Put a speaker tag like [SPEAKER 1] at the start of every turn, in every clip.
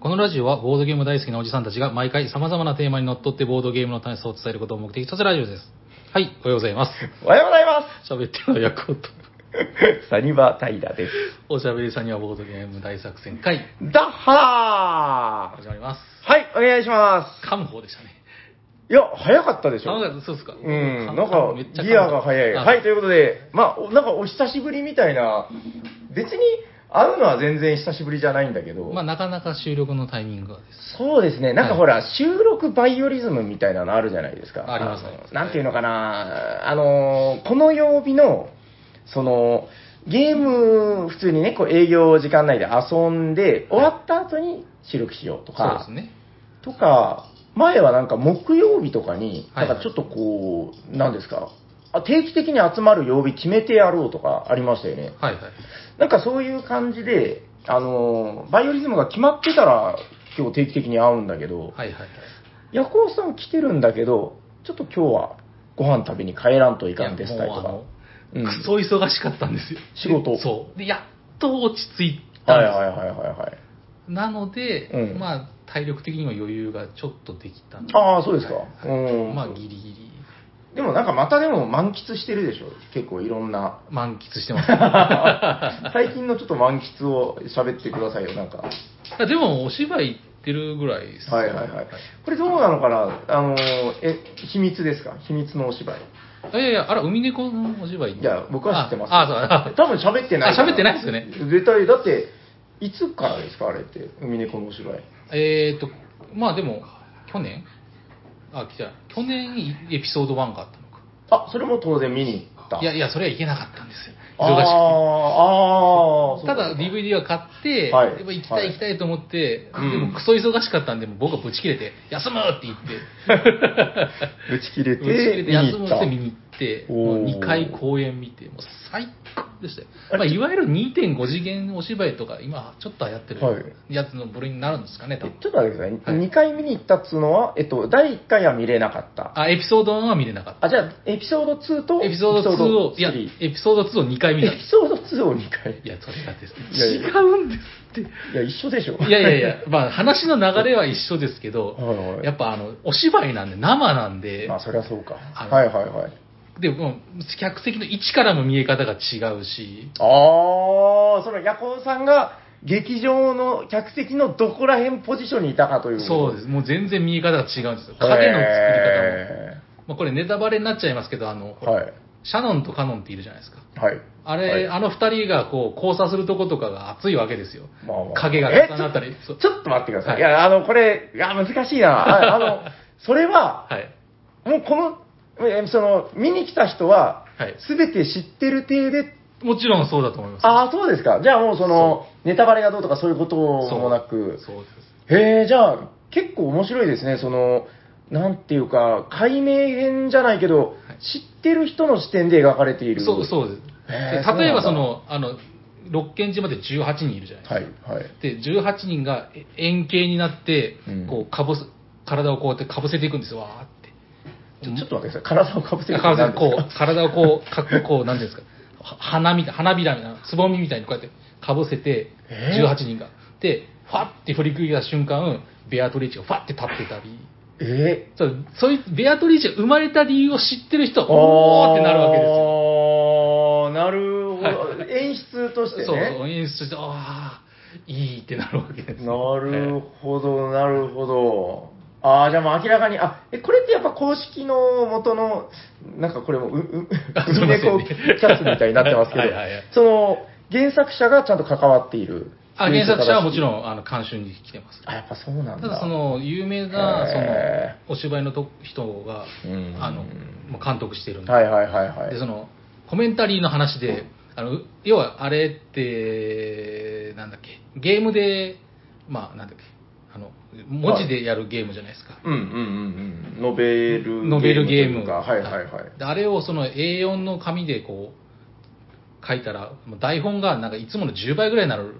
[SPEAKER 1] このラジオはボードゲーム大好きなおじさんたちが毎回様々なテーマにのっとってボードゲームの楽しさを伝えることを目的とするラジオです。はい、おはようござい ます。
[SPEAKER 2] おはようございま
[SPEAKER 1] 喋ってるのはヤコウと。
[SPEAKER 2] す。サニバタイラです。
[SPEAKER 1] おしゃべりさんにはボードゲーム大作戦会、
[SPEAKER 2] ダッハー
[SPEAKER 1] 始まります。
[SPEAKER 2] はい、お願いしま
[SPEAKER 1] 噛む方でしたね。
[SPEAKER 2] す。いや、早かったでしょ。
[SPEAKER 1] あそうですか。
[SPEAKER 2] うん、
[SPEAKER 1] 噛
[SPEAKER 2] な
[SPEAKER 1] む
[SPEAKER 2] ん
[SPEAKER 1] 噛むめっちゃ
[SPEAKER 2] か
[SPEAKER 1] 噛む
[SPEAKER 2] ギアが早い。
[SPEAKER 1] あ
[SPEAKER 2] はい、ということで、まあ、おなんかお久しぶりみたいな、別に会うのは全然久しぶりじゃないんだけど、
[SPEAKER 1] まあ、なかなか収録のタイミングがです。
[SPEAKER 2] そうですね、なん
[SPEAKER 1] は
[SPEAKER 2] か
[SPEAKER 1] い
[SPEAKER 2] ほら、収録バイオリズムみたいなのあるじゃないですか。
[SPEAKER 1] ありますね
[SPEAKER 2] のなんていうのかな、あの、この曜日の、その、ゲーム、普通にね、こう営業時間内で遊んで、終わった後に収録しようとか、
[SPEAKER 1] そうですね。
[SPEAKER 2] とか、前はなんか木曜日とかに、
[SPEAKER 1] は
[SPEAKER 2] ないんかちょっとこう、なんですか、あ定期的に集まる曜日決めてやろうとかありましたよね。
[SPEAKER 1] はいはい。
[SPEAKER 2] なんかそういう感じで、あのー、バイオリズムが決まってたら、今日定期的に会うんだけど、
[SPEAKER 1] はいはいはい。
[SPEAKER 2] ヤコウさん来てるんだけど、ちょっと今日はご飯食べに帰らんとい
[SPEAKER 1] い
[SPEAKER 2] か
[SPEAKER 1] や
[SPEAKER 2] んですたいとか
[SPEAKER 1] も。う
[SPEAKER 2] うん
[SPEAKER 1] あの、クソ忙しかったんですよ。
[SPEAKER 2] 仕事
[SPEAKER 1] そう。で、やっと落ち着いたん
[SPEAKER 2] はい
[SPEAKER 1] です。
[SPEAKER 2] はいはいはいはい。
[SPEAKER 1] なので、
[SPEAKER 2] うん
[SPEAKER 1] まあ、体力的には余裕がちょっとできたので
[SPEAKER 2] ああ、そうですか。うん。
[SPEAKER 1] まあ、ギリギリ
[SPEAKER 2] でもなんかまたでも満喫してるでしょ。結構いろ んな
[SPEAKER 1] 満喫してます。
[SPEAKER 2] 最近のちょっと満喫を喋ってくださいよ、なんか。
[SPEAKER 1] でも、お芝居行ってるぐらいですよ
[SPEAKER 2] はいはいはい。これどうなのかなあのー、え、秘密ですか秘密のお芝居。
[SPEAKER 1] いやいや、あら、海猫のお芝居
[SPEAKER 2] いや、僕は知ってます。
[SPEAKER 1] ああ、そう あ
[SPEAKER 2] 多分喋ってな
[SPEAKER 1] あ
[SPEAKER 2] い。
[SPEAKER 1] 喋ってないですよね。
[SPEAKER 2] 絶対、だって、いつからですかあれって、海猫のお芝居。
[SPEAKER 1] えーっと、まあでも、去年あ、来た。去年エピソード1があったのか。
[SPEAKER 2] あ、それも当然見に行った。
[SPEAKER 1] いやいや、それはいけなかったんですよ。
[SPEAKER 2] あー
[SPEAKER 1] 忙し
[SPEAKER 2] あー、
[SPEAKER 1] くて。ただ、
[SPEAKER 2] そうか
[SPEAKER 1] DVD は買って、
[SPEAKER 2] はい
[SPEAKER 1] やっぱ行きた
[SPEAKER 2] はいい
[SPEAKER 1] 行きたいと思って、
[SPEAKER 2] うん
[SPEAKER 1] でもクソ忙しかったんで、もう僕はブチ切れて、休むって言って、
[SPEAKER 2] 打ち切れて、
[SPEAKER 1] 打ち切れて休むって見
[SPEAKER 2] に
[SPEAKER 1] に行
[SPEAKER 2] 行っ
[SPEAKER 1] って、
[SPEAKER 2] おー
[SPEAKER 1] もう2回公演見て、もう最高でしたよ。まあ、いわゆる2.5次元お芝居とか、今ちょっと流行って
[SPEAKER 2] は
[SPEAKER 1] るやつの部類になるんですかね、多
[SPEAKER 2] た。え
[SPEAKER 1] 分。
[SPEAKER 2] ちょっと待ってください。
[SPEAKER 1] はい
[SPEAKER 2] 2回見に行ったっつうのは、えっと、第1回は見れなかった。
[SPEAKER 1] あ、エピソード1は見れなかった。
[SPEAKER 2] あ、じゃあ、エピソード2と
[SPEAKER 1] エピソード2を、いや、
[SPEAKER 2] エピ
[SPEAKER 1] エピソード2を2回見たんです。
[SPEAKER 2] ソード3エピソード2を2回。
[SPEAKER 1] いや、それがですね、
[SPEAKER 2] いやいや
[SPEAKER 1] 違うんですって。
[SPEAKER 2] いや、一緒でしょ。
[SPEAKER 1] いやいやいや、まあ話の流れは一緒ですけど、
[SPEAKER 2] はいはい
[SPEAKER 1] やっぱあの、お芝居なんで、生なんで、
[SPEAKER 2] まあ、そりゃそうか。
[SPEAKER 1] あの
[SPEAKER 2] はいはいはい。
[SPEAKER 1] で、もう客席の位置からも見え方が違うし、
[SPEAKER 2] ああ、そのヤコウさんが劇場の客席のどこら辺ポジションにいたかという。。
[SPEAKER 1] そうですす。もう全然見え方が違うんですよ。影の作り方も。まあ、これネタバレになっちゃいますけど、あの、
[SPEAKER 2] 方も。はい。
[SPEAKER 1] シャノンとカノンっているじゃないですか。
[SPEAKER 2] はい。
[SPEAKER 1] あれ、
[SPEAKER 2] はい
[SPEAKER 1] あの二人がこう交差するとことかが熱いわけですよ。
[SPEAKER 2] まあまあ
[SPEAKER 1] 影が
[SPEAKER 2] え
[SPEAKER 1] 重なったり。
[SPEAKER 2] ち
[SPEAKER 1] そ
[SPEAKER 2] ょ
[SPEAKER 1] う
[SPEAKER 2] ちょっと待ってください。
[SPEAKER 1] はい
[SPEAKER 2] い、や、あの、これ、いや、難しいな。 ああの、それは、
[SPEAKER 1] はい。
[SPEAKER 2] もうこの、えその、見に来た人は、
[SPEAKER 1] はい。
[SPEAKER 2] すべて知ってる体で、
[SPEAKER 1] もちろんそうだと思います。
[SPEAKER 2] ああ、そうですか。じゃあもうその、ネタバレがどうとかそういうこともなく。
[SPEAKER 1] そうで
[SPEAKER 2] へえ、じゃあ、結構面白いですね、その、なんていうか、解明編じゃないけど、知ってる人の視点で描かれている。
[SPEAKER 1] す。そう、そうです。
[SPEAKER 2] へ
[SPEAKER 1] で
[SPEAKER 2] ー
[SPEAKER 1] 例えばそ
[SPEAKER 2] そうなんだ
[SPEAKER 1] の、あの、六軒島で18人いるじゃないですか。
[SPEAKER 2] はい、はい。
[SPEAKER 1] で、18人がえ円形になって
[SPEAKER 2] うん、
[SPEAKER 1] こう、かぶす、体をこうやってかぶせていくんですよ、わーって。
[SPEAKER 2] ちょちょっと待ってください、体をかぶせる
[SPEAKER 1] 川さん、
[SPEAKER 2] なん
[SPEAKER 1] こ
[SPEAKER 2] ですか
[SPEAKER 1] う、体をこう、かこう、なんていうんですか、は花みたい、花びらみたいな、つぼみみたいにこうやってかぶせて、
[SPEAKER 2] えー
[SPEAKER 1] 18人が。で、ファッて振り切った瞬間、ベアトリーチェがファッて立ってたり、
[SPEAKER 2] ええ
[SPEAKER 1] そうそういう、ベアトリーチェが生まれた理由を知ってる人は、おーってなるわけですよ。
[SPEAKER 2] よ。あーなるほど、
[SPEAKER 1] は
[SPEAKER 2] 演出とし
[SPEAKER 1] そう
[SPEAKER 2] てね。
[SPEAKER 1] そう、演出して、あー、いいってなるわけです。
[SPEAKER 2] な
[SPEAKER 1] は
[SPEAKER 2] る
[SPEAKER 1] い
[SPEAKER 2] ほど、なるほど。ああ、じゃあもう明らかに、あ、え、これってやっぱ公式の元の、なんかこれもう、う、う、
[SPEAKER 1] あすいませんね
[SPEAKER 2] うねこキャスみたいになってますけど、
[SPEAKER 1] はいはいはい
[SPEAKER 2] その、原作者がちゃんと関わっている。
[SPEAKER 1] あ原作者はもち
[SPEAKER 2] ん。
[SPEAKER 1] ろん、あの、監修に来てます。
[SPEAKER 2] あ、やっぱそうなんだ。
[SPEAKER 1] ただその有名なそ
[SPEAKER 2] へ
[SPEAKER 1] のお芝居のと人が
[SPEAKER 2] うん
[SPEAKER 1] あのもう監督してるんで,、
[SPEAKER 2] はいはいはいはい。
[SPEAKER 1] でそのコメンタリーの話であの要はあれってなんだっけゲームでまあなんだっけあの文字でやるゲームじゃないですか、
[SPEAKER 2] うんうんうんうん。ノベルゲーム。
[SPEAKER 1] ノベルゲーム
[SPEAKER 2] というかはいはいはい。
[SPEAKER 1] であれをその A4 の紙でこう書いたらもう台本がなんかいつもの10倍ぐらいになる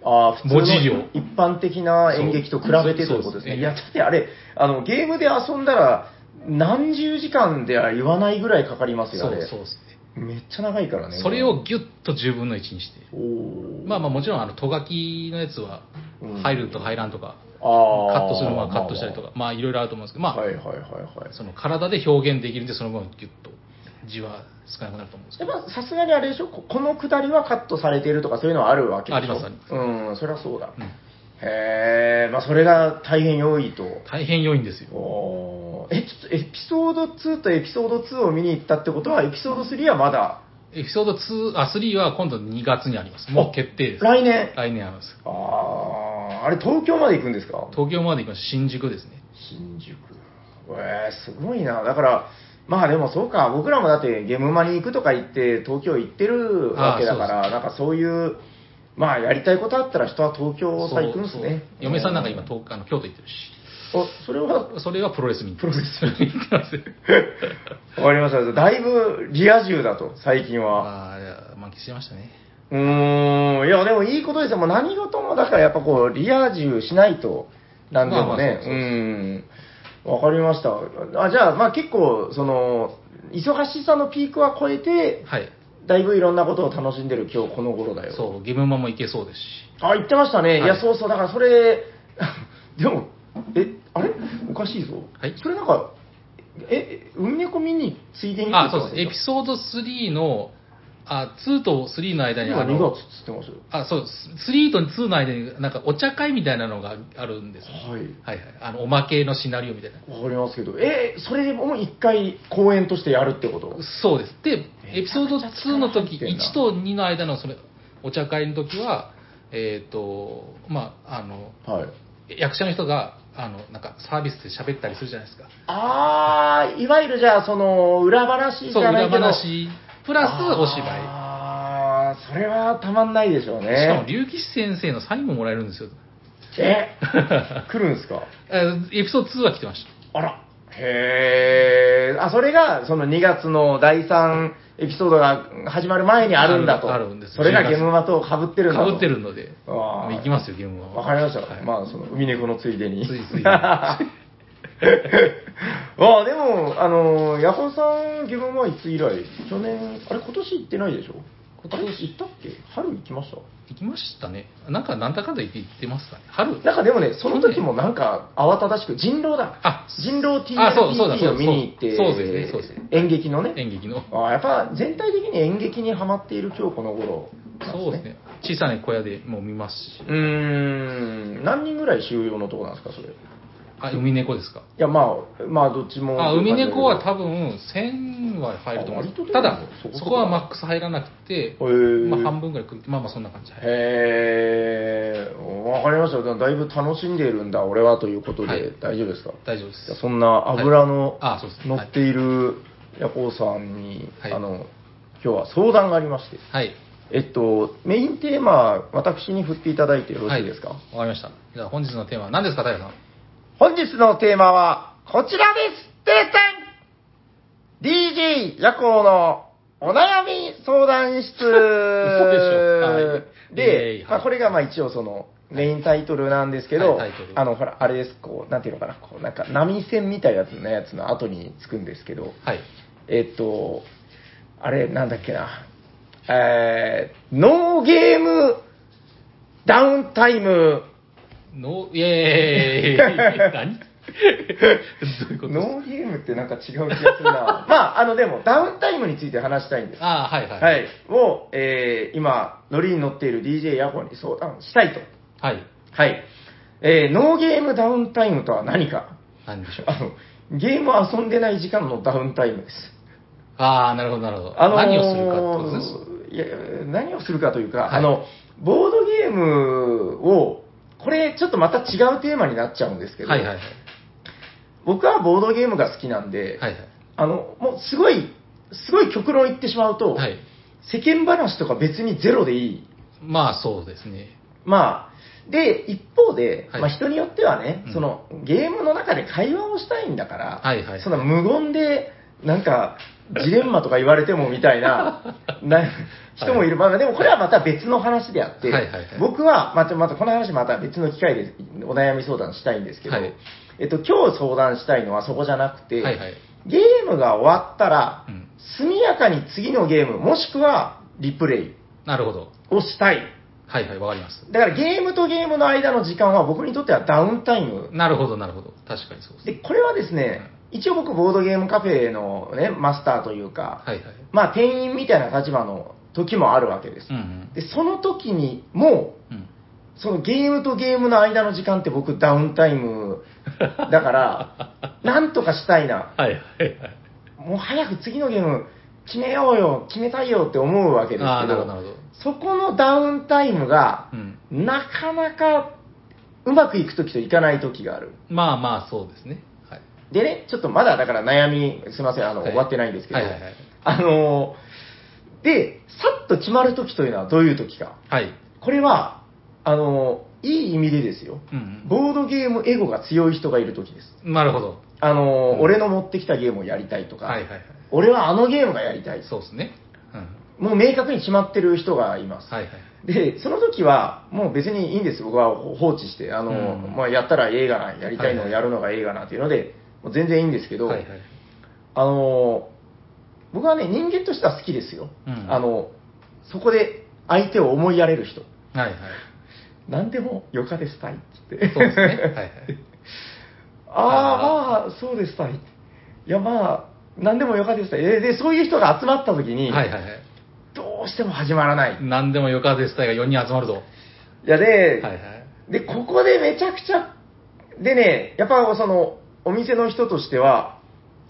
[SPEAKER 2] ああ、普通の
[SPEAKER 1] 文字量
[SPEAKER 2] 一般的な演劇と比べてということです
[SPEAKER 1] そうそうそうです
[SPEAKER 2] ね。
[SPEAKER 1] ね
[SPEAKER 2] いや、だってあれ、あの、ゲームで遊んだら、何十時間では言わないぐらいかかります
[SPEAKER 1] そう
[SPEAKER 2] よ、あれ。
[SPEAKER 1] そうですね
[SPEAKER 2] めっちゃ長いからね。
[SPEAKER 1] それをギュッと10分の1にして
[SPEAKER 2] おー、
[SPEAKER 1] まあまあもちろんあの、とがきのやつは、
[SPEAKER 2] うん
[SPEAKER 1] 入ると入らんとか、
[SPEAKER 2] あ
[SPEAKER 1] カットするのはカットしたりとか、まあいろいろあると思うんですけど、まあ、
[SPEAKER 2] はいはいはいはい。
[SPEAKER 1] その体で表現できるんで、その分ギュッと字は少なくなると思うんですけ
[SPEAKER 2] やっ
[SPEAKER 1] ど、
[SPEAKER 2] ぱさすがにあれでしょここのくだりはカットされているとかそういうのはあるわけでしょ
[SPEAKER 1] ありますあります
[SPEAKER 2] うん、それはそうだ。
[SPEAKER 1] うん
[SPEAKER 2] へえ、まあそれが大変良いと。
[SPEAKER 1] 大変良いんですよ。
[SPEAKER 2] おーえ、ちょっとエピソード2とエピソード2を見に行ったってことは、エピソード3はまだ
[SPEAKER 1] エピソード2、あ、3は今度2月にあります。もう決定です。
[SPEAKER 2] 来年。
[SPEAKER 1] 来年あるんです。
[SPEAKER 2] ああ、あれ東京まで行くんですか
[SPEAKER 1] 東京まで行きました。新宿ですね。
[SPEAKER 2] 新宿。えー、すごいな。だから、まあでもそうか、僕らもだってゲームマに行くとか言って、東京行ってるわけだから、
[SPEAKER 1] あー
[SPEAKER 2] なんかそういう、まあやりたいことあったら人は東京さ行くんです
[SPEAKER 1] そうそう
[SPEAKER 2] ね。
[SPEAKER 1] 嫁さんなんか今、
[SPEAKER 2] う
[SPEAKER 1] 東あの京都行ってるし。
[SPEAKER 2] あ、それは、
[SPEAKER 1] それはプロレス見に
[SPEAKER 2] プロレス
[SPEAKER 1] 行ってます。
[SPEAKER 2] わかりました。だいぶリア充だと、最近は。
[SPEAKER 1] まあいや、満喫してましたね。
[SPEAKER 2] うーん、いやでもいいことですよ。もう何事も、だからやっぱこう、リア充しないと、なんで
[SPEAKER 1] ま
[SPEAKER 2] も
[SPEAKER 1] あまあ
[SPEAKER 2] ね。
[SPEAKER 1] そう。そううそうん
[SPEAKER 2] わかりました。あじゃあ、まあ結構、その、忙しさのピークは超えて、
[SPEAKER 1] はい。
[SPEAKER 2] だいぶいろんなことを楽しんでる今日この頃だよ。
[SPEAKER 1] そう、ゲームマンも行けそうですし。
[SPEAKER 2] あ、言ってましたね。い、
[SPEAKER 1] は
[SPEAKER 2] や、
[SPEAKER 1] い
[SPEAKER 2] そうそう。だからそれ、 でも、え、あれおかしいぞ。
[SPEAKER 1] はい
[SPEAKER 2] それなんか、え、え海猫見についでに
[SPEAKER 1] あ、そうです。エ
[SPEAKER 2] エ
[SPEAKER 1] ピソード3の、あ、2と3の間にあ
[SPEAKER 2] 今2
[SPEAKER 1] の
[SPEAKER 2] 月、っつってますよ。
[SPEAKER 1] あ、そうです。3と2の間に、なんかお茶会みたいなのがあるんですよ。
[SPEAKER 2] は
[SPEAKER 1] は
[SPEAKER 2] い。
[SPEAKER 1] いはい。あの、おまけのシナリオみたいな。
[SPEAKER 2] わかりますけど、えーそれも一回公演としてやるってこと
[SPEAKER 1] そうです。で、
[SPEAKER 2] え
[SPEAKER 1] エピソード2の時、
[SPEAKER 2] めちゃくちゃ入ってんな
[SPEAKER 1] 1と2の間のそれ、お茶会の時は、えっ、と、まあ、あの、
[SPEAKER 2] はい。
[SPEAKER 1] 役者の人が、あの、なんかサービスで喋ったりするじゃないですか。
[SPEAKER 2] あー、いわゆるじゃあ、その、裏話じ
[SPEAKER 1] そう、
[SPEAKER 2] ゃない
[SPEAKER 1] 裏
[SPEAKER 2] けど。
[SPEAKER 1] 話、プラスお芝
[SPEAKER 2] あー、それはたまんないでしょ
[SPEAKER 1] 居。
[SPEAKER 2] う
[SPEAKER 1] しかも、
[SPEAKER 2] ね。
[SPEAKER 1] 龍騎士先生のサインももらえるんですよ。
[SPEAKER 2] え、来るんですか
[SPEAKER 1] えエピソード2は来てました。
[SPEAKER 2] あら。へえ。あ、それが、その2月の第3エピソードが始まる前にあるんだと。
[SPEAKER 1] あるあるんです
[SPEAKER 2] それが
[SPEAKER 1] 10
[SPEAKER 2] ゲームマと被ってるんだ
[SPEAKER 1] か
[SPEAKER 2] と。
[SPEAKER 1] ぶってるので、
[SPEAKER 2] あー
[SPEAKER 1] 行きますよ、ゲームは。
[SPEAKER 2] わかりました。
[SPEAKER 1] はい
[SPEAKER 2] まあ、その、海猫のついでに。
[SPEAKER 1] ついついでに
[SPEAKER 2] ああ、でも、あの、ヤホーさん、ゲームマいつ以来去年、あれ、今年行ってないでしょ
[SPEAKER 1] 今
[SPEAKER 2] あ
[SPEAKER 1] 年
[SPEAKER 2] れ、行ったっけ春行きました
[SPEAKER 1] 行きましたね。なんか、なんだかんだ行ってますかね。春
[SPEAKER 2] なんかでもね、その時もなんか慌ただしく、人狼だ。
[SPEAKER 1] あ
[SPEAKER 2] 人狼 t
[SPEAKER 1] あそうそうだ
[SPEAKER 2] t を見に行って、
[SPEAKER 1] そうそうですねそうですね
[SPEAKER 2] 演劇のね。
[SPEAKER 1] 演劇の。
[SPEAKER 2] ああやっぱ全体的に演劇にはまっている今日この頃なん
[SPEAKER 1] そうですね。小さな小屋でもう見ますし。
[SPEAKER 2] うーん、何人ぐらい収容のとこなんですか、それ。い
[SPEAKER 1] あ、海猫ですか。
[SPEAKER 2] や、まあ、まあ、どっちも。
[SPEAKER 1] あ、海猫は多分1000は入ると思い
[SPEAKER 2] あ
[SPEAKER 1] ま
[SPEAKER 2] 割と
[SPEAKER 1] す。
[SPEAKER 2] でも
[SPEAKER 1] ただ
[SPEAKER 2] そこそ、こ
[SPEAKER 1] そこはマックス入らなくて、
[SPEAKER 2] 分
[SPEAKER 1] まあ半分ぐらい来る。まあまあそんな感じ。はい
[SPEAKER 2] へえ、わかりました。だだいぶ楽しんでいるんだ、俺はということで、
[SPEAKER 1] はい
[SPEAKER 2] 大丈夫ですか
[SPEAKER 1] 大丈夫で
[SPEAKER 2] じゃあ
[SPEAKER 1] す。
[SPEAKER 2] そんな油の、
[SPEAKER 1] あ、そうです。
[SPEAKER 2] 乗
[SPEAKER 1] は
[SPEAKER 2] っ
[SPEAKER 1] い。
[SPEAKER 2] ているヤコウさんに、
[SPEAKER 1] はい
[SPEAKER 2] あの、今日は相談がありまして。
[SPEAKER 1] はい。
[SPEAKER 2] えっと、メインテーマ、私に振っていただいてよろしいですか、
[SPEAKER 1] はいわかりました。じゃあ本日のテーマは何ですか、太陽さん。
[SPEAKER 2] 本日のテーマは、こちらですてーたん !DJ 夜行のお悩み 相談室
[SPEAKER 1] はい
[SPEAKER 2] で
[SPEAKER 1] イェイ、
[SPEAKER 2] まあ、
[SPEAKER 1] はい
[SPEAKER 2] これがまあ一応その、メインタイトルなんですけ
[SPEAKER 1] は
[SPEAKER 2] ど、
[SPEAKER 1] いタイトル
[SPEAKER 2] あの、ほら、あれです、こう、なんていうのかな、こう、なんか、波線みたいなやつのやつの後につくんですけど、
[SPEAKER 1] はい。
[SPEAKER 2] えっと、あれ、なんだっけな、えー、ノーゲームダウンタイム、
[SPEAKER 1] ノー、イエーイ何 どういうことですか
[SPEAKER 2] ノーゲームってなんか違う気がする な。まあ、あの、でも、ダウンタイムについて話したいんです。は。
[SPEAKER 1] あーはいはいい。
[SPEAKER 2] を、えー今、乗りに乗っている DJ ヤホーに相談したいと。
[SPEAKER 1] はい。
[SPEAKER 2] はい。えーノーゲームダウンタイムとは何か
[SPEAKER 1] 何でしょう。
[SPEAKER 2] あの、ゲームを遊んでない時間のダウンタイムです。
[SPEAKER 1] ああ、なるほど、なるほど。
[SPEAKER 2] あのー
[SPEAKER 1] 何をするかってことです。
[SPEAKER 2] いや何をするかというか、
[SPEAKER 1] はい
[SPEAKER 2] あの、ボードゲームを、これちょっとまた違うテーマになっちゃうんですけど、
[SPEAKER 1] はいはいはい。
[SPEAKER 2] 僕はボードゲームが好きなんで、
[SPEAKER 1] はい
[SPEAKER 2] あの、もうすごい、すごい極論言ってしまうと、
[SPEAKER 1] はい。はい。
[SPEAKER 2] 世間話とか別にゼロでいい。
[SPEAKER 1] まあそうですね。
[SPEAKER 2] まあ、で、一方で、
[SPEAKER 1] はい
[SPEAKER 2] まあ人によってはね、
[SPEAKER 1] うん
[SPEAKER 2] そのゲームの中で会話をしたいんだから、
[SPEAKER 1] はいはい
[SPEAKER 2] その無言で、なんか、ジレンマとか言われてもみた いな、な人もいる。まあでもこれはまた別の話であって、
[SPEAKER 1] はいはいはい
[SPEAKER 2] 僕は、また、またこの話また別の機会でお悩み相談したいんですけど、
[SPEAKER 1] はい
[SPEAKER 2] えっと、今日相談したいのはそこじゃなくて、
[SPEAKER 1] はいはい。
[SPEAKER 2] ゲームが終わったら
[SPEAKER 1] う、ん。
[SPEAKER 2] 速やかに次のゲーム、もしくはリプレイ
[SPEAKER 1] なるほど。
[SPEAKER 2] をしたい。
[SPEAKER 1] はいはい、わかります。
[SPEAKER 2] だからゲームとゲームの間の時間は僕にとってはダウンタイム。
[SPEAKER 1] なるほど、なるほど。確かにそうです。
[SPEAKER 2] で、これはですね、一応僕ボードゲームカフェのね、マスターというか、
[SPEAKER 1] はいはい。
[SPEAKER 2] まあ店員みたいな立場の時もあるわけです
[SPEAKER 1] うん、。うん。
[SPEAKER 2] で、その時にも、
[SPEAKER 1] うん
[SPEAKER 2] そのゲームとゲームの間の時間って僕ダウンタイ ムだから、なんとかしたいな。
[SPEAKER 1] はいはいはい。
[SPEAKER 2] もう早く次のゲーム決めようよ、決めたいよって思うわけですけ
[SPEAKER 1] ああ、なる
[SPEAKER 2] ど、
[SPEAKER 1] ほど、なるほど。
[SPEAKER 2] そこのダウンタイムが
[SPEAKER 1] う、ん。
[SPEAKER 2] なかなかうまくいくときといかないときがある。
[SPEAKER 1] まあまあ、そうですね。はい。
[SPEAKER 2] でね、ちょっとまだだから悩み、すいません、あの、
[SPEAKER 1] はい
[SPEAKER 2] 終わってないんですけど、
[SPEAKER 1] はいはいはい
[SPEAKER 2] あのーで、さっと決まるときというのはどういうときか。
[SPEAKER 1] はい。
[SPEAKER 2] これは、あのーいい意味でですよ。
[SPEAKER 1] うん、
[SPEAKER 2] ボードゲームエゴが強い人がいるときです。
[SPEAKER 1] うん。なるほど。
[SPEAKER 2] あのー
[SPEAKER 1] うん
[SPEAKER 2] 俺の持ってきたゲームをやりたいとか、
[SPEAKER 1] はいはいはい。
[SPEAKER 2] 俺はあのゲームがやりたい。
[SPEAKER 1] そうですね。うん。
[SPEAKER 2] もう明確に決まってる人がいます。
[SPEAKER 1] はいはい。
[SPEAKER 2] で、その時は、もう別にいいんです、僕は放置して、あの、
[SPEAKER 1] うん
[SPEAKER 2] まあ、やったらええがな、やりたいの
[SPEAKER 1] は
[SPEAKER 2] を
[SPEAKER 1] いはい
[SPEAKER 2] やるのがええがなっていうので、もう全然いいんですけど、
[SPEAKER 1] はいはい。
[SPEAKER 2] あの、僕はね、人間としては好きですよ。
[SPEAKER 1] うん
[SPEAKER 2] あの、そこで相手を思いやれる人。
[SPEAKER 1] はいはい。
[SPEAKER 2] 何でもよかですたいって言って。
[SPEAKER 1] そうですね。 はいはい。
[SPEAKER 2] ああ、まあ、そうですたい。いや、まあ、何でもよかですたい。で、でそういう人が集まった時に、
[SPEAKER 1] はいはいはい。
[SPEAKER 2] どうしても始まらない。
[SPEAKER 1] 何でもよかです隊が4人集まるぞ。
[SPEAKER 2] いや、で、
[SPEAKER 1] はいはい。
[SPEAKER 2] で、ここでめちゃくちゃ、でね、やっぱその、お店の人としては、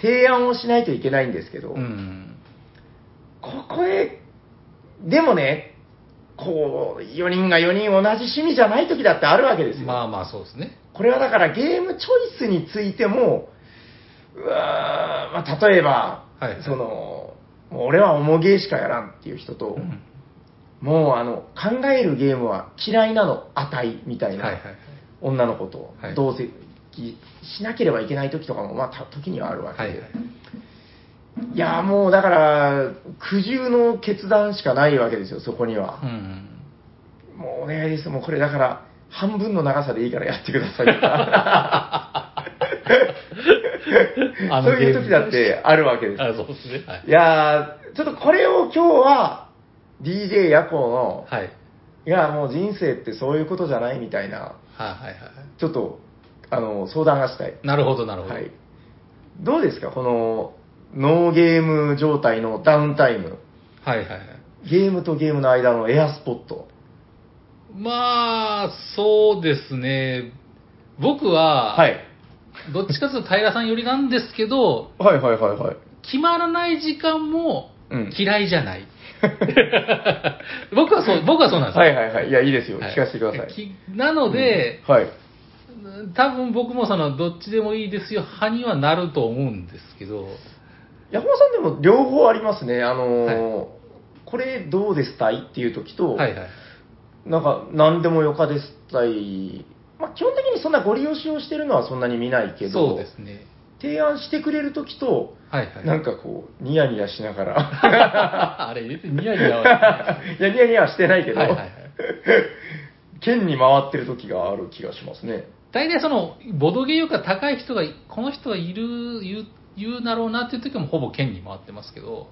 [SPEAKER 2] 提案をしないといけないんですけど、
[SPEAKER 1] うん。
[SPEAKER 2] ここで、でもね、こう、4人が4人同じ趣味じゃない時だってあるわけですよ。
[SPEAKER 1] まあまあ、そうですね。
[SPEAKER 2] これはだからゲームチョイスについても、うわーまあ、例えば、
[SPEAKER 1] はいはい
[SPEAKER 2] その、もう俺は重ゲーしかやらんっていう人と、
[SPEAKER 1] うん
[SPEAKER 2] もうあの、考えるゲームは嫌いなの値みた
[SPEAKER 1] はいい
[SPEAKER 2] な、
[SPEAKER 1] はい。
[SPEAKER 2] 女の子と
[SPEAKER 1] はい
[SPEAKER 2] 同席しなければいけない時とかも、まあ、た時にはあるわけ
[SPEAKER 1] は
[SPEAKER 2] で、
[SPEAKER 1] いはいい。
[SPEAKER 2] やもうだから苦渋の決断しかないわけですよそこに
[SPEAKER 1] う
[SPEAKER 2] は、
[SPEAKER 1] ん。
[SPEAKER 2] もうお願いですもうこれだから半分の長さでいいからやってください
[SPEAKER 1] あ
[SPEAKER 2] そ
[SPEAKER 1] の
[SPEAKER 2] ういう時だってあるわけです
[SPEAKER 1] あそうですね。はい
[SPEAKER 2] いやーちょっとこれを今日は DJ 夜行の、
[SPEAKER 1] はい。はい
[SPEAKER 2] いやもう人生ってそういうことじゃないみたいな
[SPEAKER 1] はいは
[SPEAKER 2] ちょっとあの相談がしたい
[SPEAKER 1] い。なるほど、なるほど。
[SPEAKER 2] はい、どうですか、このノーゲーム状態のダウンタイム、
[SPEAKER 1] はいはいはい。
[SPEAKER 2] ゲームとゲームの間のエアスポット。
[SPEAKER 1] まあ、そうですね。僕は、
[SPEAKER 2] はい、
[SPEAKER 1] どっちかというと平さん寄りなんですけど、
[SPEAKER 2] はいはいはいはい。
[SPEAKER 1] 決まらない時間も
[SPEAKER 2] うん
[SPEAKER 1] 嫌いじゃない。 僕はそう、僕はそうなんですよ。
[SPEAKER 2] はいはいはい。いや、いいですよ。
[SPEAKER 1] はい
[SPEAKER 2] 聞かせてください。
[SPEAKER 1] きなので、
[SPEAKER 2] はい。
[SPEAKER 1] 多分僕もその、どっちでもいいですよ、派にはなると思うんですけど、
[SPEAKER 2] ヤホーさんでも両方ありますね。あのー
[SPEAKER 1] は
[SPEAKER 2] これどうですたいっていう時と、
[SPEAKER 1] はいはい。
[SPEAKER 2] なんか何でもよかですたい。まあ、基本的にそんなご利用しをしてるのはそんなに見ないけど、
[SPEAKER 1] そうですね。
[SPEAKER 2] 提案してくれる時と、
[SPEAKER 1] はいはい。
[SPEAKER 2] なんかこう、ニヤニヤしなが ら、
[SPEAKER 1] あれ、別にニヤニヤは。
[SPEAKER 2] いや、ニヤニヤはしてないけど、
[SPEAKER 1] はいはいはい
[SPEAKER 2] 剣に回ってる時がある気がしますね。
[SPEAKER 1] 大体その、ボドゲー力高い人が、この人はいる、言う、言うだろうなっていう時はもうほぼ剣に回ってますけど、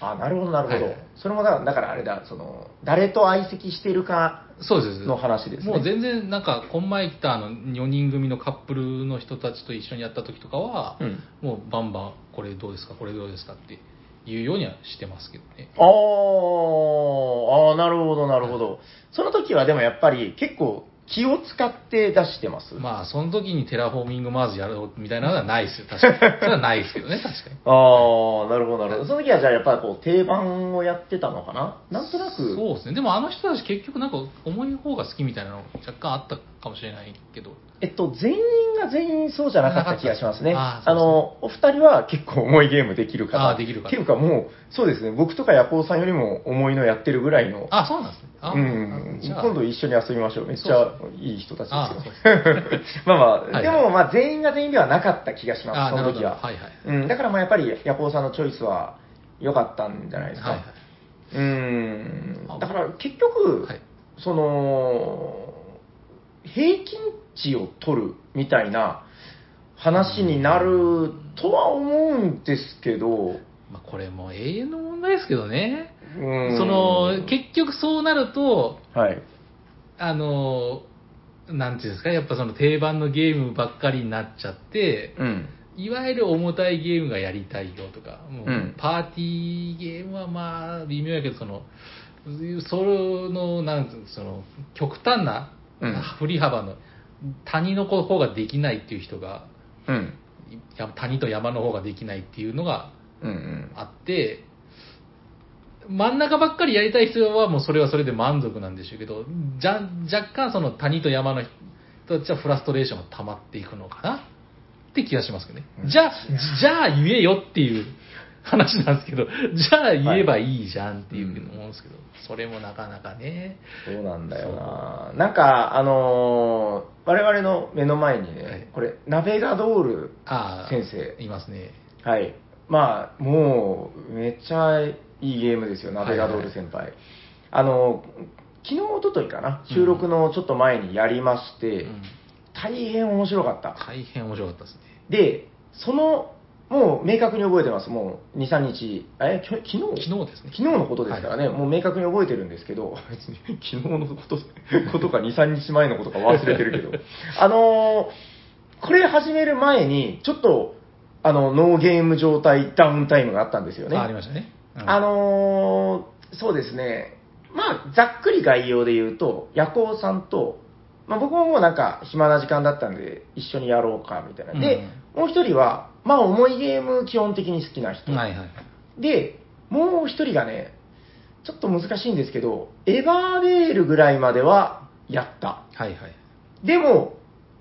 [SPEAKER 2] あ、なるほど、なるほど。
[SPEAKER 1] はいはい
[SPEAKER 2] それもだ、だからあれだ、その、誰と相席してるか
[SPEAKER 1] そうです。
[SPEAKER 2] の話ですね。
[SPEAKER 1] もう全然なんか、こんまいったあの4人組のカップルの人たちと一緒にやった時とかは、
[SPEAKER 2] うん
[SPEAKER 1] もうバンバン、これどうですか、これどうですかっていうようにはしてますけどね。
[SPEAKER 2] あーあー、なるほど、なるほど。その時はでもやっぱり結構気を使って出してます。
[SPEAKER 1] まあ、その時にテラフォーミングマーズやろうみたいなのはないですよ、確か に。それはないですけどね、確かに。
[SPEAKER 2] ああ、なるほど、なるほど。その時はじゃあやっぱりこう定番をやってたのかななんとなく。
[SPEAKER 1] そうですね。でもあの人たち結局なんか重い方が好きみたいなの若干あったかもしれないけど。
[SPEAKER 2] えっと、全員が全員そうじゃなかった気がしますね。
[SPEAKER 1] あ
[SPEAKER 2] あ
[SPEAKER 1] ー
[SPEAKER 2] の、お二人は結構重いゲームできるから。
[SPEAKER 1] あーできるから
[SPEAKER 2] っていうかもう、そうですね、僕とかヤコウさんよりも重いのやってるぐらいの。
[SPEAKER 1] あ、そうなんですね。あ
[SPEAKER 2] うん、
[SPEAKER 1] じゃあ
[SPEAKER 2] 今度一緒に遊びましょう。めっちゃいい人たち
[SPEAKER 1] あ
[SPEAKER 2] ですよ。 まあま
[SPEAKER 1] は
[SPEAKER 2] あ、
[SPEAKER 1] い
[SPEAKER 2] でもまあ全員が全員ではなかった気がしま
[SPEAKER 1] あ
[SPEAKER 2] す、
[SPEAKER 1] なる
[SPEAKER 2] その
[SPEAKER 1] ほ
[SPEAKER 2] 時
[SPEAKER 1] ど。
[SPEAKER 2] は。
[SPEAKER 1] はいはい。
[SPEAKER 2] うん、だからまあやっぱりヤコウさんのチョイスは良かったんじゃないですか。
[SPEAKER 1] はいはい。
[SPEAKER 2] うん
[SPEAKER 1] あ、
[SPEAKER 2] だから結局、
[SPEAKER 1] はい
[SPEAKER 2] その、平均値を取るみたいな話になるとは思うんですけど、
[SPEAKER 1] まあ、これもう永遠の問題ですけどね。
[SPEAKER 2] うん
[SPEAKER 1] その、結局そうなると、
[SPEAKER 2] はい。
[SPEAKER 1] あの、なんていうんですか、やっぱその定番のゲームばっかりになっちゃって、
[SPEAKER 2] うん。
[SPEAKER 1] いわゆる重たいゲームがやりたいよとか、もう
[SPEAKER 2] うん
[SPEAKER 1] パーティーゲームはまあ微妙やけど、その、その、なんつうのその、極端な
[SPEAKER 2] うん
[SPEAKER 1] 振り幅の、谷の方ができないっていう人が、
[SPEAKER 2] うん。
[SPEAKER 1] や谷と山の方ができないっていうのが
[SPEAKER 2] うんうん。
[SPEAKER 1] あって、真ん中ばっかりやりたい人はもうそれはそれで満足なんでしょうけど、じゃ若干その谷と山の人たちはフラストレーションが溜まっていくのかなって気がしますけどね。じゃあ、じゃあ言えよっていう話なんですけど、 じゃあ言えばいいじゃんっていうふうに思うんですけど、それもなかなかね。
[SPEAKER 2] そうなんだよな。なんか、あのー我々の目の前にね、
[SPEAKER 1] はい
[SPEAKER 2] これ、ナベガドール
[SPEAKER 1] ああ、
[SPEAKER 2] 先生
[SPEAKER 1] いますね。
[SPEAKER 2] はい。まあ、もう、めっちゃいいゲームですよ、ナベガドール先輩。あの、昨日、一昨日かな、収録のちょっと前にやりまして、
[SPEAKER 1] うん
[SPEAKER 2] 大変面白かった。
[SPEAKER 1] 大変面白かったですね。
[SPEAKER 2] で、その、もう明確に覚えてます、もう2、3日、え、きょ昨日
[SPEAKER 1] 昨日ですね
[SPEAKER 2] 昨日のことですからね、もう明確に覚えてるんですけど、 別に昨日のことことか2、3日 前のことか忘れてるけ ど、あのーこれ始める前に、ちょっと、あの、ノーゲーム状態ダウンタイムがあったんですよね。
[SPEAKER 1] あありましたね。うん
[SPEAKER 2] あのーそうですね、まあ、ざっくり概要で言うと、夜行さんと、まあ、僕ももうなんか暇な時間だったんで、一緒にやろうかみたいな。で、もう一人は、まあ、重いゲーム基本的に好きな人。
[SPEAKER 1] はいはい。
[SPEAKER 2] で、もう一人がね、ちょっと難しいんですけど、エバーベールぐらいまではやった。
[SPEAKER 1] はいはい。
[SPEAKER 2] でも、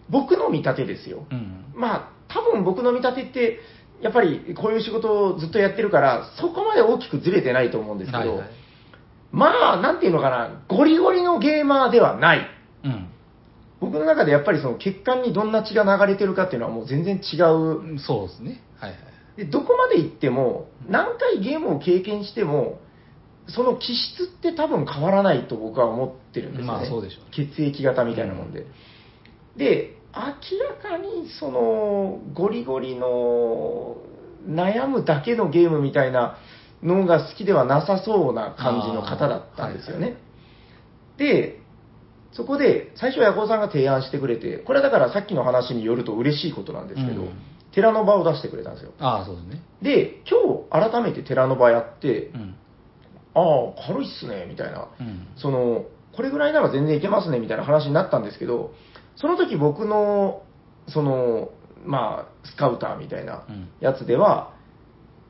[SPEAKER 2] 僕の見立てですよ。
[SPEAKER 1] うん。
[SPEAKER 2] まあ、多分僕の見立てって、やっぱりこういう仕事をずっとやってるから、そこまで大きくずれてないと思うんですけど、
[SPEAKER 1] はいはい。
[SPEAKER 2] まあ、なんていうのかな、ゴリゴリのゲーマーではない。
[SPEAKER 1] うん。
[SPEAKER 2] 僕の中でやっぱりその血管にどんな血が流れてるかっていうのはもう全然違う
[SPEAKER 1] そうですね。はいはい。
[SPEAKER 2] でどこまで行っても何回ゲームを経験してもその気質って多分変わらないと僕は思ってるんですよね、
[SPEAKER 1] まあそうでしょ
[SPEAKER 2] 血液型みたいなもんで、で明らかにそのゴリゴリの悩むだけのゲームみたいなのが好きではなさそうな感じの方だったんですよね、でそこで最初はヤコウさんが提案してくれてこれはだからさっきの話によると嬉しいことなんですけど、
[SPEAKER 1] うん
[SPEAKER 2] 寺の場を出してくれたんですよ
[SPEAKER 1] ああ、そうですね。
[SPEAKER 2] で、今日改めて寺の場やって
[SPEAKER 1] う、ん。
[SPEAKER 2] ああ、軽いっすね、みたいな。
[SPEAKER 1] うん。
[SPEAKER 2] その、これぐらいなら全然いけますね、みたいな話になったんですけど、その時僕の、その、まあ、スカウターみたいな
[SPEAKER 1] うん
[SPEAKER 2] やつでは、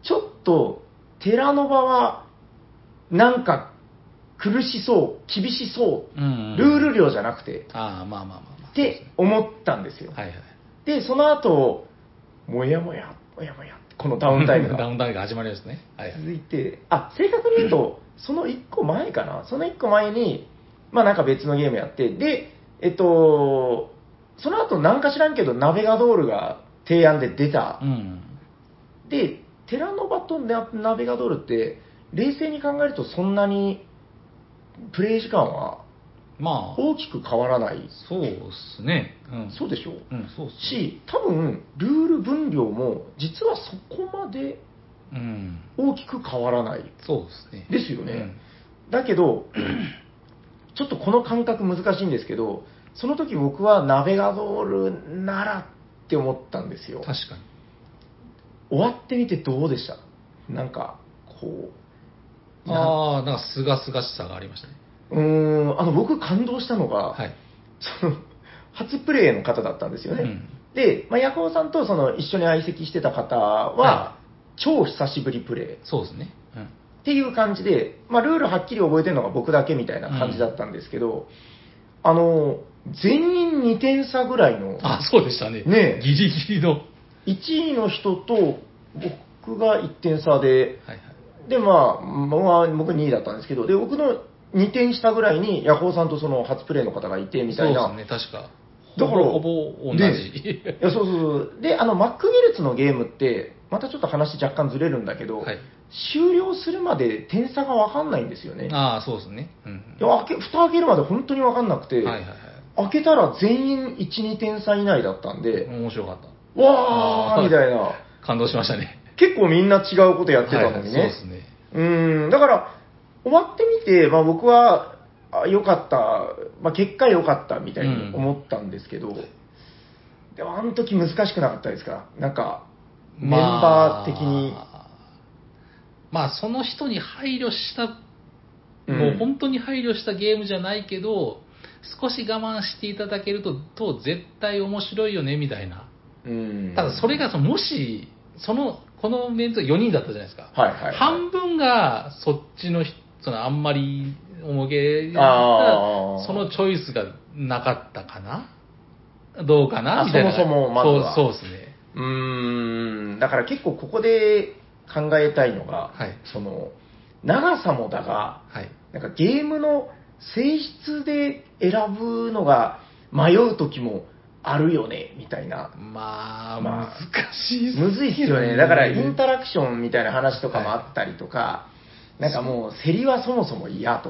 [SPEAKER 2] ちょっと、寺の場は、なんか、苦しそう、厳しそ
[SPEAKER 1] うん。
[SPEAKER 2] う、ルール量じゃなくて、
[SPEAKER 1] ああ、まあまあまあまあ。
[SPEAKER 2] って思ったんですよ。
[SPEAKER 1] はいはい。
[SPEAKER 2] で、その後、もやもや、もやもや、このダウンタイムが
[SPEAKER 1] ダ。ウンタイムが始まりますね。はいはい。
[SPEAKER 2] 続いて、あ正確に言うと、その1個前かな、その1個前に、まあなんか別のゲームやって、で、えっと、その後なんか知らんけど、ナベガドールが提案で出た
[SPEAKER 1] う、ん。
[SPEAKER 2] で、テラノバとナナベガドールって、冷静に考えると、そんなにプレイ時間は
[SPEAKER 1] まあ、
[SPEAKER 2] 大きく変わらない、
[SPEAKER 1] そうですね。うん。
[SPEAKER 2] そうでしょ
[SPEAKER 1] うん、そうっすね。
[SPEAKER 2] し、多分ルール分量も、実はそこまで
[SPEAKER 1] うん。
[SPEAKER 2] 大きく変わらない。
[SPEAKER 1] そうですね。
[SPEAKER 2] ですよね。だけど、 ちょっとこの感覚難しいんですけど、その時僕はナベガドールならって思ったんです
[SPEAKER 1] う
[SPEAKER 2] よ
[SPEAKER 1] ん。。確かに。
[SPEAKER 2] 終わってみてどうでしたなんか、こう。な
[SPEAKER 1] ああ、なんか、すがすがしさがありましたね。
[SPEAKER 2] うーん、あの、僕感動したのが、
[SPEAKER 1] はい。
[SPEAKER 2] その、初プレイの方だったんですよね。
[SPEAKER 1] うん
[SPEAKER 2] で、まあ、ヤコウさんとその一緒に相席してた方は、
[SPEAKER 1] は
[SPEAKER 2] 超久しぶりプレイ。
[SPEAKER 1] そうですね。うん。
[SPEAKER 2] っていう感じで、まあ、ルールはっきり覚えてるのが僕だけみたいな感じだったんですけど、あの、全員2点差ぐらいの、
[SPEAKER 1] あそうでしたね。
[SPEAKER 2] ねえ
[SPEAKER 1] ギリギリの。は
[SPEAKER 2] 1位の人と僕が1点差で、
[SPEAKER 1] いはい。
[SPEAKER 2] で、まあ、まあ、僕2位だったんですけど、で、僕の2点下ぐらいに、ヤホーさんとその初プレイの方がいてみたいな。
[SPEAKER 1] そうですね、確か。
[SPEAKER 2] だから
[SPEAKER 1] ほぼほぼ同じ。
[SPEAKER 2] いやそうそうそう。で、あの、マック・ウィルツのゲームって、またちょっと話若干ずれるんだけど、
[SPEAKER 1] はい。
[SPEAKER 2] 終了するまで点差がわかんないんですよね。
[SPEAKER 1] ああ、そうですね。うん
[SPEAKER 2] い。や開け蓋開けるまで本当に分かんなくて、
[SPEAKER 1] はいはいは
[SPEAKER 2] 開けたら全員1、2点差以内だった
[SPEAKER 1] い。
[SPEAKER 2] んで、
[SPEAKER 1] 面白かった。
[SPEAKER 2] わ
[SPEAKER 1] あ
[SPEAKER 2] ー
[SPEAKER 1] ー
[SPEAKER 2] みたいな、
[SPEAKER 1] 感動しましたね。
[SPEAKER 2] 結構みんな違うことやってたのに
[SPEAKER 1] は
[SPEAKER 2] ね。
[SPEAKER 1] いはいそうですね。
[SPEAKER 2] うーん、だから、終わってみて、まあ、僕はあ良かった、まあ、結果良かったみたいに思ったんですけど、でもあの時難しくなかったですかなんか、メンバー的に、
[SPEAKER 1] まあ、まあその人に配慮した、
[SPEAKER 2] うん
[SPEAKER 1] もう本当に配慮したゲームじゃないけど少し我慢していただけるとと絶対面白いよねみたいな
[SPEAKER 2] うん
[SPEAKER 1] ただそれがそのもしそのこのメンツ4人だったじゃないですか、
[SPEAKER 2] はいはいはい、
[SPEAKER 1] 半分がそっちの人そのあんまり重げだった
[SPEAKER 2] あ
[SPEAKER 1] ら
[SPEAKER 2] ー
[SPEAKER 1] そのチョイスがなかったかなどうかな
[SPEAKER 2] あ
[SPEAKER 1] みたいな
[SPEAKER 2] そもそもまずは
[SPEAKER 1] そうそうですね
[SPEAKER 2] うーんだから結構ここで考えたいのが、
[SPEAKER 1] はい
[SPEAKER 2] その長さもだが、
[SPEAKER 1] はい
[SPEAKER 2] なんかゲームの性質で選ぶのが迷う時もあるよね、みたいな。
[SPEAKER 1] まあ、
[SPEAKER 2] まあ
[SPEAKER 1] 難しいっす
[SPEAKER 2] むずいっすよね。だからインタラクションみたいな話とかもあったりとか、なんかもう競りはそもそも嫌と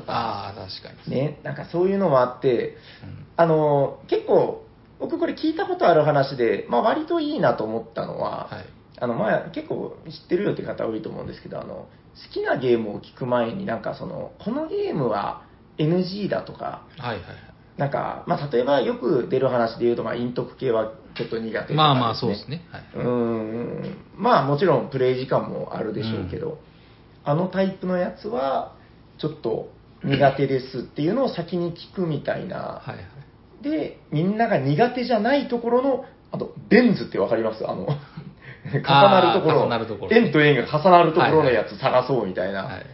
[SPEAKER 1] あ
[SPEAKER 2] か、
[SPEAKER 1] あ、確かに。
[SPEAKER 2] ね、なんかそういうのもあって、
[SPEAKER 1] うん
[SPEAKER 2] あの、結構、僕これ聞いたことある話で、まあ割といいなと思ったのは、
[SPEAKER 1] はい。
[SPEAKER 2] あのまあ結構知ってるよって方多いと思うんですけどあの好きなゲームを聞く前になんかそのこのゲームは NG だとか
[SPEAKER 1] はいはいは
[SPEAKER 2] なんか、まあ、例えばよく出る話で言うと、まあ、陰徳系はちょっと苦手とかです
[SPEAKER 1] い。
[SPEAKER 2] ね。
[SPEAKER 1] まあまあ、そうですね。はいう
[SPEAKER 2] ーんまあもちろんプレイ時間もあるでしょうけど、あのタイプのやつはちょっと苦手ですっていうのを先に聞くみたいな、
[SPEAKER 1] はいはい。
[SPEAKER 2] でみんなが苦手じゃないところのあとベンズってわかりますあ の重なるところ
[SPEAKER 1] 重なるところ
[SPEAKER 2] 円と円が重なるところ
[SPEAKER 1] は
[SPEAKER 2] の
[SPEAKER 1] いは
[SPEAKER 2] やつ探そうみたいな、
[SPEAKER 1] はい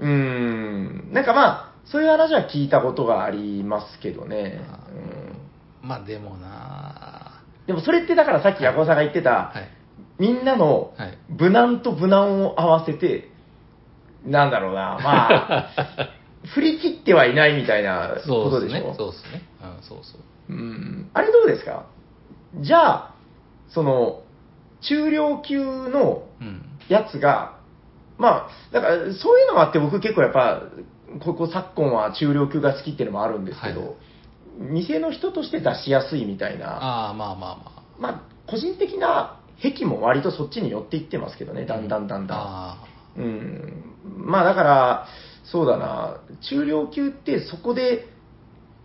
[SPEAKER 1] う
[SPEAKER 2] ーんなんかまあそういう話は聞いたことがありますけどね、
[SPEAKER 1] あーまあ、でもな
[SPEAKER 2] うん、でもそれってだからさっき矢子さんが言ってた、
[SPEAKER 1] あはい。
[SPEAKER 2] みんなの
[SPEAKER 1] はい
[SPEAKER 2] 無難と無難を合わせてなんだろうなま あ振り切ってはいないみたいなこ
[SPEAKER 1] そ
[SPEAKER 2] と
[SPEAKER 1] うで
[SPEAKER 2] ですしょ
[SPEAKER 1] ね。そうですね。うん、そうそう。
[SPEAKER 2] うんあれどうですかじゃあ、その、中量級の
[SPEAKER 1] うん。
[SPEAKER 2] やつが、まあ、だからそういうのもあって僕結構やっぱ、ここ昨今は中量級が好きっていうのもあるんですけど、
[SPEAKER 1] はい
[SPEAKER 2] 店の人として出しやすいみたいな、
[SPEAKER 1] ああ、まあまあま
[SPEAKER 2] まあ、個人的な癖も割とそっちに寄っていってますけどね、
[SPEAKER 1] あ。
[SPEAKER 2] だんだんだんだん。
[SPEAKER 1] あ
[SPEAKER 2] うん、まあだから、そうだな、中量級ってそこで、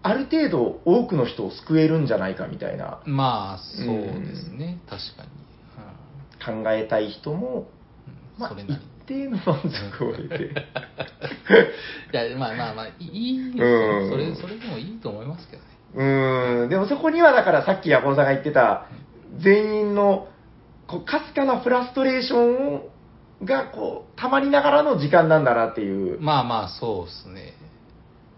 [SPEAKER 2] ある程度多くの人を救えるんじゃないかみたいな
[SPEAKER 1] あ。まあ、そうですね。確かに。
[SPEAKER 2] 考えたい人も、
[SPEAKER 1] うんうん
[SPEAKER 2] ま
[SPEAKER 1] そ
[SPEAKER 2] あ、
[SPEAKER 1] れ
[SPEAKER 2] 一
[SPEAKER 1] なりに。
[SPEAKER 2] 定の満足を得て。
[SPEAKER 1] いや、まあまあまあ、いいです
[SPEAKER 2] うん
[SPEAKER 1] よ。それ、それでもいいと思いますけどね。
[SPEAKER 2] うん、でもそこにはだからさっきヤコロさんが言ってた、全員の、こう、かすかなフラストレーションをが、こう、たまりながらの時間なんだなっていう。
[SPEAKER 1] まあまあ、そうですね。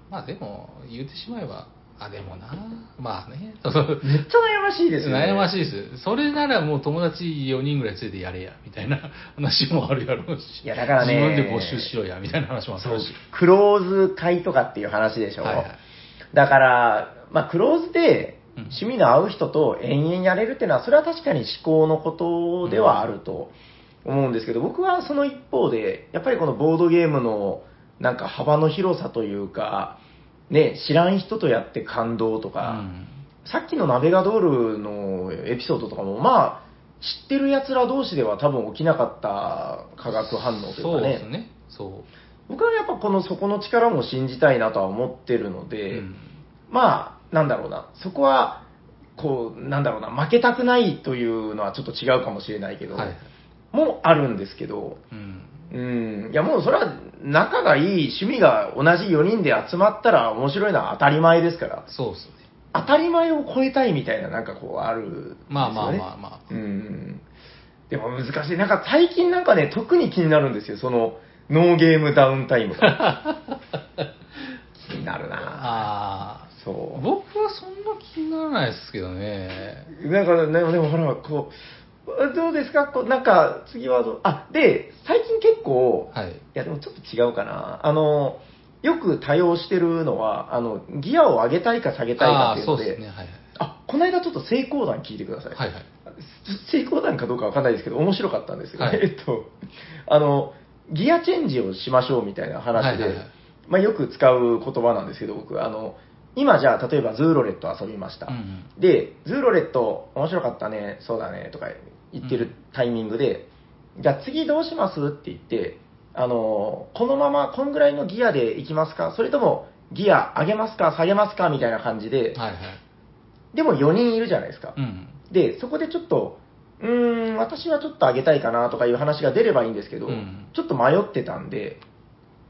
[SPEAKER 1] まあでも、言うてしまえば、あ、でもな、まあね。
[SPEAKER 2] めっちゃ悩ましいですよね。
[SPEAKER 1] 悩ましいです。それならもう友達4人ぐらい連れてやれや、みたいな話もあるやろうし。
[SPEAKER 2] いやだからね
[SPEAKER 1] 自分で募集しろや、みたいな話もあ
[SPEAKER 2] そう
[SPEAKER 1] るし。
[SPEAKER 2] クローズ会とかっていう話でしょ、
[SPEAKER 1] はいはい
[SPEAKER 2] だから、まあ、クローズで
[SPEAKER 1] うん
[SPEAKER 2] 趣味の合う人と延々やれるっていうのは、それは確かに思考のことではあると思うんですけど、僕はその一方で、やっぱりこのボードゲームのなんか幅の広さというか、ね、知らん人とやって感動と
[SPEAKER 1] う
[SPEAKER 2] か、
[SPEAKER 1] ん
[SPEAKER 2] さっきのナベガドールのエピソードとかも、まあ、知ってる奴ら同士では多分起きなかった化学反応という
[SPEAKER 1] そう
[SPEAKER 2] かね。
[SPEAKER 1] ですね。そ
[SPEAKER 2] 僕はやっぱこの底の力も信じたいなとは思ってるの
[SPEAKER 1] う。
[SPEAKER 2] で、
[SPEAKER 1] うん
[SPEAKER 2] まあ、なんだろうな、そこは、こう、なんだろうな、負けたくないというのはちょっと違うかもしれないけど、
[SPEAKER 1] はいはい。
[SPEAKER 2] もあるんですけど、
[SPEAKER 1] うん。
[SPEAKER 2] うん、いやもうそれは仲がいい、趣味が同じ4人で集まったら面白いのは当たり前ですから、
[SPEAKER 1] そうですね。
[SPEAKER 2] 当たり前を超えたいみたいななんかこうあるんですよね。
[SPEAKER 1] まあまあまあま
[SPEAKER 2] うん。でも難しい。なんか最近なんかね、特に気になるんですよ。その、ノーゲームダウンタイムが。 気になる
[SPEAKER 1] あ。
[SPEAKER 2] な
[SPEAKER 1] ああ。
[SPEAKER 2] そ
[SPEAKER 1] 僕はそんな気にならないですけどね。
[SPEAKER 2] う。なんか、でもでもほら、こう、どうですかこうなんか、次はどう、あ、で、最近結構、
[SPEAKER 1] はい。
[SPEAKER 2] いやでもちょっと違うかな。あの、よく多用してるのは、あの、ギアを上げたいか下げたいか
[SPEAKER 1] あ
[SPEAKER 2] ってい
[SPEAKER 1] あ、
[SPEAKER 2] う
[SPEAKER 1] そ
[SPEAKER 2] の
[SPEAKER 1] うで
[SPEAKER 2] で、
[SPEAKER 1] すね。はい
[SPEAKER 2] あ、この間ちょっと成功談聞いてくださ
[SPEAKER 1] は
[SPEAKER 2] い。
[SPEAKER 1] い。はいはい。
[SPEAKER 2] 成功談かどうかわかんないですけど、面白かったんですよ、ね
[SPEAKER 1] はい
[SPEAKER 2] えっと、あの、ギアチェンジをしましょうみたいな話で、
[SPEAKER 1] はいはいはい
[SPEAKER 2] まあ、よく使う言葉なんですけど、僕、あの、今じゃあ、例えばズーロレット遊びました。
[SPEAKER 1] うんうん。
[SPEAKER 2] で、ズーロレット面白かったね、そうだね、とか言ってるタイミングで、じゃあ次どうしますって言って、あの、このままこんぐらいのギアで行きますかそれともギア上げますか、下げますかみたいな感じで、
[SPEAKER 1] はいはい。
[SPEAKER 2] でも4人いるじゃないですか
[SPEAKER 1] う。ん。
[SPEAKER 2] で、そこでちょっと、うーん、私はちょっと上げたいかなとかいう話が出ればいいんですけど、
[SPEAKER 1] うん
[SPEAKER 2] ちょっと迷ってたんで、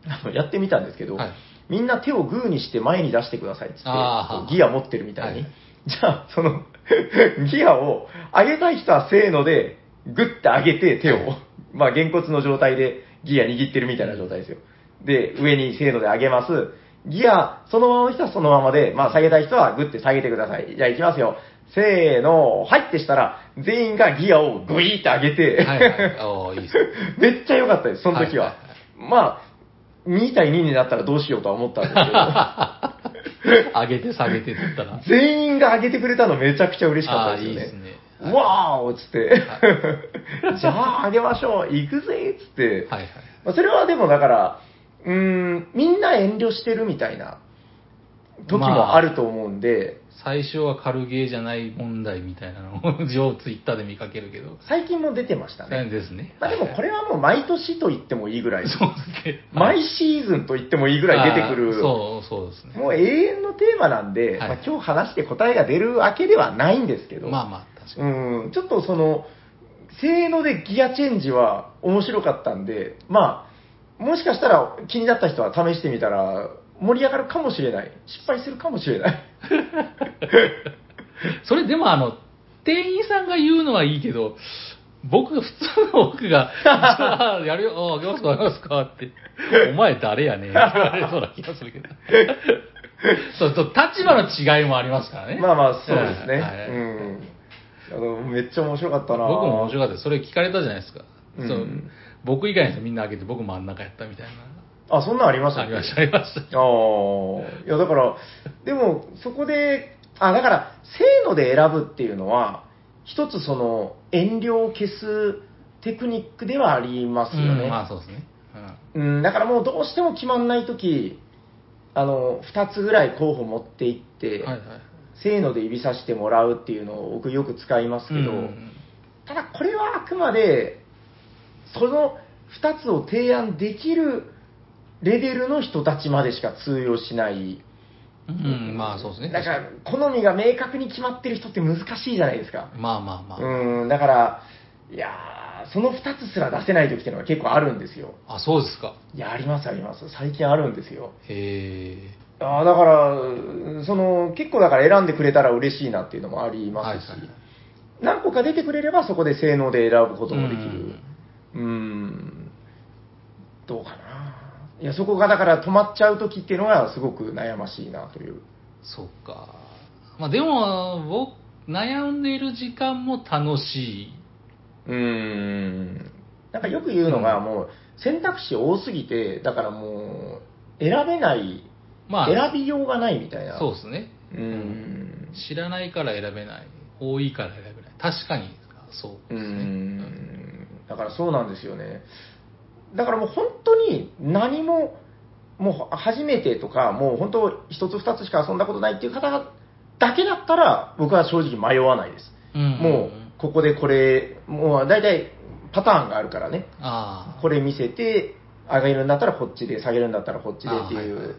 [SPEAKER 2] あのやってみたんですけど、
[SPEAKER 1] はい
[SPEAKER 2] みんな手をグーにして前に出してくださいっつって、
[SPEAKER 1] あー
[SPEAKER 2] こうギア持ってるみたいに。
[SPEAKER 1] はい
[SPEAKER 2] じゃあ、その、 ギアを上げたい人はせーので、グッて上げて手を、まあ、げんこつの状態でギア握ってるみたいな状態ですよ。で、上にせーので上げます。ギア、そのままの人はそのままで、まあ、下げたい人はグッて下げてください。じゃあ、いきますよ。せーの、はいってしたら、全員がギアをグイーって上げて、
[SPEAKER 1] はいはい。おーいいですね。
[SPEAKER 2] めっちゃ良かったです、その時は。
[SPEAKER 1] はい
[SPEAKER 2] まあ、2対2になったらどうしようとは思ったんで
[SPEAKER 1] 上げて下げてって言ったら
[SPEAKER 2] す。けど、全員が上げてくれたのめちゃくちゃ嬉しかったです
[SPEAKER 1] あーい
[SPEAKER 2] よね。
[SPEAKER 1] いですねは
[SPEAKER 2] わーおっつって、 じゃあ上げましょう、行くぜっつって、
[SPEAKER 1] はいはい。
[SPEAKER 2] まあそれはでもだから、うーん、みんな遠慮してるみたいな時もあると思うんで、
[SPEAKER 1] 最初は軽ゲーじゃない問題みたいなのを、ようツイッターで見かけるけど。
[SPEAKER 2] 最近も出てましたね。
[SPEAKER 1] ですね。
[SPEAKER 2] まあ、でもこれはもう毎年と言ってもいいぐらい、
[SPEAKER 1] そうですね。
[SPEAKER 2] 毎シーズンと言ってもいいぐらい出てく
[SPEAKER 1] あー
[SPEAKER 2] る
[SPEAKER 1] そう、そうですね。
[SPEAKER 2] もう永遠のテーマなんで、
[SPEAKER 1] はい
[SPEAKER 2] まあ、今日話して答えが出るわけではないんですけど、
[SPEAKER 1] まあまあ、確かに。
[SPEAKER 2] うんちょっとその、性能でギアチェンジは面白かったんで、まあ、もしかしたら気になった人は試してみたら、盛り上がるかもしれない、失敗するかもしれない。
[SPEAKER 1] それでもあの、店員さんが言うのはいいけど、僕が、普通の僕が、 じゃあ、やるよ、あげますか、あげますかって、お前誰やねんって言われそうな気がする けど。そうそう、立場の違いもありますからね。
[SPEAKER 2] まあまあ、そうですね。
[SPEAKER 1] はい
[SPEAKER 2] うんあのめっちゃ面白かったな。
[SPEAKER 1] 僕も面白かったですそれ聞かれたじゃないですか。
[SPEAKER 2] うん
[SPEAKER 1] そう僕以外の人みんな開けて、僕真ん中やったみたいな。
[SPEAKER 2] あ、そんなんありました
[SPEAKER 1] あ
[SPEAKER 2] っ
[SPEAKER 1] り
[SPEAKER 2] け
[SPEAKER 1] ました、ありました。
[SPEAKER 2] ああ、いやだから、でもそこで、あ、だから、せーので選ぶっていうのは、一つその、遠慮を消すテクニックではありますよ
[SPEAKER 1] うん
[SPEAKER 2] ね。
[SPEAKER 1] まあそうですね。うん
[SPEAKER 2] うん、だからもうどうしても決まんないとき、あの、二つぐらい候補持っていって、
[SPEAKER 1] はいはい。
[SPEAKER 2] せーので指さしてもらうっていうのを僕よく使いますけど、
[SPEAKER 1] うん
[SPEAKER 2] ただこれはあくまで、その2つを提案できるレベルの人たちまでしか通用しない。
[SPEAKER 1] うん、まあそうですね。
[SPEAKER 2] だから、好みが明確に決まってる人って難しいじゃないですか。
[SPEAKER 1] まあまあまあ。
[SPEAKER 2] うん、だから、いやーその2つすら出せない時っていうのが結構あるんですよ。
[SPEAKER 1] あ、そうですか。
[SPEAKER 2] いや、ありますあります。最近あるんですよ。
[SPEAKER 1] へえ。
[SPEAKER 2] あーだから、うんその、結構だから選んでくれたら嬉しいなっていうのもありますし、
[SPEAKER 1] はいはい
[SPEAKER 2] 何個か出てくれればそこで性能で選ぶこともできる。
[SPEAKER 1] うん
[SPEAKER 2] うーんどうかな。いや、そこがだから止まっちゃうときっていうのがすごく悩ましいなという。
[SPEAKER 1] そうか。まあでも、僕、悩んでいる時間も楽しい。
[SPEAKER 2] うーん。なんかよく言うのが、
[SPEAKER 1] うん
[SPEAKER 2] もう選択肢多すぎて、だからもう選べない、
[SPEAKER 1] まあ、
[SPEAKER 2] 選びようがないみたいな。
[SPEAKER 1] そうですね。
[SPEAKER 2] うーん。
[SPEAKER 1] 知らないから選べない。多いから選べない。確かに、そうで
[SPEAKER 2] うー
[SPEAKER 1] すね。うん
[SPEAKER 2] ん。だからそうなんですよね。だからもう本当に何も、もう初めてとか、もう本当一つ二つしか遊んだことないっていう方だけだったら、僕は正直迷わないです。
[SPEAKER 1] うん
[SPEAKER 2] もうここでこれ、もう大体パターンがあるからね、
[SPEAKER 1] ああ。
[SPEAKER 2] これ見せて、上げるんだったらこっちで、下げるんだったらこっちでってい
[SPEAKER 1] あはいは
[SPEAKER 2] う
[SPEAKER 1] い、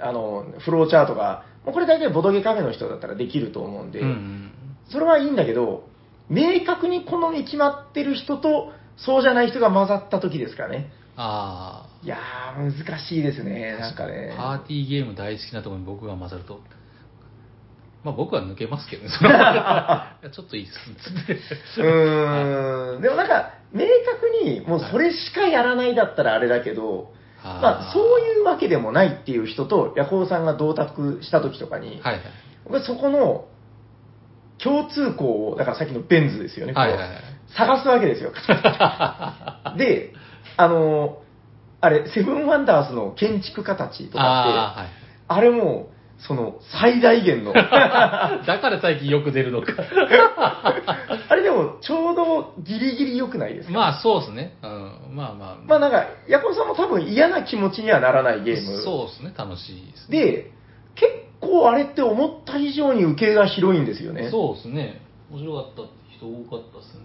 [SPEAKER 2] あのフローチャートが、もうこれ大体ボドゲカフェの人だったらできると思うんで、
[SPEAKER 1] うんうん
[SPEAKER 2] それはいいんだけど、明確に好み決まってる人と、そうじゃない人が混ざった時ですかね。
[SPEAKER 1] ああ。
[SPEAKER 2] いやー、難しいですね、なんかね。
[SPEAKER 1] パーティーゲーム大好きなところに僕が混ざると、まあ僕は抜けます けどね、そのいやちょっといいです、つって。
[SPEAKER 2] うーん、でもなんか、明確に、もうそれしかやらないだったらあれだけど、 まあ、そういうわけでもないっていう人と、ヤコウさんが同卓した時とかに、
[SPEAKER 1] はいはい。
[SPEAKER 2] 僕はそこの共通項を、だからさっきのベン図ですよね、
[SPEAKER 1] はいはいはい
[SPEAKER 2] こう探すわけですよ。 で、あの、あれ、セブンワンダースの建築家たちとかって、
[SPEAKER 1] あ
[SPEAKER 2] あれも、その最大 限の、あ
[SPEAKER 1] あ、はい。だから最近よく出る のか。
[SPEAKER 2] れでもちょうどギリギリ良くないですか、
[SPEAKER 1] まあそうですね。うん、まあまあ。
[SPEAKER 2] まあなんか、ヤコウさんも多分嫌な気持ちにはならないゲーム。
[SPEAKER 1] そうですね、楽しいですね。
[SPEAKER 2] で、結構あれって思った以上に受けが広いんですよね。
[SPEAKER 1] そうですね。面白かったって人多かったですね。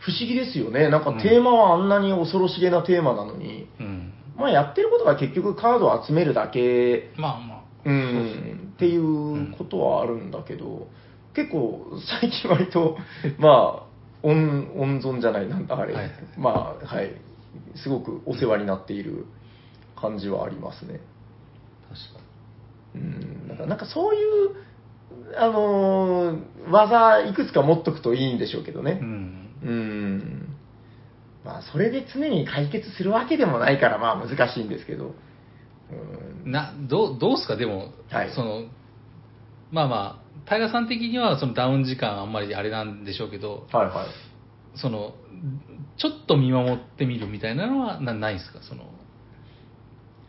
[SPEAKER 2] 不思議ですよね。なんか
[SPEAKER 1] うん
[SPEAKER 2] テーマはあんなに恐ろしげなテーマなのに、
[SPEAKER 1] うん。
[SPEAKER 2] まあやってることが結局カードを集めるだけ
[SPEAKER 1] まあま
[SPEAKER 2] うん、っていうことはあるんだけど、結構最近割と、 まあ、温温存じゃない、なんだあれ、
[SPEAKER 1] はい
[SPEAKER 2] まあ、はい、すごくお世話になっている感じはありますね。
[SPEAKER 1] 確かに。
[SPEAKER 2] うん、だからなんかそういう、あのー技いくつか持っとくといいんでしょうけどね。
[SPEAKER 1] うん。
[SPEAKER 2] うん。まあ、それで常に解決するわけでもないから、まあ難しいんですけど。うん。
[SPEAKER 1] などうどうすか、でも、
[SPEAKER 2] はい
[SPEAKER 1] そのまあまあ、平さん的にはそのダウン時間、あんまりあれなんでしょうけど、
[SPEAKER 2] はいはい。
[SPEAKER 1] そのちょっと見守ってみるみたいなのはなないんですか、その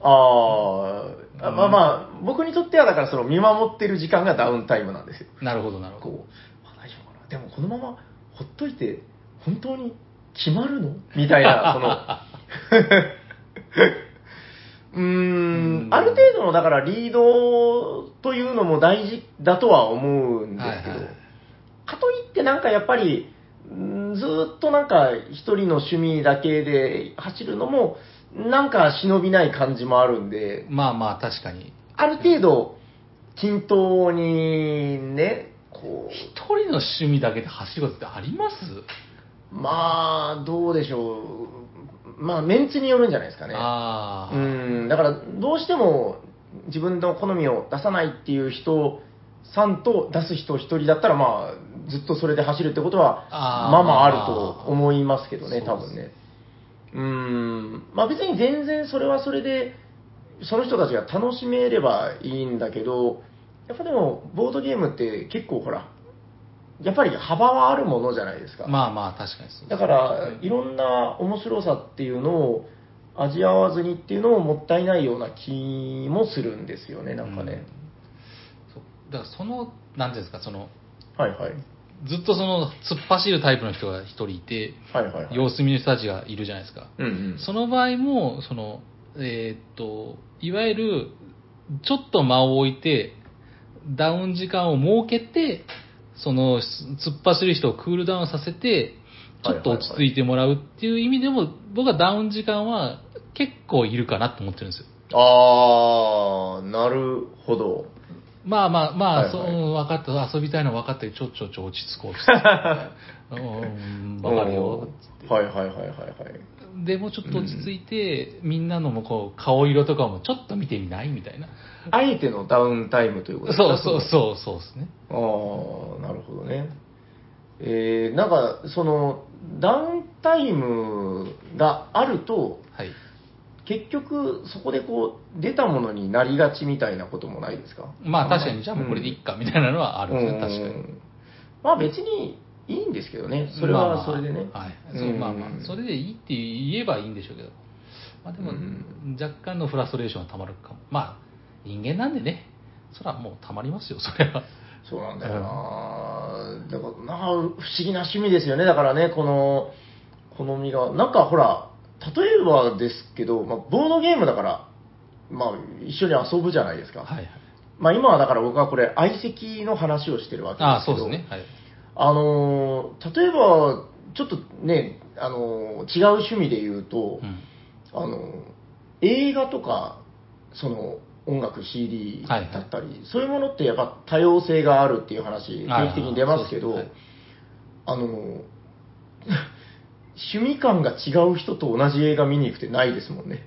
[SPEAKER 2] あーあ、
[SPEAKER 1] うん
[SPEAKER 2] まあまあ、僕にとってはだからその見守ってる時間がダウンタイムなんですよ。
[SPEAKER 1] なるほど、なるほど。
[SPEAKER 2] こう、あ大丈夫かな。でもこのままほっといて、本当に決まるのみたいな、そ の、う
[SPEAKER 1] う
[SPEAKER 2] ーん
[SPEAKER 1] ん
[SPEAKER 2] ある程度のだからリードというのも大事だとは思うんです
[SPEAKER 1] はい
[SPEAKER 2] け
[SPEAKER 1] は
[SPEAKER 2] ど、
[SPEAKER 1] い
[SPEAKER 2] かといってなんかやっぱり、うんずーっとなんか一人の趣味だけで走るのも、なんか忍びない感じもあるんで、
[SPEAKER 1] まあまあ、確かに。
[SPEAKER 2] ある程度均等にね、こう。
[SPEAKER 1] 一人の趣味だけで走ることってあります
[SPEAKER 2] まあ、どうでしょう、まあ、メンツによるんじゃないですかね。
[SPEAKER 1] ああ、
[SPEAKER 2] うん、だから、どうしても自分の好みを出さないっていう人さんと出す人一人だったら、まあ、ずっとそれで走るってことは、
[SPEAKER 1] あー
[SPEAKER 2] まあまああると思いますけどね、
[SPEAKER 1] そ
[SPEAKER 2] 多
[SPEAKER 1] うです
[SPEAKER 2] 分ね。うん、まあ別に全然それはそれで、その人たちが楽しめればいいんだけど、やっぱでも、ボードゲームって結構ほら、やっぱり幅はあるものじゃないですか。
[SPEAKER 1] まあまあ、確かにそうです
[SPEAKER 2] だから
[SPEAKER 1] う、ん
[SPEAKER 2] いろんな面白さっていうのを味合わずにっていうのももったいないような気もするんですよね、なんかね。
[SPEAKER 1] うんそうだからその、なんていうんですか、その、
[SPEAKER 2] はいはい。
[SPEAKER 1] ずっとその、突っ走るタイプの人が一人いて、
[SPEAKER 2] はいはい、はい。
[SPEAKER 1] 様子見の人たちがいるじゃないですか。
[SPEAKER 2] うんうん。
[SPEAKER 1] その場合も、その、えーっと、いわゆる、ちょっと間を置いて、ダウン時間を設けて、その、す突っ走る人をクールダウンさせて、ちょっと落ち着いてもらうっていう意味でも、僕はダウン時間は結構いるかなと思ってるんですよ。
[SPEAKER 2] あー、なるほど。
[SPEAKER 1] まあまあまあ、
[SPEAKER 2] はいはい
[SPEAKER 1] そううん分かった、遊びたいの分かったけど、ちょちょちょ落ち着こうっつ って。うん、分かるよ。
[SPEAKER 2] うん。はいはいはいはいはい。
[SPEAKER 1] でもうちょっと落ち着いて、みんなのもこう、顔色とかもちょっと見てみないみたいな。
[SPEAKER 2] あえてのダウンタイムということです
[SPEAKER 1] そう
[SPEAKER 2] か
[SPEAKER 1] そうそう、そうですね。
[SPEAKER 2] ああ、なるほどね。えー、なんか、その、ダウンタイムがあると、
[SPEAKER 1] はい。
[SPEAKER 2] 結局、そこでこう、出たものになりがちみたいなこともないですか
[SPEAKER 1] まあ確かに、じゃあもうこれでいっか、みたいなのはあ
[SPEAKER 2] あ
[SPEAKER 1] るんですね、確かに。
[SPEAKER 2] まあ別にいいんですけどね、それ
[SPEAKER 1] ま
[SPEAKER 2] は
[SPEAKER 1] あ
[SPEAKER 2] それでね。
[SPEAKER 1] まあはい。そう、まあまあ
[SPEAKER 2] うん、
[SPEAKER 1] それでいいって言えばいいんでしょうけど。まあでも
[SPEAKER 2] う、ん
[SPEAKER 1] 若干のフラストレーションはたまるかも。まあ、人間なんでね、そらもうたまりますよ、それは。
[SPEAKER 2] そうなんだよな、だからな不思議な趣味ですよね、だからね、この、好みが、なんかほら、例えばですけど、まあ、ボードゲームだから、まあ、一緒に遊ぶじゃないですか。
[SPEAKER 1] はいはい。
[SPEAKER 2] まあ、今はだから僕はこれ、相席の話をしてるわけですけど、
[SPEAKER 1] ああ、そうですね。はい。
[SPEAKER 2] あのー例えば、ちょっとね、あのー違う趣味で言うと、
[SPEAKER 1] うん
[SPEAKER 2] あのー映画とか、その、音楽 CD だったり、そういうものってやっぱ多様性があるっていう話、
[SPEAKER 1] はい
[SPEAKER 2] 定期的に出ますけど、
[SPEAKER 1] はい
[SPEAKER 2] あのー 趣味感が違う人と同じ映画見に行くってないですもんね。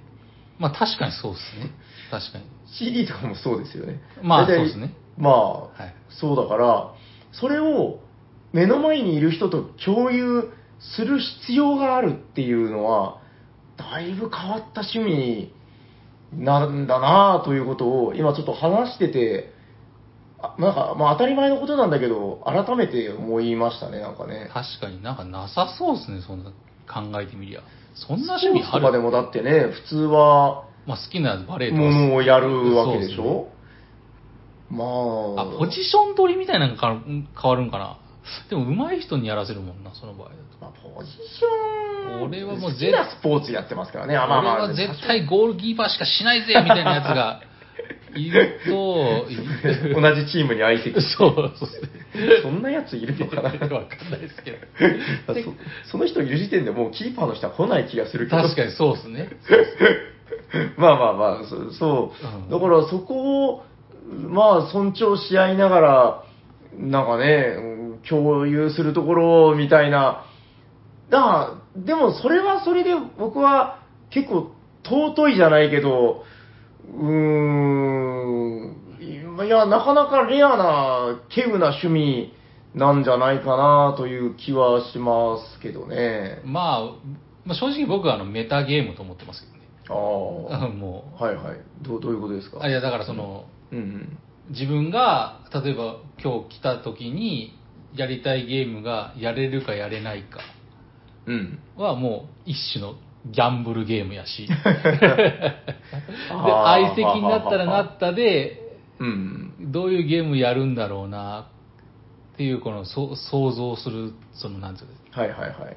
[SPEAKER 1] まあ確かにそうですね。確かに。
[SPEAKER 2] CD とかもそうですよね。
[SPEAKER 1] まあ
[SPEAKER 2] 大体
[SPEAKER 1] そうですね。
[SPEAKER 2] まあ、
[SPEAKER 1] はい。
[SPEAKER 2] そうだから、それを目の前にいる人と共有する必要があるっていうのは、だいぶ変わった趣味なんだなあということを、今ちょっと話してて、あなんか、まあ当たり前のことなんだけど、改めて思いましたね、なんかね。
[SPEAKER 1] 確かになんかなさそうですね、そんな考えてみりゃ。そんな趣味
[SPEAKER 2] スポー
[SPEAKER 1] あ
[SPEAKER 2] ツとかで
[SPEAKER 1] る
[SPEAKER 2] もだってね、普通は、
[SPEAKER 1] まあ好きなバレエと
[SPEAKER 2] もの
[SPEAKER 1] か。
[SPEAKER 2] をやるわけでし
[SPEAKER 1] そうそう
[SPEAKER 2] ょまあ。
[SPEAKER 1] あ、ポジション取りみたいなのがか変わるんかな。でも上手い人にやらせるもんな、その場合だと。
[SPEAKER 2] まあ、ポジション。
[SPEAKER 1] 俺はもう
[SPEAKER 2] 好
[SPEAKER 1] ぜ
[SPEAKER 2] きなスポーツやってますからね。あ、まあまあ。
[SPEAKER 1] 俺は絶対ゴールキーパーしかしないぜみたいなやつがいると、い
[SPEAKER 2] 同じチームに相席。
[SPEAKER 1] そうそうですね。
[SPEAKER 2] そんなやついるのか
[SPEAKER 1] わ
[SPEAKER 2] な
[SPEAKER 1] かんない ですけど。
[SPEAKER 2] そその人いる時点でもうキーパーの人は来ない気がするけど。
[SPEAKER 1] 確 かにそうですね。
[SPEAKER 2] まあまあまあ、そそうう。
[SPEAKER 1] ん
[SPEAKER 2] だからそこを、まあ尊重し合いながら、なんかね、うん共有するところみたいな。だからでもそれはそれで僕は結構尊いじゃないけど、うーん、いや、なかなかレアな、稀有な趣味なんじゃないかなという気はしますけどね。
[SPEAKER 1] まあ、まあ、正直僕はあのメタゲームと思ってますけどね。
[SPEAKER 2] ああ。
[SPEAKER 1] あのもう、
[SPEAKER 2] はいはい。どうどういうことですか
[SPEAKER 1] あいやだからその、
[SPEAKER 2] うんうん。
[SPEAKER 1] 自分が、例えば今日来た時に、やりたいゲームがやれるかやれないか
[SPEAKER 2] うん。
[SPEAKER 1] はもう一種のギャンブルゲームや し。で、
[SPEAKER 2] あー
[SPEAKER 1] 相席になったらなったで、
[SPEAKER 2] うん。
[SPEAKER 1] どういうゲームやるんだろうなっていうこのそ想像する、そのなんていうの
[SPEAKER 2] はいはいはい。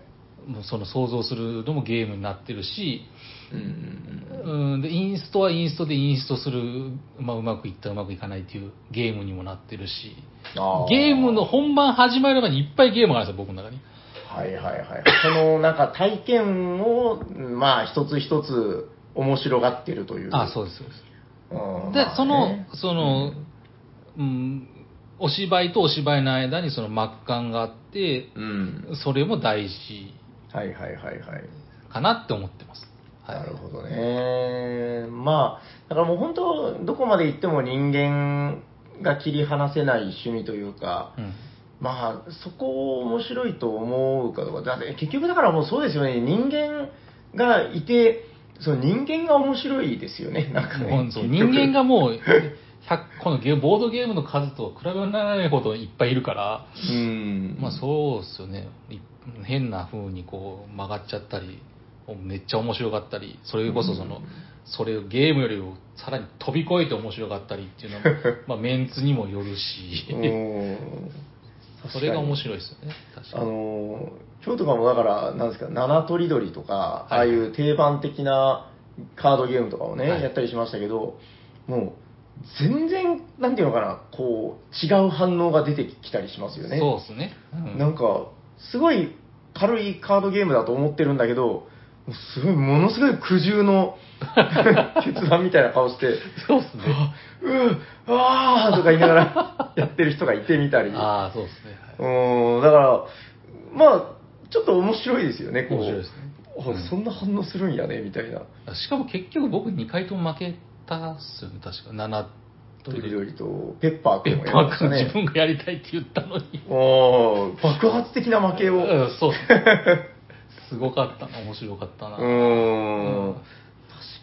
[SPEAKER 1] もうその想像するのもゲームになってるし、
[SPEAKER 2] うんうん
[SPEAKER 1] うん、でインストはインストでインストする、まあ、うまくいったうまくいかないっていうゲームにもなってるし
[SPEAKER 2] うんあ
[SPEAKER 1] ゲームの。本番始まる前にいっぱいゲームがあるんですよ僕の中に
[SPEAKER 2] はいはいはい。そのなんか体験を、まあ一つ一つ面白がってるという。。
[SPEAKER 1] あそううですそうです
[SPEAKER 2] ん、
[SPEAKER 1] で
[SPEAKER 2] まあ
[SPEAKER 1] その
[SPEAKER 2] ね
[SPEAKER 1] その、うん、お芝居とお芝居の間にその末端があって
[SPEAKER 2] うん。うん
[SPEAKER 1] それも大事
[SPEAKER 2] はいはいはいはい。
[SPEAKER 1] かなって思ってます、はい、
[SPEAKER 2] なるほどね。まあ、だからもう本当、どこまで行っても人間が切り離せない趣味というか、
[SPEAKER 1] うん
[SPEAKER 2] まあ、そこを面白いと思うかどうか。だって結局だからもうそうですよね。人間がいて、その人間が面白いですよね。なんか
[SPEAKER 1] も
[SPEAKER 2] ね
[SPEAKER 1] う。そう
[SPEAKER 2] 結
[SPEAKER 1] 人
[SPEAKER 2] 局
[SPEAKER 1] 間がもう100このゲームボードゲームの数と比べられないほどいっぱいいるから
[SPEAKER 2] うん。
[SPEAKER 1] まあそうっすよね。い変な風にこう曲がっちゃったり、めっちゃ面白かったり、それこそその、
[SPEAKER 2] うん
[SPEAKER 1] それをゲームよりもさらに飛び越えて面白かったりっていう のは、まあメンツにもよるし、
[SPEAKER 2] うん。
[SPEAKER 1] それが面白
[SPEAKER 2] 白い
[SPEAKER 1] いですよね。確
[SPEAKER 2] あ
[SPEAKER 1] かに。
[SPEAKER 2] の今日とかもだから、なんですか、七とりどりと
[SPEAKER 1] は
[SPEAKER 2] か、
[SPEAKER 1] い
[SPEAKER 2] ああいう定番的なカードゲームとかをね、
[SPEAKER 1] はい
[SPEAKER 2] やったりしましたけど、もう、全然、なんていうのかな、こう、違う反応が出てきたりしますよね。
[SPEAKER 1] そうっすね。うん
[SPEAKER 2] なんか、すごい軽いカードゲームだと思ってるんだけど、もうすごい、ものすごい苦渋の 決断みたいな顔して、
[SPEAKER 1] そうっすね。
[SPEAKER 2] うー、あーとか言いながらやってる人がいてみたり。
[SPEAKER 1] ああ、そうっすね。
[SPEAKER 2] うーん、だから、まあ、ちょっと面白いですよね、こう。
[SPEAKER 1] 面白いですね
[SPEAKER 2] あ
[SPEAKER 1] うん
[SPEAKER 2] そんな反応するんやね、みたいな。
[SPEAKER 1] はいしかも結局僕2回とも負けたっすよね、確か。7と
[SPEAKER 2] ドリ
[SPEAKER 1] り。
[SPEAKER 2] ドリと、ペッパー
[SPEAKER 1] ペ
[SPEAKER 2] 君も
[SPEAKER 1] ッ
[SPEAKER 2] や
[SPEAKER 1] パ
[SPEAKER 2] りま
[SPEAKER 1] ー
[SPEAKER 2] した
[SPEAKER 1] 君 自
[SPEAKER 2] ね。
[SPEAKER 1] 分がやりたいって言ったのに。
[SPEAKER 2] おー爆発的な負けを。
[SPEAKER 1] う
[SPEAKER 2] うん
[SPEAKER 1] そう。すごかったな、面白かったな。
[SPEAKER 2] ー
[SPEAKER 1] うん
[SPEAKER 2] ん。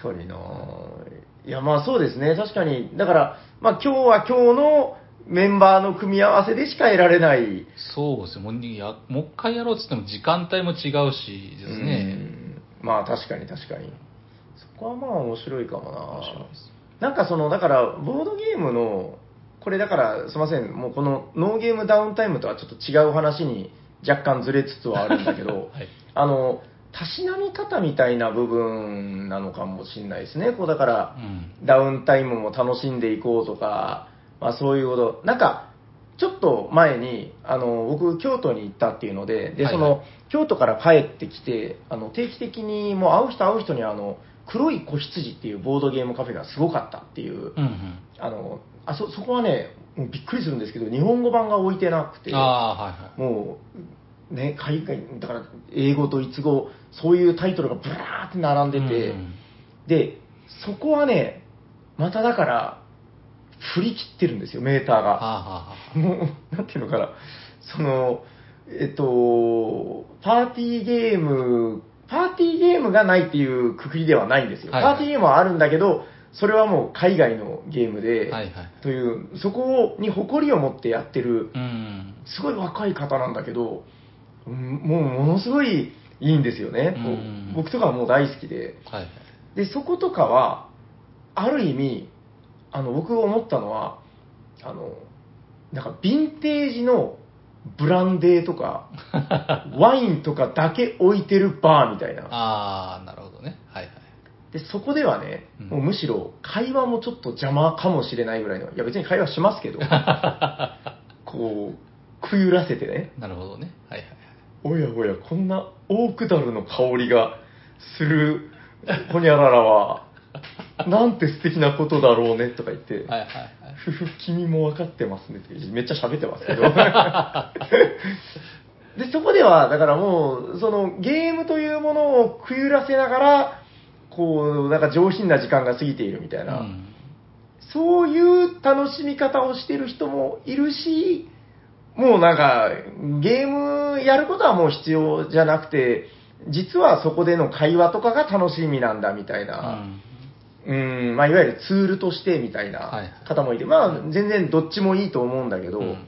[SPEAKER 2] 確かにな。いや、まあそうですね、確かに。だから、まあ今日は今日のメンバーの組み合わせでしか得られない。
[SPEAKER 1] そうですよ。もうにやもう一回やろうって言っても時間帯も違うしです
[SPEAKER 2] う
[SPEAKER 1] ね。
[SPEAKER 2] んまあ確かに確かに。そこはまあ面白いかもな。
[SPEAKER 1] 面白いです。
[SPEAKER 2] なんかその、だから、ボードゲームの、これだから、すいません、もうこのノーゲームダウンタイムとはちょっと違う話に若干ずれつつはあるんだけ ど、
[SPEAKER 1] はい。
[SPEAKER 2] あの、たしなみ方みたいな部分なのかもしれないですね。こうだから
[SPEAKER 1] う、ん。
[SPEAKER 2] ダウンタイムも楽しんでいこうとか、まあそういうこと。なんか、ちょっと前に、あの、僕、京都に行ったっていうので、で、
[SPEAKER 1] はいはい
[SPEAKER 2] その、京都から帰ってきて、あの、定期的に、もう会う人会う人に、あの、黒い子羊っていうボードゲームカフェがすごかったっていう、
[SPEAKER 1] うんうん。
[SPEAKER 2] あの、あ、そ、そこはね、もうびっくりするんですけど、日本語版が置いてなくて、
[SPEAKER 1] ああ、
[SPEAKER 2] もう、ね、海外、だから、英語、ドイツ語、そういうタイトルがブラーって並ん
[SPEAKER 1] はい
[SPEAKER 2] で
[SPEAKER 1] はい。
[SPEAKER 2] て、
[SPEAKER 1] うんうん
[SPEAKER 2] で、そこはね、まただから、振り切ってるんですよ、メーター
[SPEAKER 1] はあ
[SPEAKER 2] が。
[SPEAKER 1] はあはあ。
[SPEAKER 2] もう、なんていうのかな、その、えっと、パーティーゲーム、パーティーゲームがないっていうくくりではないんですよ。
[SPEAKER 1] はいはい
[SPEAKER 2] パーティーゲームはあるんだけど、それはもう海外のゲームで、
[SPEAKER 1] はいはい。
[SPEAKER 2] という、そこに誇りを持ってやってる、
[SPEAKER 1] うん。
[SPEAKER 2] すごい若い方なんだけど、うんもうものすごいいいんですよね。こう
[SPEAKER 1] うん
[SPEAKER 2] 僕とかはもう大好きで。
[SPEAKER 1] はいはい。
[SPEAKER 2] で、そことかは、ある意味、あの、僕思ったのは、あの、なんか、ヴィンテージのブランデー とか、ワインとかだけ置いてるバーみたいな。
[SPEAKER 1] ああ、なるほどね。はいはい。
[SPEAKER 2] で、そこではね、
[SPEAKER 1] うん
[SPEAKER 2] もうむしろ、会話もちょっと邪魔かもしれないぐらいの、いや別に会話します けど、こう、くゆらせてね、
[SPEAKER 1] なるほどね。はいはいはい。
[SPEAKER 2] おやおや、こんなオークダルの香りがする、ホニャララは、なんて素敵なことだろうねとか言っ
[SPEAKER 1] はい
[SPEAKER 2] て、
[SPEAKER 1] はいはい。
[SPEAKER 2] ふふ、君も分かってますねって、めっちゃ喋ってま すけど。で、そこでは、だからもう、そのゲームというものをくゆらせながら、こう、なんか上品な時間が過ぎているみたいな、
[SPEAKER 1] うん
[SPEAKER 2] そういう楽しみ方をしてる人もいるし、もうなんか、ゲームやることはもう必要じゃなくて、実はそこでの会話とかが楽しみなんだみたいな。うん、まあ、いわゆるツールとしてみたい
[SPEAKER 1] はい
[SPEAKER 2] な方もいて、まあ、全然どっちもいいと思うんだけど、
[SPEAKER 1] うん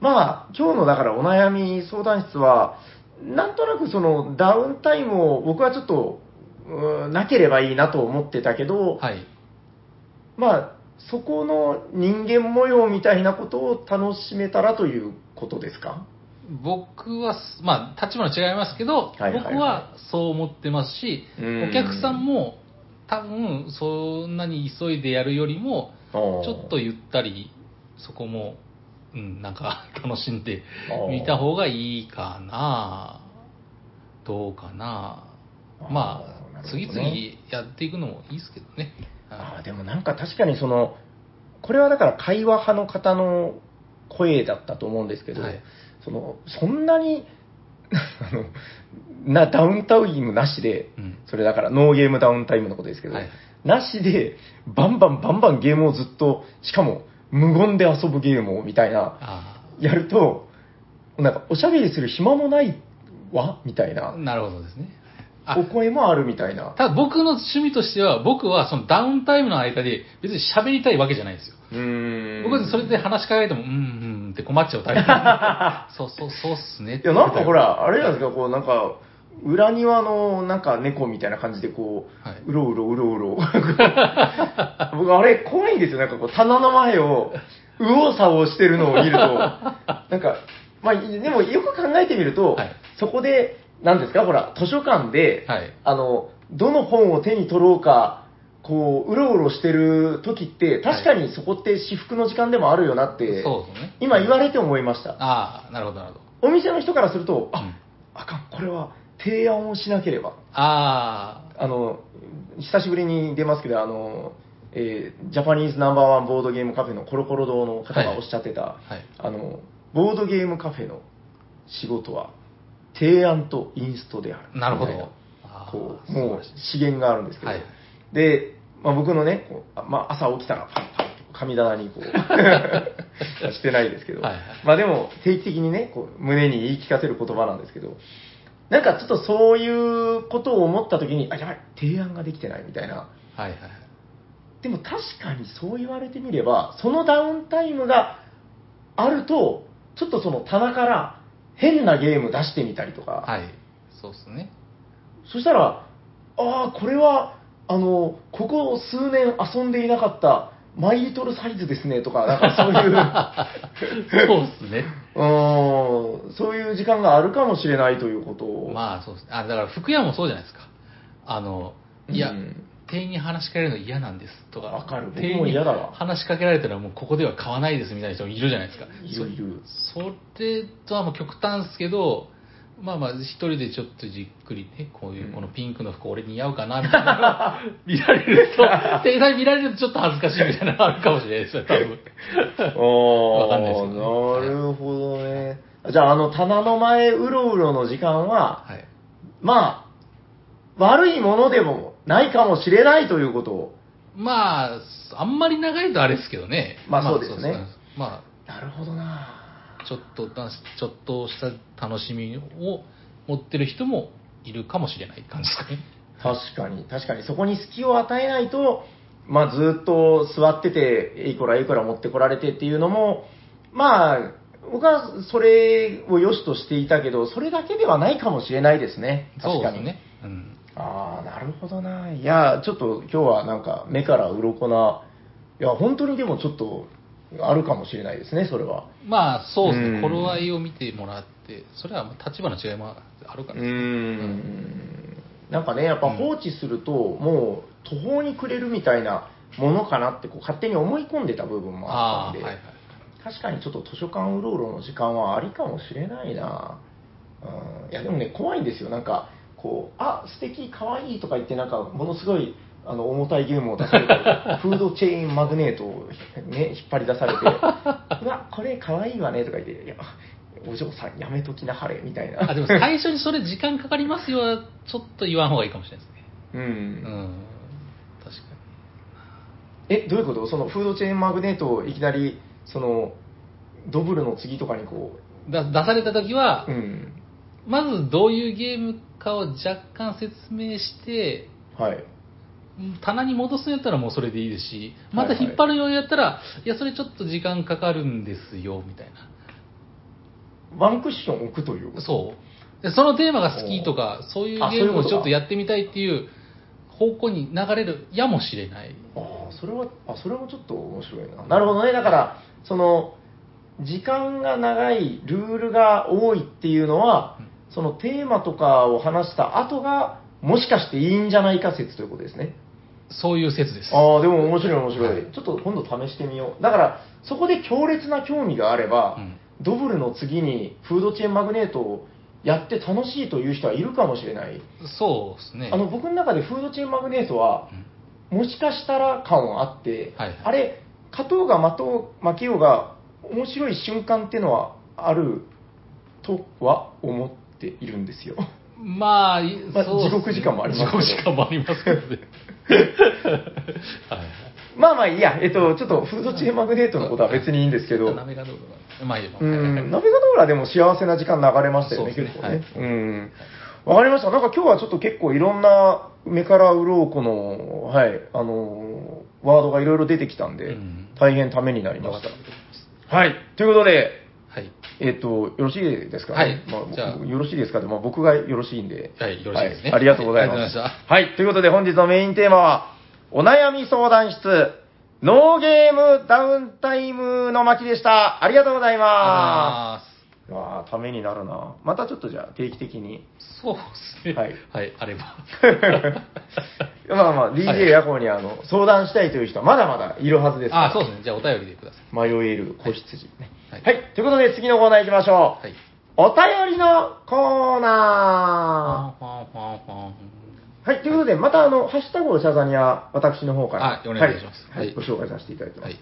[SPEAKER 2] まあ、今日のだからお悩み相談室は、なんとなくそのダウンタイムを僕はちょっと、うんなければいいなと思ってたけど、
[SPEAKER 1] はい。
[SPEAKER 2] まあ、そこの人間模様みたいなことを楽しめたらということですか
[SPEAKER 1] 僕は、まあ、立場の違いますけど、
[SPEAKER 2] はいはいはい
[SPEAKER 1] 僕はそう思ってますし、
[SPEAKER 2] うん
[SPEAKER 1] お客さんも多分そんなに急いでやるよりも、
[SPEAKER 2] ちょ
[SPEAKER 1] ちょっとゆったり、そこも、うん、なんか 楽しんで見た方がいいかな、どうかな、ま
[SPEAKER 2] あーなる
[SPEAKER 1] あ、
[SPEAKER 2] ほど
[SPEAKER 1] 次
[SPEAKER 2] ね
[SPEAKER 1] 々やっていくのもいいですけどね。
[SPEAKER 2] ああでもなんか確かにそのこれはだから会話派の方の声だったと思うんですけど、
[SPEAKER 1] はい
[SPEAKER 2] そのそんなに あのなダウンタウンなしで
[SPEAKER 1] うん
[SPEAKER 2] それだからノーゲームダウンタイムのことですけど、
[SPEAKER 1] はい
[SPEAKER 2] なしでバンバンバンバンゲームをずっとしかも無言で遊ぶゲームをみたいな
[SPEAKER 1] あ
[SPEAKER 2] やるとなんかおしゃべりする暇もないわみたい
[SPEAKER 1] あ、
[SPEAKER 2] な
[SPEAKER 1] なるほどですね。あ
[SPEAKER 2] お声もあるみたいな
[SPEAKER 1] ただ僕の趣味としては、僕はそのダウンタイムの間で別に喋りたいわけじゃないんですよ。
[SPEAKER 2] うーん
[SPEAKER 1] 僕はそれで話しかけても、うんうんって困っちゃうタイプなん で。そうそう、そうっすねっ
[SPEAKER 2] い
[SPEAKER 1] て
[SPEAKER 2] や、なんかほら、あれじゃないですか、こう、なんか、裏庭の、なんか猫みたいな感じで、こう、
[SPEAKER 1] はいう
[SPEAKER 2] ろうろうろ うろ。僕、あれ、怖いんですよ。なんかこう、棚の前を、右往左往してるのを 見ると、なんか、まあ、でもよく考えてみると、
[SPEAKER 1] はい
[SPEAKER 2] そこで、なんですか、ほら、図書館で、
[SPEAKER 1] はい
[SPEAKER 2] あの、どの本を手に取ろうか、こう、うろうろしてる時って、確かにそこって至福の時間でもあるよなって、
[SPEAKER 1] そうですね。
[SPEAKER 2] 今言われて思いました。
[SPEAKER 1] ああ、なるほど、なるほど。
[SPEAKER 2] お店の人からすると、あ、
[SPEAKER 1] うん
[SPEAKER 2] あかん、これは提案をしなければ。
[SPEAKER 1] あ
[SPEAKER 2] あの、久しぶりに出ますけど、あの、えージャパニーズナンバーワンボードゲームカフェのコロコロ堂の方が
[SPEAKER 1] はい
[SPEAKER 2] おっしゃってた、
[SPEAKER 1] あ、はい。
[SPEAKER 2] あの、ボードゲームカフェの仕事は、提案とインストである。
[SPEAKER 1] なるほ
[SPEAKER 2] みたい
[SPEAKER 1] ど。あー
[SPEAKER 2] こう
[SPEAKER 1] 素晴
[SPEAKER 2] もう
[SPEAKER 1] らしい
[SPEAKER 2] 資源があるんですけど、
[SPEAKER 1] はい
[SPEAKER 2] で、まあ、僕のね、こうあまあ、朝起きたらパンパンと神棚にこ うしてないですけど、
[SPEAKER 1] はいはい
[SPEAKER 2] まあ、でも定期的にねこう胸に言い聞かせる言葉なんですけどなんかちょっとそういうことを思った時にあやばい提案ができてないみたいな
[SPEAKER 1] はいはい。
[SPEAKER 2] でも確かにそう言われてみればそのダウンタイムがあるとちょっとその棚から変なゲーム出してみたりとか、
[SPEAKER 1] はい。そうです ね。
[SPEAKER 2] そしたら、ああ、これは、あの、ここ数年遊んでいなかった、マイリトルサイズですねとか、なんかそう
[SPEAKER 1] そう
[SPEAKER 2] いう、
[SPEAKER 1] ですね。
[SPEAKER 2] うーん、そういう時間があるかもしれないということを。
[SPEAKER 1] まあそうです。あ、だから服屋もそうじゃないですか。あの、いや、
[SPEAKER 2] うん
[SPEAKER 1] 店員に話しかけられるの嫌なんですとか。
[SPEAKER 2] わかる僕も
[SPEAKER 1] 店員に
[SPEAKER 2] 嫌だわ
[SPEAKER 1] 話しかけられたらもうここでは買わないですみたいな人もいるじゃないですか。
[SPEAKER 2] いるい る。
[SPEAKER 1] それとはもう極端ですけど、まあまあ、一人でちょっとじっくりね、こういうう、
[SPEAKER 2] ん
[SPEAKER 1] このピンクの服俺似合うかな、みたいなの を見られると、店員さんに見られるとちょっと恥ずかしいみたいなのあるかもしれないですよ、多分。
[SPEAKER 2] わ
[SPEAKER 1] かんないですけどね
[SPEAKER 2] なるほどね。じゃあ、あの、棚の前、うろうろの時間は、
[SPEAKER 1] はい。
[SPEAKER 2] まあ、悪いものでもないかもしれないということを。
[SPEAKER 1] まあ、あんまり長いとあれですけどね。
[SPEAKER 2] まあそうですね
[SPEAKER 1] ま
[SPEAKER 2] なるほどな。
[SPEAKER 1] あ、ちょっとだ、ちょっとした楽しみを持ってる人もいるかもしれない感じですね。
[SPEAKER 2] 確かに、確かに、そこに隙を与えないと、まあ、ずっと座ってて、えいこらえいこら持ってこられてっていうのも、まあ、僕はそれを良しとしていたけど、それだけではないかもしれないですね。
[SPEAKER 1] そ
[SPEAKER 2] 確
[SPEAKER 1] う
[SPEAKER 2] か
[SPEAKER 1] で
[SPEAKER 2] に。
[SPEAKER 1] すね。うん。
[SPEAKER 2] ああ、なるほどな。いや、ちょっと今日はなんか目から鱗な、いや、本当にでもちょっと、あるかもしれないですね、それは。
[SPEAKER 1] まあ、そうです
[SPEAKER 2] うん
[SPEAKER 1] ね。頃合いを見てもらって、それはまあ立場の違いもあるから
[SPEAKER 2] う
[SPEAKER 1] ですね。
[SPEAKER 2] んなんかね、やっぱ放置すると、もう途方に暮れるみたいなものかなってこう勝手に思い込んでた部分もあ
[SPEAKER 1] あ
[SPEAKER 2] ったん
[SPEAKER 1] あ、
[SPEAKER 2] で、
[SPEAKER 1] はいはい。
[SPEAKER 2] 確かにちょっと図書館うろうろの時間はありかもしれないな。うん、いや、でもね、怖いんですよ。なんか、こう、あ、素敵可愛いとか言って、なんか、ものすごいあの重たいゲームを出 されたり、フードチェーンマグネートを、ね、引っ張り出 されて、うわ、これかわいいわねとか言って、いや、お嬢さんやめときなはれみたいな。
[SPEAKER 1] あでも最初にそれ時間かかりますよはちょっと言わん方がいいかもしれないですね
[SPEAKER 2] うん、
[SPEAKER 1] うん確か
[SPEAKER 2] え、どういうことそのフードチェーンマグネートをいきなり、その、ドブルの次とかにこ
[SPEAKER 1] にだ出された時は
[SPEAKER 2] う、うん、
[SPEAKER 1] まずどういうゲームかを若干説明して
[SPEAKER 2] はい。
[SPEAKER 1] 棚に戻すんやったらもうそれでいいですしまた引っ張るようやったら、いやそれちょっと時間かかるんですよみたいな
[SPEAKER 2] ワンクッション置くという。
[SPEAKER 1] そう。でそのテーマが好きとか、そういう
[SPEAKER 2] あ
[SPEAKER 1] ゲーム
[SPEAKER 2] そういうこ
[SPEAKER 1] を
[SPEAKER 2] と
[SPEAKER 1] ち
[SPEAKER 2] か
[SPEAKER 1] ょっとやってみたいっていう方向に流れるやもしれない。
[SPEAKER 2] ああ、それは、あ、それもちょっと面白いな。なるほどね。だから、その、時間が長い、ルールが多いっていうのは、そのテーマとかを話した後が、もしかしていいんじゃないか説ということですね。
[SPEAKER 1] そういう説です。
[SPEAKER 2] ああ、でも面白い面白い。ちょっと今度試してみよう。だから、そこで強烈な興味があれば、
[SPEAKER 1] うん
[SPEAKER 2] ドブルの次にフードチェーンマグネートをやって楽しいという人はいるかもしれない。
[SPEAKER 1] そうですね。
[SPEAKER 2] あの、僕の中でフードチェーンマグネートは
[SPEAKER 1] う、ん
[SPEAKER 2] もしかしたら感はあって、
[SPEAKER 1] はいはい
[SPEAKER 2] あれ、勝とうが負とう負けようが、面白い瞬間っていうのはあるとは思っているんですよ。
[SPEAKER 1] まあ、い
[SPEAKER 2] まあ
[SPEAKER 1] そうっすね
[SPEAKER 2] 地獄時間もありますけど
[SPEAKER 1] 地獄時間もありますけどね。はい
[SPEAKER 2] まあまあいいや、えっと、ちょっとフードチェーンマグネートのことは別にいいんですけど、
[SPEAKER 1] 舐めがどうかなまあいいよ。
[SPEAKER 2] うん、鍋がらでも幸せな時間流れましたよね、
[SPEAKER 1] そうです
[SPEAKER 2] 結
[SPEAKER 1] ね
[SPEAKER 2] 構ね。うん。わかりました。なんか今日はちょっと結構いろんな目から鱗の、はい、あのーワードがいろいろ出てきたんで、
[SPEAKER 1] うん
[SPEAKER 2] 大変ためになり
[SPEAKER 1] よか
[SPEAKER 2] ま
[SPEAKER 1] っ
[SPEAKER 2] したた。はい。ということで、
[SPEAKER 1] はい。
[SPEAKER 2] えっ、と、よろしいですか、
[SPEAKER 1] はい
[SPEAKER 2] まあ、
[SPEAKER 1] じゃあ
[SPEAKER 2] よろしいですかで、まあ、僕がよろしいんで。
[SPEAKER 1] はいよろしいですね
[SPEAKER 2] はありがとうございます。
[SPEAKER 1] はいありがとうございま
[SPEAKER 2] はい。ということで、本日のメインテーマは、お悩み相談室、ノーゲームダウンタイムの巻でした。ありがとうございます。
[SPEAKER 1] あ
[SPEAKER 2] わあ、ためになるな。またちょっとじゃあ定期的 に。
[SPEAKER 1] ーそうですね。
[SPEAKER 2] はい
[SPEAKER 1] はい、あれば。
[SPEAKER 2] まあまあ、
[SPEAKER 1] は
[SPEAKER 2] DJ
[SPEAKER 1] い
[SPEAKER 2] ヤコウにあの相談したいという人はまだまだいるはずですから。
[SPEAKER 1] あーそうですね。じゃあお便りでくださ
[SPEAKER 2] 迷える子羊ね。
[SPEAKER 1] は
[SPEAKER 2] はいい、ということで次のコーナー行きましょう。
[SPEAKER 1] い。はい。
[SPEAKER 2] お便りのコーナ
[SPEAKER 1] ファンファンファンファン
[SPEAKER 2] ー。はい、ということで、またあの、ハッシュタグをシャザニア、私の方から。
[SPEAKER 1] はいお願いします
[SPEAKER 2] はい。
[SPEAKER 1] はい
[SPEAKER 2] ご紹介させていただいてます。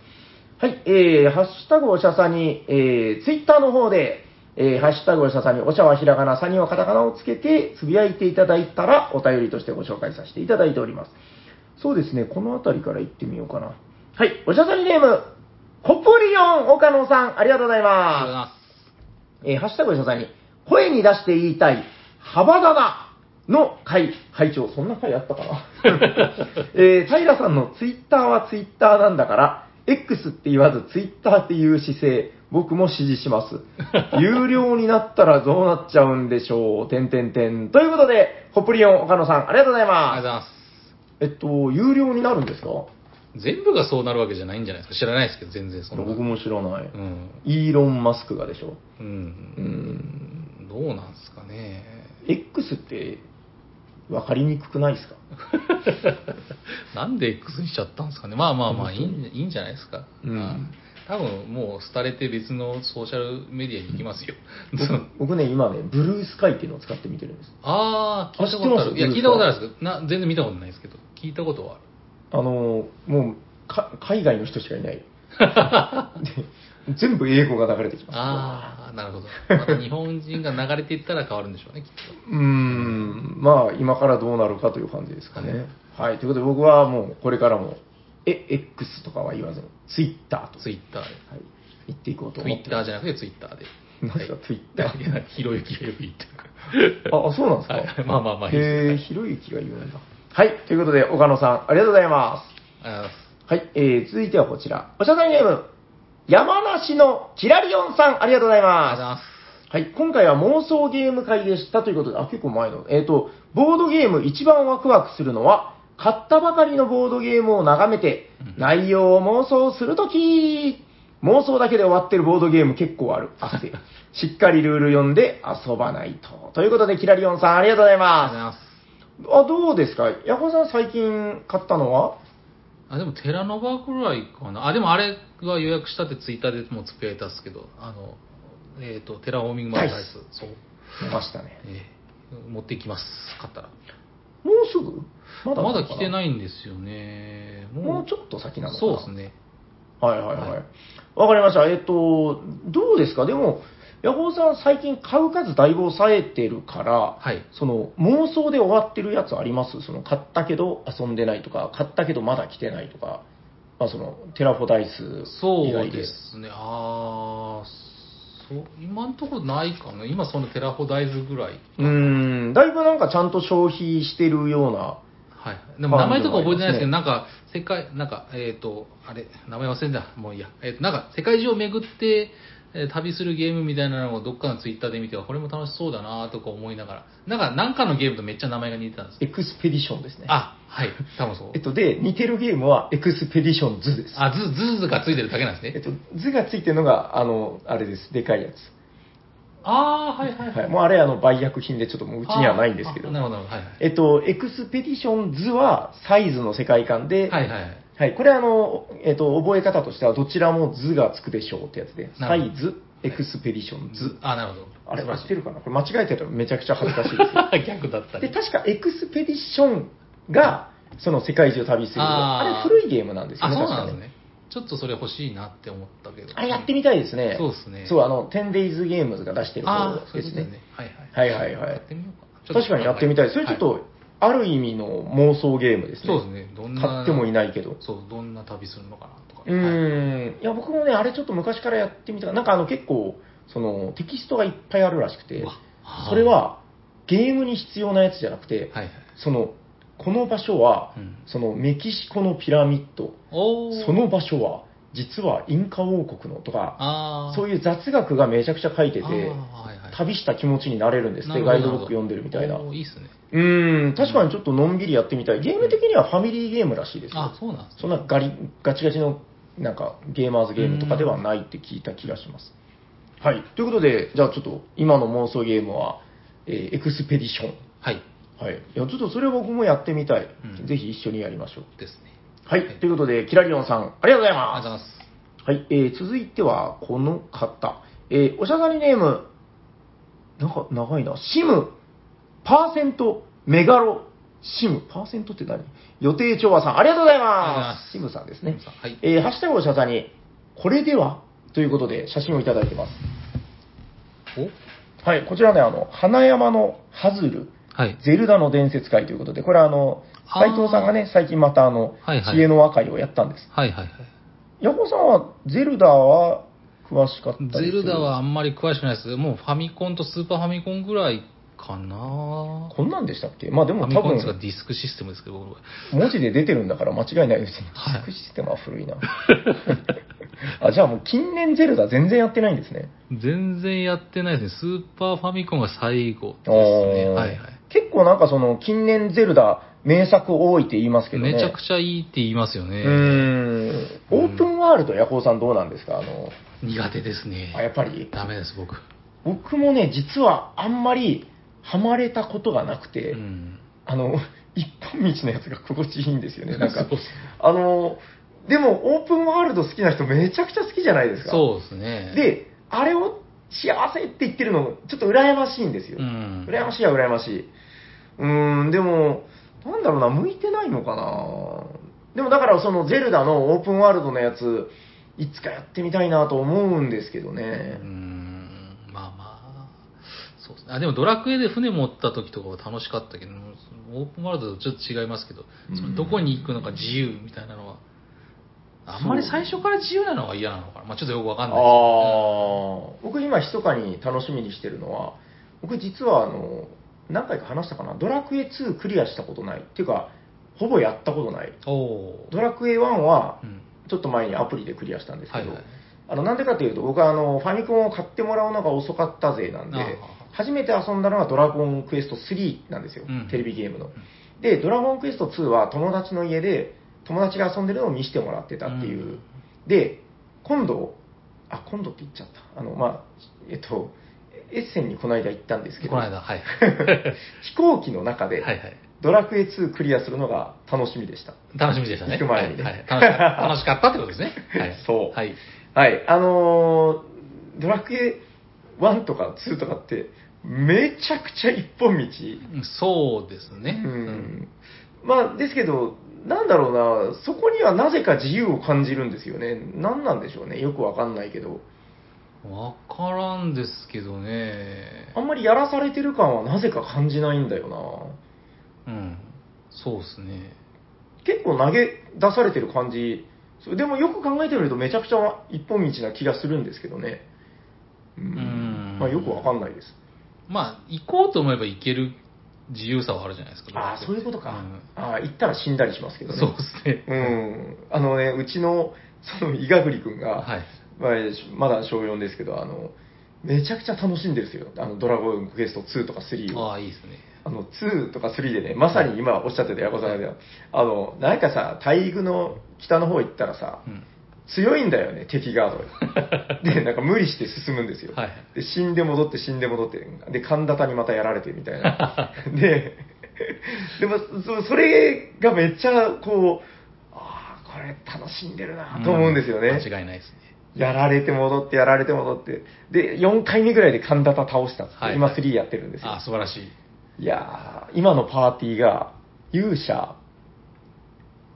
[SPEAKER 1] はい。
[SPEAKER 2] はい、えー、ハッシュタグおしゃさに、えー、ツイッターの方で、えー、ハッシュタグおしゃさに、おしゃはひらがな、さにはカタカナをつけて、つぶやいていただいたら、お便りとしてご紹介させていただいております。そうですね、このあたりから行ってみようかな。はい、おしゃさにネーム、コプリオン岡野さん、ありがとうござ
[SPEAKER 1] あ
[SPEAKER 2] い
[SPEAKER 1] りがとうございま
[SPEAKER 2] ます。
[SPEAKER 1] す。
[SPEAKER 2] えー、ハッシュタグおしゃさに、声に出して言いたい、幅だなの会、会長。そんな 会あったかなえー、平さんのツイッターはツイッターなんだから、X って言わずツイッターっていう姿勢、僕も支持し ます。有料になったらどうなっちゃうんでしょう、てんてんてん。ということで、ホプリオン岡野さん、ありがとうござい
[SPEAKER 1] ありがとうご
[SPEAKER 2] ま。
[SPEAKER 1] ざいます
[SPEAKER 2] えっと、有料になるんですか
[SPEAKER 1] す。全部がそうなるわけじゃないんじゃないですか。知らないですけど、全然そんな。
[SPEAKER 2] 僕も知らない。
[SPEAKER 1] うん。
[SPEAKER 2] イーロン・マスクがでしょ。
[SPEAKER 1] う。
[SPEAKER 2] うんん。
[SPEAKER 1] どうなんですかね。
[SPEAKER 2] X って分かりにくくないですか
[SPEAKER 1] なんで X にしちゃったんですかね。まあまあまあ、いいんいいんじゃないですか。
[SPEAKER 2] うん
[SPEAKER 1] あ多分もう、廃れて別のソーシャルメディアに行きますよ。
[SPEAKER 2] 僕ね、今ね、ブルースカイっていうのを使ってみてるんです。
[SPEAKER 1] ああ、聞いたことあ
[SPEAKER 2] あ
[SPEAKER 1] る。
[SPEAKER 2] 知ってます
[SPEAKER 1] いや、聞いたことあるんですけど、な全然見たことないですけど、聞いたことはある。
[SPEAKER 2] あのーもうか、海外の人しかいない。で全部英語が流れてきま
[SPEAKER 1] ああ、なるほど。また日本人が流れていったら変わるんでしょうね、きっ
[SPEAKER 2] す。うーん、まあ、今からどうなるかという感じですかね。はい、ということで僕はもう、これからも、え、X とかは言わずに、Twitter と、
[SPEAKER 1] と。ツイッターで。
[SPEAKER 2] はい、言っていこう
[SPEAKER 1] ツ
[SPEAKER 2] と思
[SPEAKER 1] イ
[SPEAKER 2] っ
[SPEAKER 1] ッ
[SPEAKER 2] て
[SPEAKER 1] ター
[SPEAKER 2] ます。
[SPEAKER 1] じゃなくてツイッターで。
[SPEAKER 2] なんですか Twitter
[SPEAKER 1] はいいやひろゆきがよく言ってる。
[SPEAKER 2] あ、あそうなんですか、
[SPEAKER 1] はいまあまあまあいいです
[SPEAKER 2] へえ、ひろゆきが言うんだ。はい、ということで、岡野さん、ありがとうございます。
[SPEAKER 1] あ
[SPEAKER 2] はい、えー、続いてはこちら。おしゃべりネーム、山梨のキラリオンさん、ありがとうござ
[SPEAKER 1] ありがとうござ
[SPEAKER 2] い
[SPEAKER 1] い
[SPEAKER 2] ま。
[SPEAKER 1] ます
[SPEAKER 2] はい、今回は妄想ゲーム会でしたということで、あ、結構前の。えっ、と、ボードゲーム一番ワクワクするのは、買ったばかりのボードゲームを眺めて
[SPEAKER 1] うん、
[SPEAKER 2] 内容を妄想するとき妄想だけで終わってるボードゲーム結構ある。 汗。しっかりルール読んで遊ばないと。ということで、キラリオンさん、ありがとうござい
[SPEAKER 1] ありがとうござい
[SPEAKER 2] ま
[SPEAKER 1] ます。
[SPEAKER 2] す。あ、どうですかヤコさん最近買ったのは
[SPEAKER 1] あ、でもテラノバくらいかな。あ、でもあれは予約したってツイッターでもうつぶやいたっすけど、あの、えっ、と、テラフォーミングマーダイス。そう。
[SPEAKER 2] 出ましたね。
[SPEAKER 1] えー持ってきます。買ったら。
[SPEAKER 2] もうすぐ
[SPEAKER 1] まだ来て
[SPEAKER 2] い。
[SPEAKER 1] ないんですよね。
[SPEAKER 2] もうち
[SPEAKER 1] ょっ
[SPEAKER 2] ょっと先なのかな
[SPEAKER 1] そうですね。
[SPEAKER 2] はいはいはい。
[SPEAKER 1] は
[SPEAKER 2] わ、
[SPEAKER 1] い
[SPEAKER 2] かりました。えっと、どうですかでも、ヤホーさん最近買う数だいぶ抑えてるから、
[SPEAKER 1] はい。
[SPEAKER 2] その妄想で終わってるやつありますその買ったけど遊んでないとか、買ったけどまだ来てないとか、まあそのテラフォダイス
[SPEAKER 1] そ
[SPEAKER 2] 以外
[SPEAKER 1] う
[SPEAKER 2] で。
[SPEAKER 1] ですね。ああ、そう、今んとこないかな。今そのテラフォダイズぐらい。
[SPEAKER 2] うーん、だいぶなんかちゃんと消費してるような、
[SPEAKER 1] はい。でも名前とか覚えてないですけど、
[SPEAKER 2] ね
[SPEAKER 1] なんか、世界、なんか、えっ、と、あれ、名前忘れた。もういいや。えっ、と、なんか、世界中を巡って、えー旅するゲームみたいなのをどっかのツイッターで見て、あこれも楽しそうだなとか思いながら。なんか、なんかのゲームとめっちゃ名前が似てたんですよ。
[SPEAKER 2] エクスペディションですね。
[SPEAKER 1] あ、はい。多分そう
[SPEAKER 2] えっ。と、で、似てるゲームはエクスペディションズです。
[SPEAKER 1] あ、ず、ずずがついてるだけなんです
[SPEAKER 2] えっ
[SPEAKER 1] ね。
[SPEAKER 2] と、図がついてるのが、あの、あれです、でかいやつ。
[SPEAKER 1] ああ、はいはい
[SPEAKER 2] はい、もうあれ、あの、売約品で、ちょっともううちにはないんですけど
[SPEAKER 1] あ。なるほど、なるほどはいはい。
[SPEAKER 2] えっと、エクスペディション図はサイズの世界観で、
[SPEAKER 1] はいはいはい。
[SPEAKER 2] はいこれはあの、えっと、覚え方としてはどちらも図がつくでしょうってやつで、
[SPEAKER 1] な
[SPEAKER 2] サ
[SPEAKER 1] るほ
[SPEAKER 2] イ
[SPEAKER 1] ど
[SPEAKER 2] ズ、エクスペディション図。
[SPEAKER 1] あ、なるほど。
[SPEAKER 2] あれ、
[SPEAKER 1] 素晴
[SPEAKER 2] 合
[SPEAKER 1] ら
[SPEAKER 2] っ
[SPEAKER 1] して
[SPEAKER 2] るかなこれ間違えてたらめちゃくちゃ恥ずかしい ですよ。
[SPEAKER 1] い。 逆だった
[SPEAKER 2] で、
[SPEAKER 1] り。
[SPEAKER 2] 確かエクスペディションが、その世界中を旅する。
[SPEAKER 1] あー
[SPEAKER 2] あれ古いゲームなんですよ
[SPEAKER 1] あ、
[SPEAKER 2] ね、
[SPEAKER 1] そう
[SPEAKER 2] 確
[SPEAKER 1] な
[SPEAKER 2] か
[SPEAKER 1] ん
[SPEAKER 2] ね
[SPEAKER 1] ですね。ちょっとそれ欲しいなって思ったけど。
[SPEAKER 2] あれやってみたいですね。
[SPEAKER 1] そうですね
[SPEAKER 2] そう、あの、10days ゲームズが出してる方
[SPEAKER 1] ああ、そう
[SPEAKER 2] で
[SPEAKER 1] いう
[SPEAKER 2] す
[SPEAKER 1] こ
[SPEAKER 2] ね
[SPEAKER 1] と。ね。はいは。
[SPEAKER 2] はいいはいは
[SPEAKER 1] や
[SPEAKER 2] い
[SPEAKER 1] っ。てみようかなちょっと
[SPEAKER 2] 確かにやってみたい。それちょっ
[SPEAKER 1] は
[SPEAKER 2] と、ある意味の妄想ゲームですね。
[SPEAKER 1] そうですね。どんな。
[SPEAKER 2] 買ってもいないけど。
[SPEAKER 1] そう、どんな旅するのかなとか。
[SPEAKER 2] うーん。いや、僕もね、あれちょっと昔からやってみたかなんかあの、結構、その、テキストがいっぱいあるらしくて
[SPEAKER 1] うわ、
[SPEAKER 2] それ、は、ゲームに必要なやつじゃなくて、
[SPEAKER 1] はいはい。
[SPEAKER 2] その、この場所は
[SPEAKER 1] うん、
[SPEAKER 2] その、メキシコのピラミッド、
[SPEAKER 1] おー
[SPEAKER 2] そ、の場所は、実はインカ王国のとか、
[SPEAKER 1] ああ。
[SPEAKER 2] そう
[SPEAKER 1] いう
[SPEAKER 2] いう雑学がめちゃくちゃ書いて
[SPEAKER 1] あ
[SPEAKER 2] て、
[SPEAKER 1] ーはいはい
[SPEAKER 2] 旅した気持ちになれるんですっ
[SPEAKER 1] な
[SPEAKER 2] て、
[SPEAKER 1] るほど
[SPEAKER 2] ガイドブック読んでるみたいな。
[SPEAKER 1] おーいいっすね。
[SPEAKER 2] うーん、確かにちょっとのんびりやってみたい。ゲーム的にはファミリーゲームらしいですよ。
[SPEAKER 1] あ、そうなんですね
[SPEAKER 2] そんなガリガチガチのなんかゲーマーズゲームとかではないって聞いた気がします。はい。ということで、じゃあちょっと今の妄想ゲームは、えーエクスペディション。
[SPEAKER 1] はい。
[SPEAKER 2] はい。いや、ちょっとそれ僕もやってみたい。
[SPEAKER 1] うん
[SPEAKER 2] ぜひ一緒にやりましょう。
[SPEAKER 1] ですね。
[SPEAKER 2] はい。ということで、キラリオンさん、ありがとうござい
[SPEAKER 1] ありがと
[SPEAKER 2] ます。
[SPEAKER 1] うございます。
[SPEAKER 2] はい。えー続いては、この方。えーおしゃがりネーム、なんか長いな。シム、パーセント、メガロ、シム、パーセントって何予定調和さん、ありがとうございます。
[SPEAKER 1] あ
[SPEAKER 2] シ
[SPEAKER 1] り
[SPEAKER 2] ムさんですね
[SPEAKER 1] シムさん。はい
[SPEAKER 2] えーハッシュタグおしゃさに、これではということで、写真をいただいてます。
[SPEAKER 1] お
[SPEAKER 2] はい。こちらね、あの、花山のハズル、
[SPEAKER 1] はい。
[SPEAKER 2] ゼルダの伝説会ということで、これはあの、
[SPEAKER 1] あー
[SPEAKER 2] 斎藤さんがね、最近またあの、
[SPEAKER 1] はいはい
[SPEAKER 2] 知恵の和解をやったんです。
[SPEAKER 1] はいはいはい。
[SPEAKER 2] ヤコさんは、ゼルダは詳しかったりす
[SPEAKER 1] ゼ
[SPEAKER 2] る
[SPEAKER 1] ルダはあんまり詳しくないです。もうファミコンとスーパーファミコンぐらいかな
[SPEAKER 2] こんなんでしたっけまあで
[SPEAKER 1] ファ
[SPEAKER 2] も
[SPEAKER 1] ミ
[SPEAKER 2] 多
[SPEAKER 1] コンっていう
[SPEAKER 2] 分
[SPEAKER 1] か、ディスクシステムですけど、僕は。
[SPEAKER 2] 文字で出てるんだから間違いないですね。
[SPEAKER 1] は
[SPEAKER 2] デ
[SPEAKER 1] い
[SPEAKER 2] ィスクシステムは古いな。 あ、じゃあもう近年ゼルダ全然やってないんですね。
[SPEAKER 1] 全然やってないですね。スーパーファミコンが最後です
[SPEAKER 2] あー
[SPEAKER 1] ね。はいはい。
[SPEAKER 2] 結構なんかその近年ゼルダ名作多いって言いますけどね。
[SPEAKER 1] めちゃくちゃいいって言いますよ
[SPEAKER 2] う
[SPEAKER 1] ね。
[SPEAKER 2] ーん。オープンワールド、ヤコウさんどうなんですかあの、
[SPEAKER 1] 苦手ですね
[SPEAKER 2] あ。やっぱり
[SPEAKER 1] ダメです、僕。
[SPEAKER 2] 僕もね、実はあんまりハマれたことがなくて、
[SPEAKER 1] うん。
[SPEAKER 2] あの、一本道のやつが心地いいんですよね。なん
[SPEAKER 1] そ
[SPEAKER 2] か
[SPEAKER 1] うっす、
[SPEAKER 2] あの、でもオープンワールド好きな人めちゃくちゃ好きじゃないですか。
[SPEAKER 1] そうですね。、
[SPEAKER 2] で、あれを幸せって言ってるの、ちょっと羨ましいんですよ。
[SPEAKER 1] うん。
[SPEAKER 2] 羨ましいは羨ましい。うーん、でも、なんだろうな、向いてないのかな。でもだから、そのゼルダのオープンワールドのやつ、いつかやってみたいなと思うんですけど
[SPEAKER 1] う
[SPEAKER 2] ね。
[SPEAKER 1] ん。まあまあ。そうですね。あ、でもドラクエで船持った時とかは楽しかったけど、オープンワールドとちょっと違いますけど、そのどこに行くのか自由みたいなのは、あんまり最初から自由なのが嫌なのかな。まあちょっとよくわかんないですけど。
[SPEAKER 2] ああ、僕今密かに楽しみにしてるのは、僕実はあの、何回か話したかな、ドラクエ2クリアしたことない。っていうか、ほぼやったことない。
[SPEAKER 1] おおー。
[SPEAKER 2] ドラクエ1は
[SPEAKER 1] う、ん。
[SPEAKER 2] ちょっと前にアプリでクリアしたんですけ
[SPEAKER 1] はい
[SPEAKER 2] ど、
[SPEAKER 1] はい。
[SPEAKER 2] あのなんでかというと、僕はあのファミコンを買ってもらうのが遅かったぜなんで
[SPEAKER 1] ああ、
[SPEAKER 2] 初めて遊んだのがドラゴンクエスト3なんですよ、
[SPEAKER 1] うん
[SPEAKER 2] テレビゲームの。で、ドラゴンクエスト2は友達の家で、友達が遊んでるのを見せてもらってたっていう。
[SPEAKER 1] うん
[SPEAKER 2] で、今度、あ、今度って言っちゃった。あの、まあ、えっと、エッセンにこの間行ったんですけど、
[SPEAKER 1] この間、はい。
[SPEAKER 2] 飛行機の中
[SPEAKER 1] はい
[SPEAKER 2] で、
[SPEAKER 1] はい。
[SPEAKER 2] ドラクエ2クリアするのが楽しみでした。
[SPEAKER 1] 楽しみでしたね。
[SPEAKER 2] 行く前にね
[SPEAKER 1] はいはい楽しかった楽しかったってことですね。はい、
[SPEAKER 2] そう
[SPEAKER 1] はい。
[SPEAKER 2] はい、あのードラクエ1とか2とかって、めちゃくちゃ一本道。
[SPEAKER 1] うんそうです
[SPEAKER 2] う
[SPEAKER 1] ね。
[SPEAKER 2] ん。まあ、ですけど、なんだろうな、そこにはなぜか自由を感じるんですよね。何なんでしょうね。よくわかんないけど。
[SPEAKER 1] うんわからんですけどね。
[SPEAKER 2] あんまりやらされてる感はなぜか感じないんだよな。
[SPEAKER 1] うん。そうですね。
[SPEAKER 2] 結構投げ出されてる感じ。そうでもよく考えてみるとめちゃくちゃ一本道な気がするんですけどね。う
[SPEAKER 1] うん
[SPEAKER 2] まあよくわかんないです。
[SPEAKER 1] まあ、行こうと思えば行ける自由さはあるじゃないですか。
[SPEAKER 2] ああ、そういうこと
[SPEAKER 1] う
[SPEAKER 2] か。
[SPEAKER 1] ん
[SPEAKER 2] ああ、行ったら死んだりしますけどね。
[SPEAKER 1] そうですね。
[SPEAKER 2] うん、あのね、うちの、その、伊賀栗君が、
[SPEAKER 1] はい。
[SPEAKER 2] まあまだ小4ですけど、あの、めちゃくちゃ楽しんでるんですよ。あの、ドラゴンクエスト2とか3を。
[SPEAKER 1] ああ、いいですね。
[SPEAKER 2] あの、2とか3でね、まさに今おっしゃってたヤコさんが、あの、なんかさ、大陸の北の方行ったらさ、
[SPEAKER 1] うん。
[SPEAKER 2] 強いんだよね、敵が。 で、なんか無理して進むんですよ。
[SPEAKER 1] はい。
[SPEAKER 2] で、死んで戻って死んで戻って、で、神田田にまたやられてみた いな。で、でもそ、それがめっちゃ、こう、ああ、これ楽しんでるなと思うんですよね。
[SPEAKER 1] 間違いないですね。
[SPEAKER 2] やられて戻って、やられて戻って。で、4回目ぐらいで神田田倒したんですよ、
[SPEAKER 1] はい
[SPEAKER 2] 今3やってるんですよ
[SPEAKER 1] ああ、。素晴らしい。
[SPEAKER 2] いやー、今のパーティーが、勇者、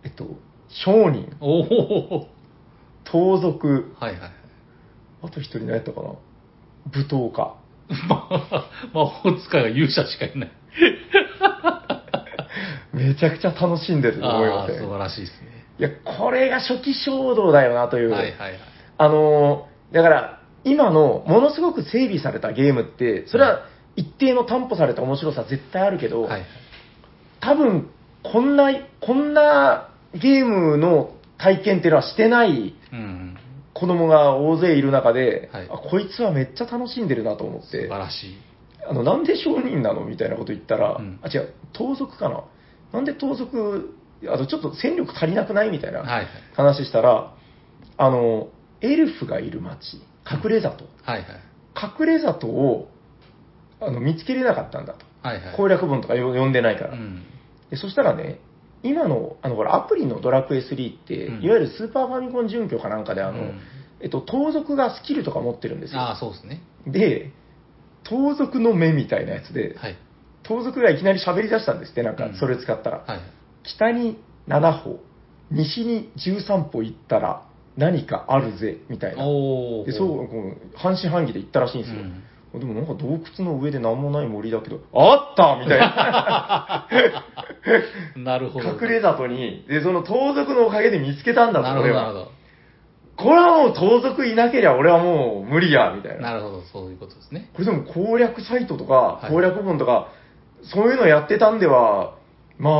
[SPEAKER 2] えっと、商人、
[SPEAKER 1] おお
[SPEAKER 2] 盗賊、
[SPEAKER 1] はいはいはい。
[SPEAKER 2] あと一人何やったかな舞踏家。
[SPEAKER 1] まあ、魔法使いは勇者しかいない。
[SPEAKER 2] めちゃくちゃ楽しんでると思い
[SPEAKER 1] あ
[SPEAKER 2] ま
[SPEAKER 1] あ、
[SPEAKER 2] せ
[SPEAKER 1] 素
[SPEAKER 2] ん、
[SPEAKER 1] 晴らしいですね。
[SPEAKER 2] いや、これが初期衝動だよなという。
[SPEAKER 1] はいはいはい。
[SPEAKER 2] あのーだから、今のものすごく整備されたゲームって、それは一定の担保された面白さ絶対あるけど、
[SPEAKER 1] はいはい。
[SPEAKER 2] 多分、こんな、こんなゲームの体験っていうのはしてない
[SPEAKER 1] うん。
[SPEAKER 2] 子供が大勢いる中で、
[SPEAKER 1] はい
[SPEAKER 2] あこいつはめっちゃ楽しんでるなと思っ
[SPEAKER 1] 素晴
[SPEAKER 2] て、
[SPEAKER 1] らしい。
[SPEAKER 2] あのなんで商人なのみたいなこと言ったら、
[SPEAKER 1] うん
[SPEAKER 2] あ違う、盗賊かな、なんで盗賊、あとちょっと戦力足りなくないみたい
[SPEAKER 1] は
[SPEAKER 2] ない
[SPEAKER 1] はい。
[SPEAKER 2] 話したら、あのエルフがいる町、隠れ里、
[SPEAKER 1] はいはい。
[SPEAKER 2] 隠れ里をあの見つけれなかったんだと、
[SPEAKER 1] はいはい。
[SPEAKER 2] 攻略本とかよ読んでないから。
[SPEAKER 1] うん。
[SPEAKER 2] でそしたらね、今の、あの、ほら、アプリのドラクエ3って、
[SPEAKER 1] うん
[SPEAKER 2] いわゆるスーパーファミコン準拠かなんかで、あの、
[SPEAKER 1] うん
[SPEAKER 2] えっと、盗賊がスキルとか持ってるんです
[SPEAKER 1] ああ、
[SPEAKER 2] よ。
[SPEAKER 1] そうですね。
[SPEAKER 2] で、盗賊の目みたいなやつで、
[SPEAKER 1] はい。
[SPEAKER 2] 盗賊がいきなり喋り出したんですって、なん
[SPEAKER 1] う
[SPEAKER 2] か
[SPEAKER 1] ん、
[SPEAKER 2] それ使ったら。
[SPEAKER 1] はい。
[SPEAKER 2] 北に7歩、西に13歩行ったら、何かあるぜ、みたいな。
[SPEAKER 1] おお。
[SPEAKER 2] で、そう、こう半信半疑で行ったらしいんですよ。
[SPEAKER 1] うん
[SPEAKER 2] でもなんか洞窟の上で何もない森だけど、あったみたい な。
[SPEAKER 1] なるほど。
[SPEAKER 2] 隠れ里に、で、その盗賊のおかげで見つけたんだ
[SPEAKER 1] な
[SPEAKER 2] と、
[SPEAKER 1] るほ
[SPEAKER 2] 俺
[SPEAKER 1] ど、なるほ
[SPEAKER 2] は。
[SPEAKER 1] ど。
[SPEAKER 2] これはもう盗賊いなけりゃ俺はもう無理や、みたいな。
[SPEAKER 1] なるほど、そういうことですね。
[SPEAKER 2] これでも攻略サイトとか
[SPEAKER 1] は、い
[SPEAKER 2] 攻略本とか、そういうのやってたんでは、まあ、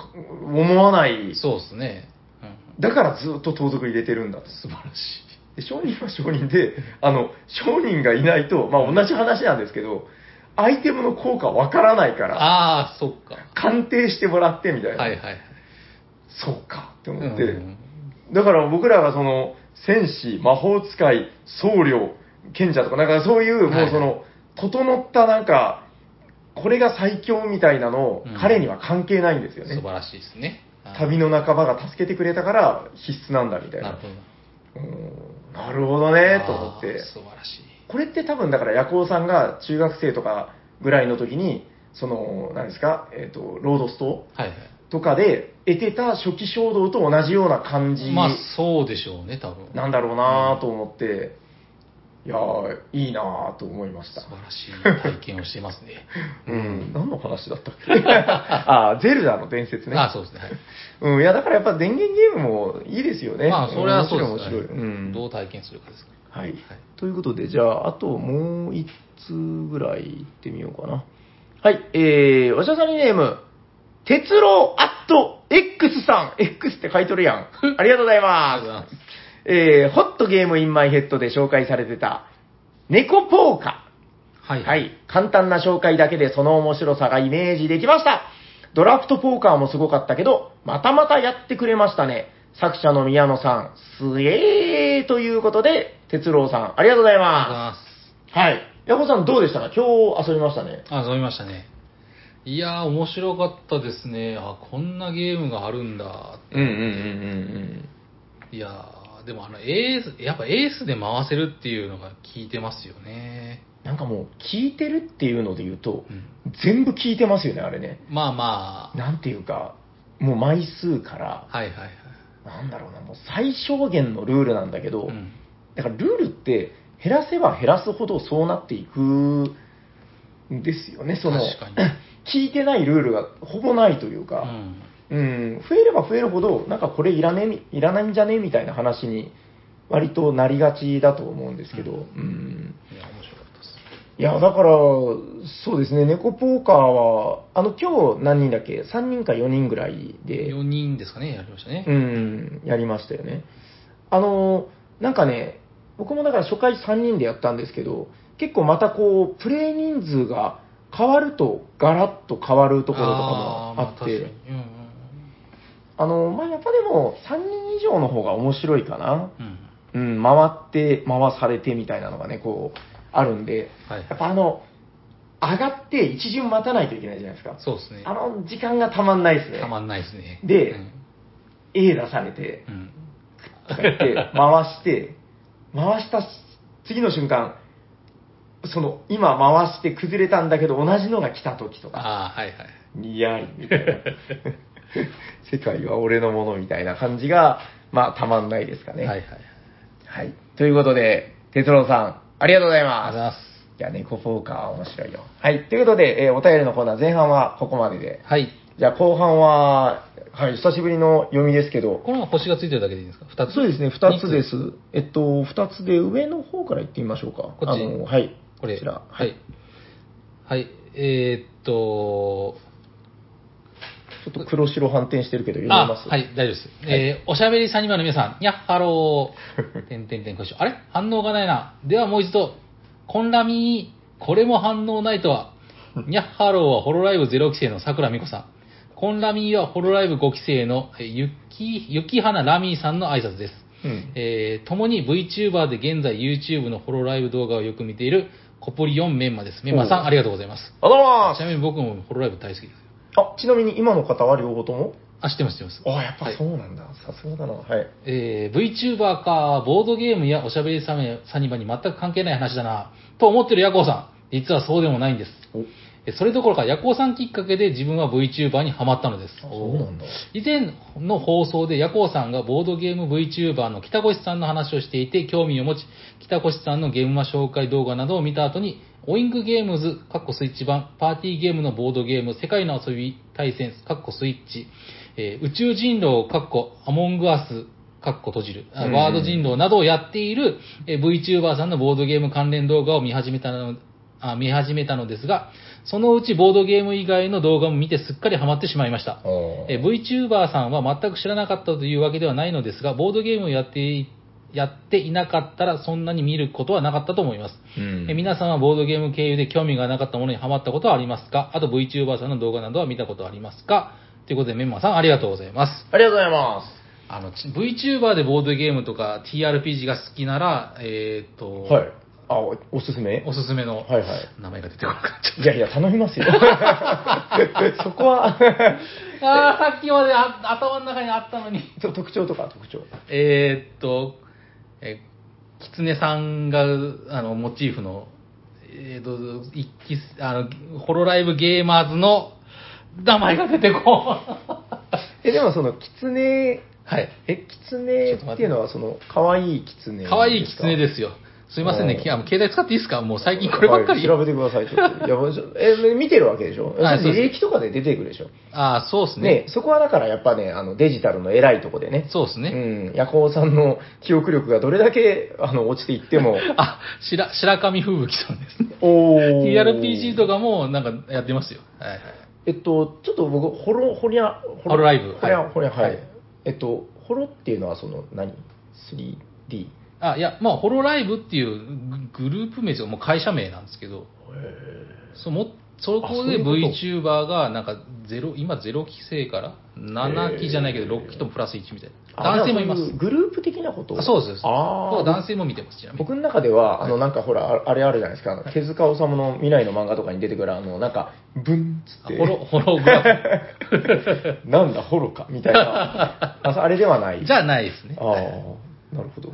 [SPEAKER 2] か思わない。
[SPEAKER 1] そうですね。うん。
[SPEAKER 2] だからずっと盗賊入れてるんだと。
[SPEAKER 1] 素晴らし
[SPEAKER 2] で商人は商人で、あの、商人がいないと、まあ同じ話なんですけど、アイテムの効果わからないか
[SPEAKER 1] い。
[SPEAKER 2] ら、
[SPEAKER 1] ああ、そっか。
[SPEAKER 2] 鑑定してもらってみたいな。
[SPEAKER 1] はいはいはい。
[SPEAKER 2] そうかって
[SPEAKER 1] う
[SPEAKER 2] 思って、
[SPEAKER 1] ん
[SPEAKER 2] だから僕らがその、戦士、魔法使い、僧侶、賢者とか、なんかそういう、
[SPEAKER 1] はい
[SPEAKER 2] もうその、整ったなんか、これが最強みたいなの、
[SPEAKER 1] うん
[SPEAKER 2] 彼には関係ないんですよ
[SPEAKER 1] 素
[SPEAKER 2] ね。
[SPEAKER 1] 晴らしいですね。
[SPEAKER 2] 旅の仲間が助けてくれたから必須なんだみたい
[SPEAKER 1] なる
[SPEAKER 2] な。
[SPEAKER 1] ほど。
[SPEAKER 2] うんなるほどね、と思っ
[SPEAKER 1] あ
[SPEAKER 2] て
[SPEAKER 1] ー。素晴らしい。
[SPEAKER 2] これって多分だから、夜行さんが中学生とかぐらいの時に、その、何ですか、えっ、と、ロードスト
[SPEAKER 1] はいは
[SPEAKER 2] とかで得てた初期衝動と同じような感じ。
[SPEAKER 1] い。まあ、そうでしょうね、多分。
[SPEAKER 2] なんだろうなぁと思って、いやーいいなぁと思いまし
[SPEAKER 1] 素
[SPEAKER 2] た。。
[SPEAKER 1] 晴らしい体験をしてますね
[SPEAKER 2] うん、何の話だったっけ あー、ゼルダの伝 説ね。
[SPEAKER 1] ああ、そうですね。はい
[SPEAKER 2] うん、いや、だからやっぱ電源ゲームもいいですよね。
[SPEAKER 1] まあ、それはそうです
[SPEAKER 2] 面白い、面白い。う
[SPEAKER 1] はい
[SPEAKER 2] ん。
[SPEAKER 1] どう体験するかですか
[SPEAKER 2] はい。
[SPEAKER 1] はい
[SPEAKER 2] ということで、じゃあ、あともう一通ぐらい行ってみようかな。はい、えー、おしゃさりネーム、鉄郎アット X さん。X って書いとるや ん。ありがとうござい
[SPEAKER 1] あ
[SPEAKER 2] ま
[SPEAKER 1] りがとうご
[SPEAKER 2] す。
[SPEAKER 1] ざいます。
[SPEAKER 2] えー、ホットゲームインマイヘッドで紹介されてた、猫ポーカ
[SPEAKER 1] は
[SPEAKER 2] ー。
[SPEAKER 1] い。
[SPEAKER 2] はい。簡単な紹介だけでその面白さがイメージできました。ドラフトポーカーもすごかったけど、またまたやってくれましたね。作者の宮野さん、すげーということで、哲郎さん、ありがとうござい
[SPEAKER 1] ありがとうござい
[SPEAKER 2] ま。
[SPEAKER 1] ます
[SPEAKER 2] はい。ヤコさんどうでしたか今日遊びましたね。
[SPEAKER 1] す。あ、飲みましたね。いやー、面白かったですね。あ、こんなゲームがあるんだ。
[SPEAKER 2] うんうんうん
[SPEAKER 1] いやー、でもあの、エース、やっぱエースで回せるっていうのが効いてますよね。
[SPEAKER 2] なんかもう、聞いてるっていうので言うと、
[SPEAKER 1] うん
[SPEAKER 2] 全部聞いてますよね、あれね。
[SPEAKER 1] まあま
[SPEAKER 2] なんていうか、もう枚数から、
[SPEAKER 1] あ、はいはいはい。
[SPEAKER 2] なんだろうな、もう最小限のルールなんだけど、
[SPEAKER 1] うん
[SPEAKER 2] だからルールって減らせば減らすほどそうなっていくんですよね、その、
[SPEAKER 1] 確かに
[SPEAKER 2] 聞いてないルールがほぼないという
[SPEAKER 1] う
[SPEAKER 2] か、
[SPEAKER 1] ん
[SPEAKER 2] うん、増えれば増えるほど、なんかこれいらねえ、いらないんじゃねみたいな話に、割となりがちだと思うんですけど、
[SPEAKER 1] うん
[SPEAKER 2] うん
[SPEAKER 1] いや、面白かったです。
[SPEAKER 2] いや、だから、そうですね、猫ポーカーは、あの、今日何人だっけ ?3 人か4人ぐらいで、
[SPEAKER 1] 4人ですかね、やりましたね。
[SPEAKER 2] うん、やりましたよね。あの、なんかね、僕もだから初回3人でやったんですけど、結構またこう、プレイ人数が変わると、ガラッと変わるところとかもあって、
[SPEAKER 1] ーま確かにうん
[SPEAKER 2] あの、まあ、やっぱでも、3人以上の方が面白いかな。
[SPEAKER 1] うんうんうん
[SPEAKER 2] うん、回って、回されてみたいなのがね、こう、あるんで、
[SPEAKER 1] はい
[SPEAKER 2] やっぱあの、上がって一巡待たないといけないじゃないですか。
[SPEAKER 1] そうですね
[SPEAKER 2] あ。の、時間がたまんないですね。
[SPEAKER 1] たまんないですね。
[SPEAKER 2] で
[SPEAKER 1] うん
[SPEAKER 2] A 出されて、
[SPEAKER 1] うん
[SPEAKER 2] とか言って、回して、回したし次の瞬間、その、今回して崩れたんだけど、同じのが来た時とか、
[SPEAKER 1] ああ、はいはい。
[SPEAKER 2] いやい、みた いな。世界は俺のものみたいな感じが、まあ、たまんないですかね。
[SPEAKER 1] はいはい。
[SPEAKER 2] はい。ということで、哲郎さん、ありがとうござい
[SPEAKER 1] ありがとうご
[SPEAKER 2] ます。
[SPEAKER 1] ざいます。
[SPEAKER 2] いや、猫ポーカーは面白いよ。はい。ということで、えーお便りのコーナー前半はここまでで。
[SPEAKER 1] はい。
[SPEAKER 2] じゃあ後半は、はい、久しぶりの読みですけど。
[SPEAKER 1] この星がついてるだけでいいんですか二つ
[SPEAKER 2] そうですね、2つです。えっと、2つで上の方から行ってみましょうか。
[SPEAKER 1] こっち
[SPEAKER 2] あのはい。
[SPEAKER 1] これ。
[SPEAKER 2] ちら。は。
[SPEAKER 1] はいい。はい。えーっと、
[SPEAKER 2] ちょっと黒白反転してるけど読み
[SPEAKER 1] あ、
[SPEAKER 2] ます。
[SPEAKER 1] はい、大丈夫です。えーおしゃべりサニバの皆さん、やっはろ ー。てんてんてん、こいしょ。あれ反応がないな。ではもう一度、コンラミー、これも反応ないとは。 にゃっはろーはホロライブ0期生の桜美子さん。コンラミーはホロライブ5期生のえーゆき、ゆきはなラミーさんの挨拶です。
[SPEAKER 2] うん。
[SPEAKER 1] えー、共に VTuber で現在 YouTube のホロライブ動画をよく見ているコポリオンメンマです。メンマさ
[SPEAKER 2] お
[SPEAKER 1] ん、
[SPEAKER 2] う
[SPEAKER 1] ありがとうございます。
[SPEAKER 2] あどう
[SPEAKER 1] ちなみに僕もホロライブ大好きです。
[SPEAKER 2] もあ、ちなみに今の方は両方とも
[SPEAKER 1] あ、知ってます、知ってます。
[SPEAKER 2] あ、やっぱ
[SPEAKER 1] はい
[SPEAKER 2] そうなんだ。さすがだな。はい。
[SPEAKER 1] えー VTuber か、ボードゲームやおしゃべりサメサニバに全く関係ない話だな、と思ってるヤコウさん。実はそうでもないんです。えそれどころか、ヤコウさんきっかけで自分は VTuber にハマったのです。
[SPEAKER 2] あそうなんだ。
[SPEAKER 1] 以前の放送でヤコウさんがボードゲーム VTuber の北越さんの話をしていて興味を持ち、北越さんのゲームマ紹介動画などを見た後に、オイングゲームズ、カッコスイッチ版、パーティーゲームのボードゲーム、世界の遊び対戦、カッコスイッチ、えー宇宙人狼、カッコアモングアス、カッコ閉じる、あ
[SPEAKER 2] うん
[SPEAKER 1] ワード人狼などをやっているえー VTuber さんのボードゲーム関連動画を見始めたのあ見始めたのですが、そのうちボードゲーム以外の動画も見てすっかりハマってしまいました。えー VTuber さんは全く知らなかったというわけではないのですが、ボードゲームをやっていやっていなかったらそんなに見ることはなかったと思います。
[SPEAKER 2] うん
[SPEAKER 1] えー皆さんはボードゲーム経由で興味がなかったものにハマったことはありますかあと VTuber さんの動画などは見たことはありますかということでメンマーさんありがとうございます。
[SPEAKER 2] ありがとうございます。
[SPEAKER 1] あの、ち VTuber でボードゲームとか TRPG が好きなら、えーっと、
[SPEAKER 2] はい。あ、おおすすめ
[SPEAKER 1] おすすめの、
[SPEAKER 2] はいはい。
[SPEAKER 1] 名前が出てこなくなっちゃった
[SPEAKER 2] いやいや、頼み ますよ。 そこは
[SPEAKER 1] あ ーさっきまであ頭の中にあったのに。
[SPEAKER 2] ちょ特徴とか特徴。
[SPEAKER 1] えーっと、えー、キツネさんが、あの、モチーフの、えーっと、一期、あの、ホロライブゲーマーズの名前が出てこん
[SPEAKER 2] え、でもその、キツネ、
[SPEAKER 1] はい。
[SPEAKER 2] え、キツネっていうのはその、可愛いキツネ。
[SPEAKER 1] 可愛いキツネですすよ。すいませんね
[SPEAKER 2] おー。
[SPEAKER 1] きあの携帯使っていいですかもう最近こればっかり。
[SPEAKER 2] はい調べてください、ちょっ と。いやもうちょえ、見てるわけでしょ
[SPEAKER 1] はいそう
[SPEAKER 2] 履
[SPEAKER 1] です
[SPEAKER 2] 歴とかで出てくるでしょ
[SPEAKER 1] ああ、そうですね
[SPEAKER 2] ね、そこはだからやっぱね、あの、デジタルの偉いとこでね。
[SPEAKER 1] そうですね。
[SPEAKER 2] うん。ヤコウさんの記憶力がどれだけ、あの、落ちていっ ても、
[SPEAKER 1] あ、白、白神風吹さんですね。
[SPEAKER 2] お
[SPEAKER 1] TRPG と
[SPEAKER 2] か。
[SPEAKER 1] かもなんかやってますよ。はいはい。
[SPEAKER 2] えっと、ちょっと僕、ホロ、ホリャ、
[SPEAKER 1] ホロライブ
[SPEAKER 2] ホリ
[SPEAKER 1] は
[SPEAKER 2] ャ、
[SPEAKER 1] い
[SPEAKER 2] ホリャ、は
[SPEAKER 1] はい
[SPEAKER 2] い。えっと、ホロっていうのはその何、?3D?
[SPEAKER 1] あ、いや、まあ、ホロライブっていうググループ名ですよ。もう会社名なんですけど。そうもそ
[SPEAKER 2] あそ
[SPEAKER 1] こ
[SPEAKER 2] うい
[SPEAKER 1] で
[SPEAKER 2] うこと
[SPEAKER 1] VTuber がなんかゼロ今0期生から7期じゃないけど6期ともプラス1みたいな
[SPEAKER 2] あ
[SPEAKER 1] 男性もいます
[SPEAKER 2] じゃあそううグループ的なこと
[SPEAKER 1] あそうですそうです
[SPEAKER 2] あ
[SPEAKER 1] そう
[SPEAKER 2] あ。
[SPEAKER 1] 男性も見てますちなみに
[SPEAKER 2] 僕の中で
[SPEAKER 1] は
[SPEAKER 2] は、
[SPEAKER 1] い
[SPEAKER 2] あの、なんかほら、ああれあるじゃないですか、あの手塚治虫の未来の漫画とかに出てくる、あの、なんか、ブンっつ
[SPEAKER 1] あ
[SPEAKER 2] って、
[SPEAKER 1] ホロホログラ
[SPEAKER 2] なん だ、ホロか、みたいな。ああれではない。
[SPEAKER 1] フじゃないですね
[SPEAKER 2] ああ、なるほど。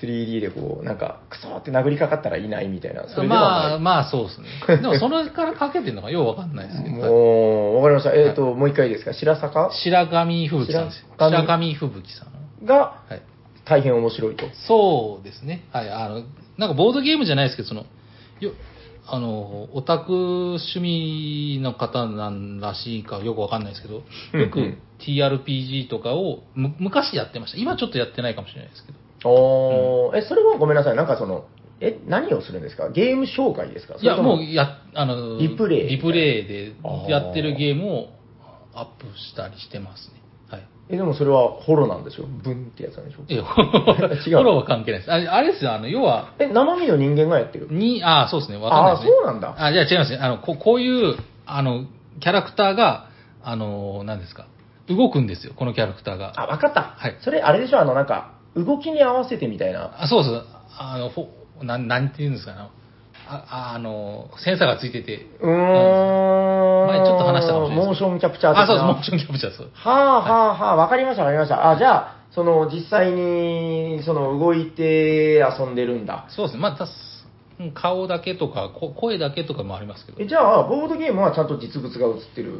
[SPEAKER 2] 3D でこう、なんか、クソーって殴りかかったらいないみたいな、それでは
[SPEAKER 1] ま
[SPEAKER 2] な
[SPEAKER 1] あ、
[SPEAKER 2] い。
[SPEAKER 1] まあそうですね。でも、それからかけてるのがようわかんないですけど、
[SPEAKER 2] もう、わかりました。えっ、と、もう一回いいですか。白坂
[SPEAKER 1] 白神吹雪さんですよ。
[SPEAKER 2] 白神
[SPEAKER 1] 白神吹雪さん。
[SPEAKER 2] が
[SPEAKER 1] はい。
[SPEAKER 2] 大変面白いと。
[SPEAKER 1] そうですね。はい。あの、なんかボードゲームじゃないですけど、その、よ、あの、オタク趣味の方なんらしいかよくわかんないですけど、よ
[SPEAKER 2] うんう
[SPEAKER 1] く
[SPEAKER 2] ん
[SPEAKER 1] TRPG とかをむ昔やってました。今ちょっとやってないかもしれないですけど。
[SPEAKER 2] おー、え、それはごめんなさい。なんかその、え、何をするんですかゲーム紹介ですか
[SPEAKER 1] いや、もう
[SPEAKER 2] う、
[SPEAKER 1] や、あの、
[SPEAKER 2] リプレイ
[SPEAKER 1] リプレイで
[SPEAKER 2] あー
[SPEAKER 1] やってるゲームをアップしたりしてますね。 はい。
[SPEAKER 2] え、でもそれはホロなんでしょブンってやつなんでしょ
[SPEAKER 1] いや、フォローは関係ないです。あれあれですよ、あの、要は、
[SPEAKER 2] え、生身の人間がやってる
[SPEAKER 1] に、ああ、そうですね、わかんないで
[SPEAKER 2] ああー、
[SPEAKER 1] すね。
[SPEAKER 2] そうなんだ。
[SPEAKER 1] あ、じゃあ違いますね。あの、ここういう、あの、キャラクターが、あの、何ですか、動くんですよ、このキャラクターが。
[SPEAKER 2] あ、わかった。
[SPEAKER 1] はい
[SPEAKER 2] それ、あれでしょあの、なんか、動きに合わせてみたいな。
[SPEAKER 1] あそうそう、あの、ほ、なん、なんて言うんですかね。あ、あの、センサーがついてて、
[SPEAKER 2] うーん。
[SPEAKER 1] 前ちょっと話したかもしれないで
[SPEAKER 2] モー
[SPEAKER 1] す
[SPEAKER 2] ションキャプチャー的な
[SPEAKER 1] あ、そうです、モーションキャプチャー、そう。
[SPEAKER 2] はあはあはあ、わかりましたわかりました。あ、じゃあ、その、実際に、その、動いて遊んでるんだ。
[SPEAKER 1] そうですね、まあ、たすうん顔だけとか、こ声だけとかもありますけ
[SPEAKER 2] え、
[SPEAKER 1] ど、
[SPEAKER 2] じゃあ、ボードゲームはちゃんと実物が映ってる。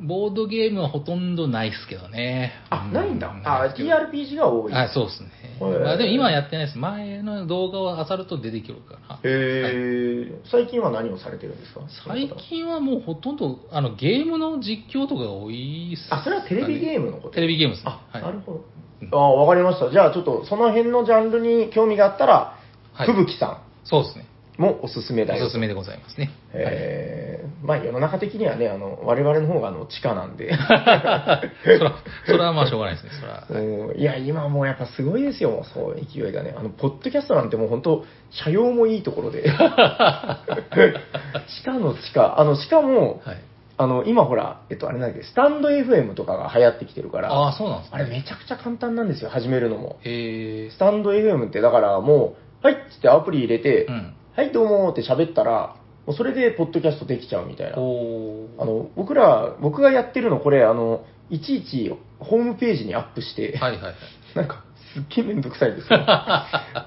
[SPEAKER 1] ボードゲームはほとんどないですけどね。
[SPEAKER 2] あ、
[SPEAKER 1] う
[SPEAKER 2] ないんだ。
[SPEAKER 1] ない
[SPEAKER 2] あ
[SPEAKER 1] で、すけど
[SPEAKER 2] TRPG が多い。
[SPEAKER 1] あそうですね。
[SPEAKER 2] へー
[SPEAKER 1] まあ、でも今やってないです。前の動画を漁ると出てくるかな。
[SPEAKER 2] へえ、最近は何をされてるんですか
[SPEAKER 1] 最近はもうほとんどあのゲームの実況とかが多いっす、
[SPEAKER 2] あ、それはテレビ
[SPEAKER 1] ー
[SPEAKER 2] ゲームのこと
[SPEAKER 1] テレビゲームですね。
[SPEAKER 2] あ、なるほど。
[SPEAKER 1] うん
[SPEAKER 2] あわかりました。じゃあ、ちょっとその辺のジャンルに興味があったら、
[SPEAKER 1] はい
[SPEAKER 2] 吹雪さ
[SPEAKER 1] そうですね。
[SPEAKER 2] んもおすすめだよ。
[SPEAKER 1] おすすめでございますね。
[SPEAKER 2] えーまあ、世の中的にはね、あの、我々の方があの、地下な んで。
[SPEAKER 1] それは、それはまあしょうがないですね。それは。
[SPEAKER 2] うんいや、今もうやっぱすごいですよ、もうそう、勢いがね。あの、ポッドキャストなんてもう本当、車用もいいところで。 地下の地下。あの、しかも、
[SPEAKER 1] はい。
[SPEAKER 2] あの、今ほら、えっと、あれなんだっけ、スタンド FM とかが流行ってきてるから、
[SPEAKER 1] ああ、そうなんですね。
[SPEAKER 2] あれめちゃくちゃ簡単なんですよ、始めるのも。
[SPEAKER 1] へえ
[SPEAKER 2] スタンド FM ってだからもう、はいっつってアプリ入れて、
[SPEAKER 1] うん。
[SPEAKER 2] はいどうもーって喋ったら、もうそれでポッドキャストできちゃうみたいな。
[SPEAKER 1] おー
[SPEAKER 2] あの、僕ら、僕がやってるのこれ、あの、いちいちホームページにアップして、
[SPEAKER 1] はいはいはい。
[SPEAKER 2] なんか、すっげえめんどくさいん ですよ。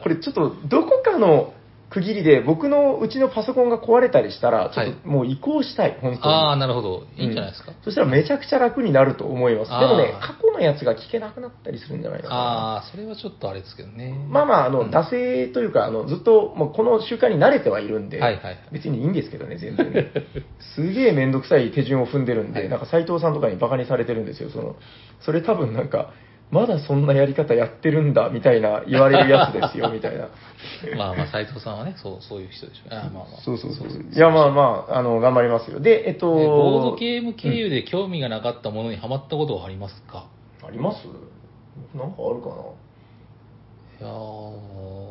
[SPEAKER 2] これちょっと、どこかの区切りで、僕のうちのパソコンが壊れたりしたら、ちょっともう移行したい、本当に。
[SPEAKER 1] ああ、なるほど。いいんじゃないですか。
[SPEAKER 2] そしたらめちゃくちゃ楽になると思います。で
[SPEAKER 1] あー
[SPEAKER 2] もね、過去のやつが聞けなくなったりするんじゃないかな。
[SPEAKER 1] ああ、それはちょっとあれですけどね。
[SPEAKER 2] まあまあ、あ
[SPEAKER 1] う
[SPEAKER 2] の、
[SPEAKER 1] ん
[SPEAKER 2] 惰性というか、あの、ずっと、もうこの習慣に慣れてはいるんで、
[SPEAKER 1] はいはいはい
[SPEAKER 2] 別にいいんですけどね、全 然ね。すげえめんどくさい手順を踏んでるんで、
[SPEAKER 1] はい
[SPEAKER 2] なんか斎藤さんとかにバカにされてるんですよ、その、それ多分なんか、まだそんなやり方やってるんだ、みたいな言われるやつですよ、みたいな。
[SPEAKER 1] まあまあ、斎藤さんはね、 そう、そういう人でしょう ね。あーまあまあ。
[SPEAKER 2] そうそうそう。いや、まあまあ、あの、頑張りますよ。で、えっと、
[SPEAKER 1] えボードゲーム経由で興味がなかったものにハマったことはありますか、
[SPEAKER 2] ありますなんかあるかない
[SPEAKER 1] や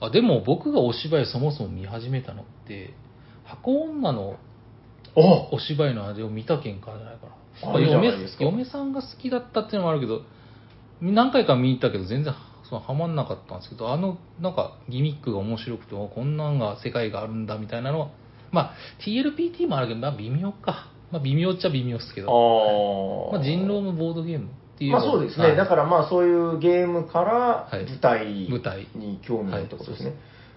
[SPEAKER 1] ーあでも僕がお芝居そもそも見始めたのって箱女の
[SPEAKER 2] あ
[SPEAKER 1] お芝居のあれを見たけんからじゃないかな
[SPEAKER 2] あいいじゃない
[SPEAKER 1] 嫁
[SPEAKER 2] ですか
[SPEAKER 1] 嫁さんが好きだったっていうのもあるけど何回か見に行ったけど全然そのハマんなかったんですけどあのなんかギミックが面白くておこんなんが世界があるんだみたいなのはまあ TLPT もあるけどまあ微妙か、まあ、微妙っちゃ微妙ですけど
[SPEAKER 2] あ
[SPEAKER 1] まあ、人狼もボードゲームっていう
[SPEAKER 2] ま
[SPEAKER 1] の
[SPEAKER 2] あ
[SPEAKER 1] が。
[SPEAKER 2] そうですね、
[SPEAKER 1] はい
[SPEAKER 2] だからまあそういうゲームから
[SPEAKER 1] はい
[SPEAKER 2] 舞台
[SPEAKER 1] 舞台
[SPEAKER 2] に興味があるってことですね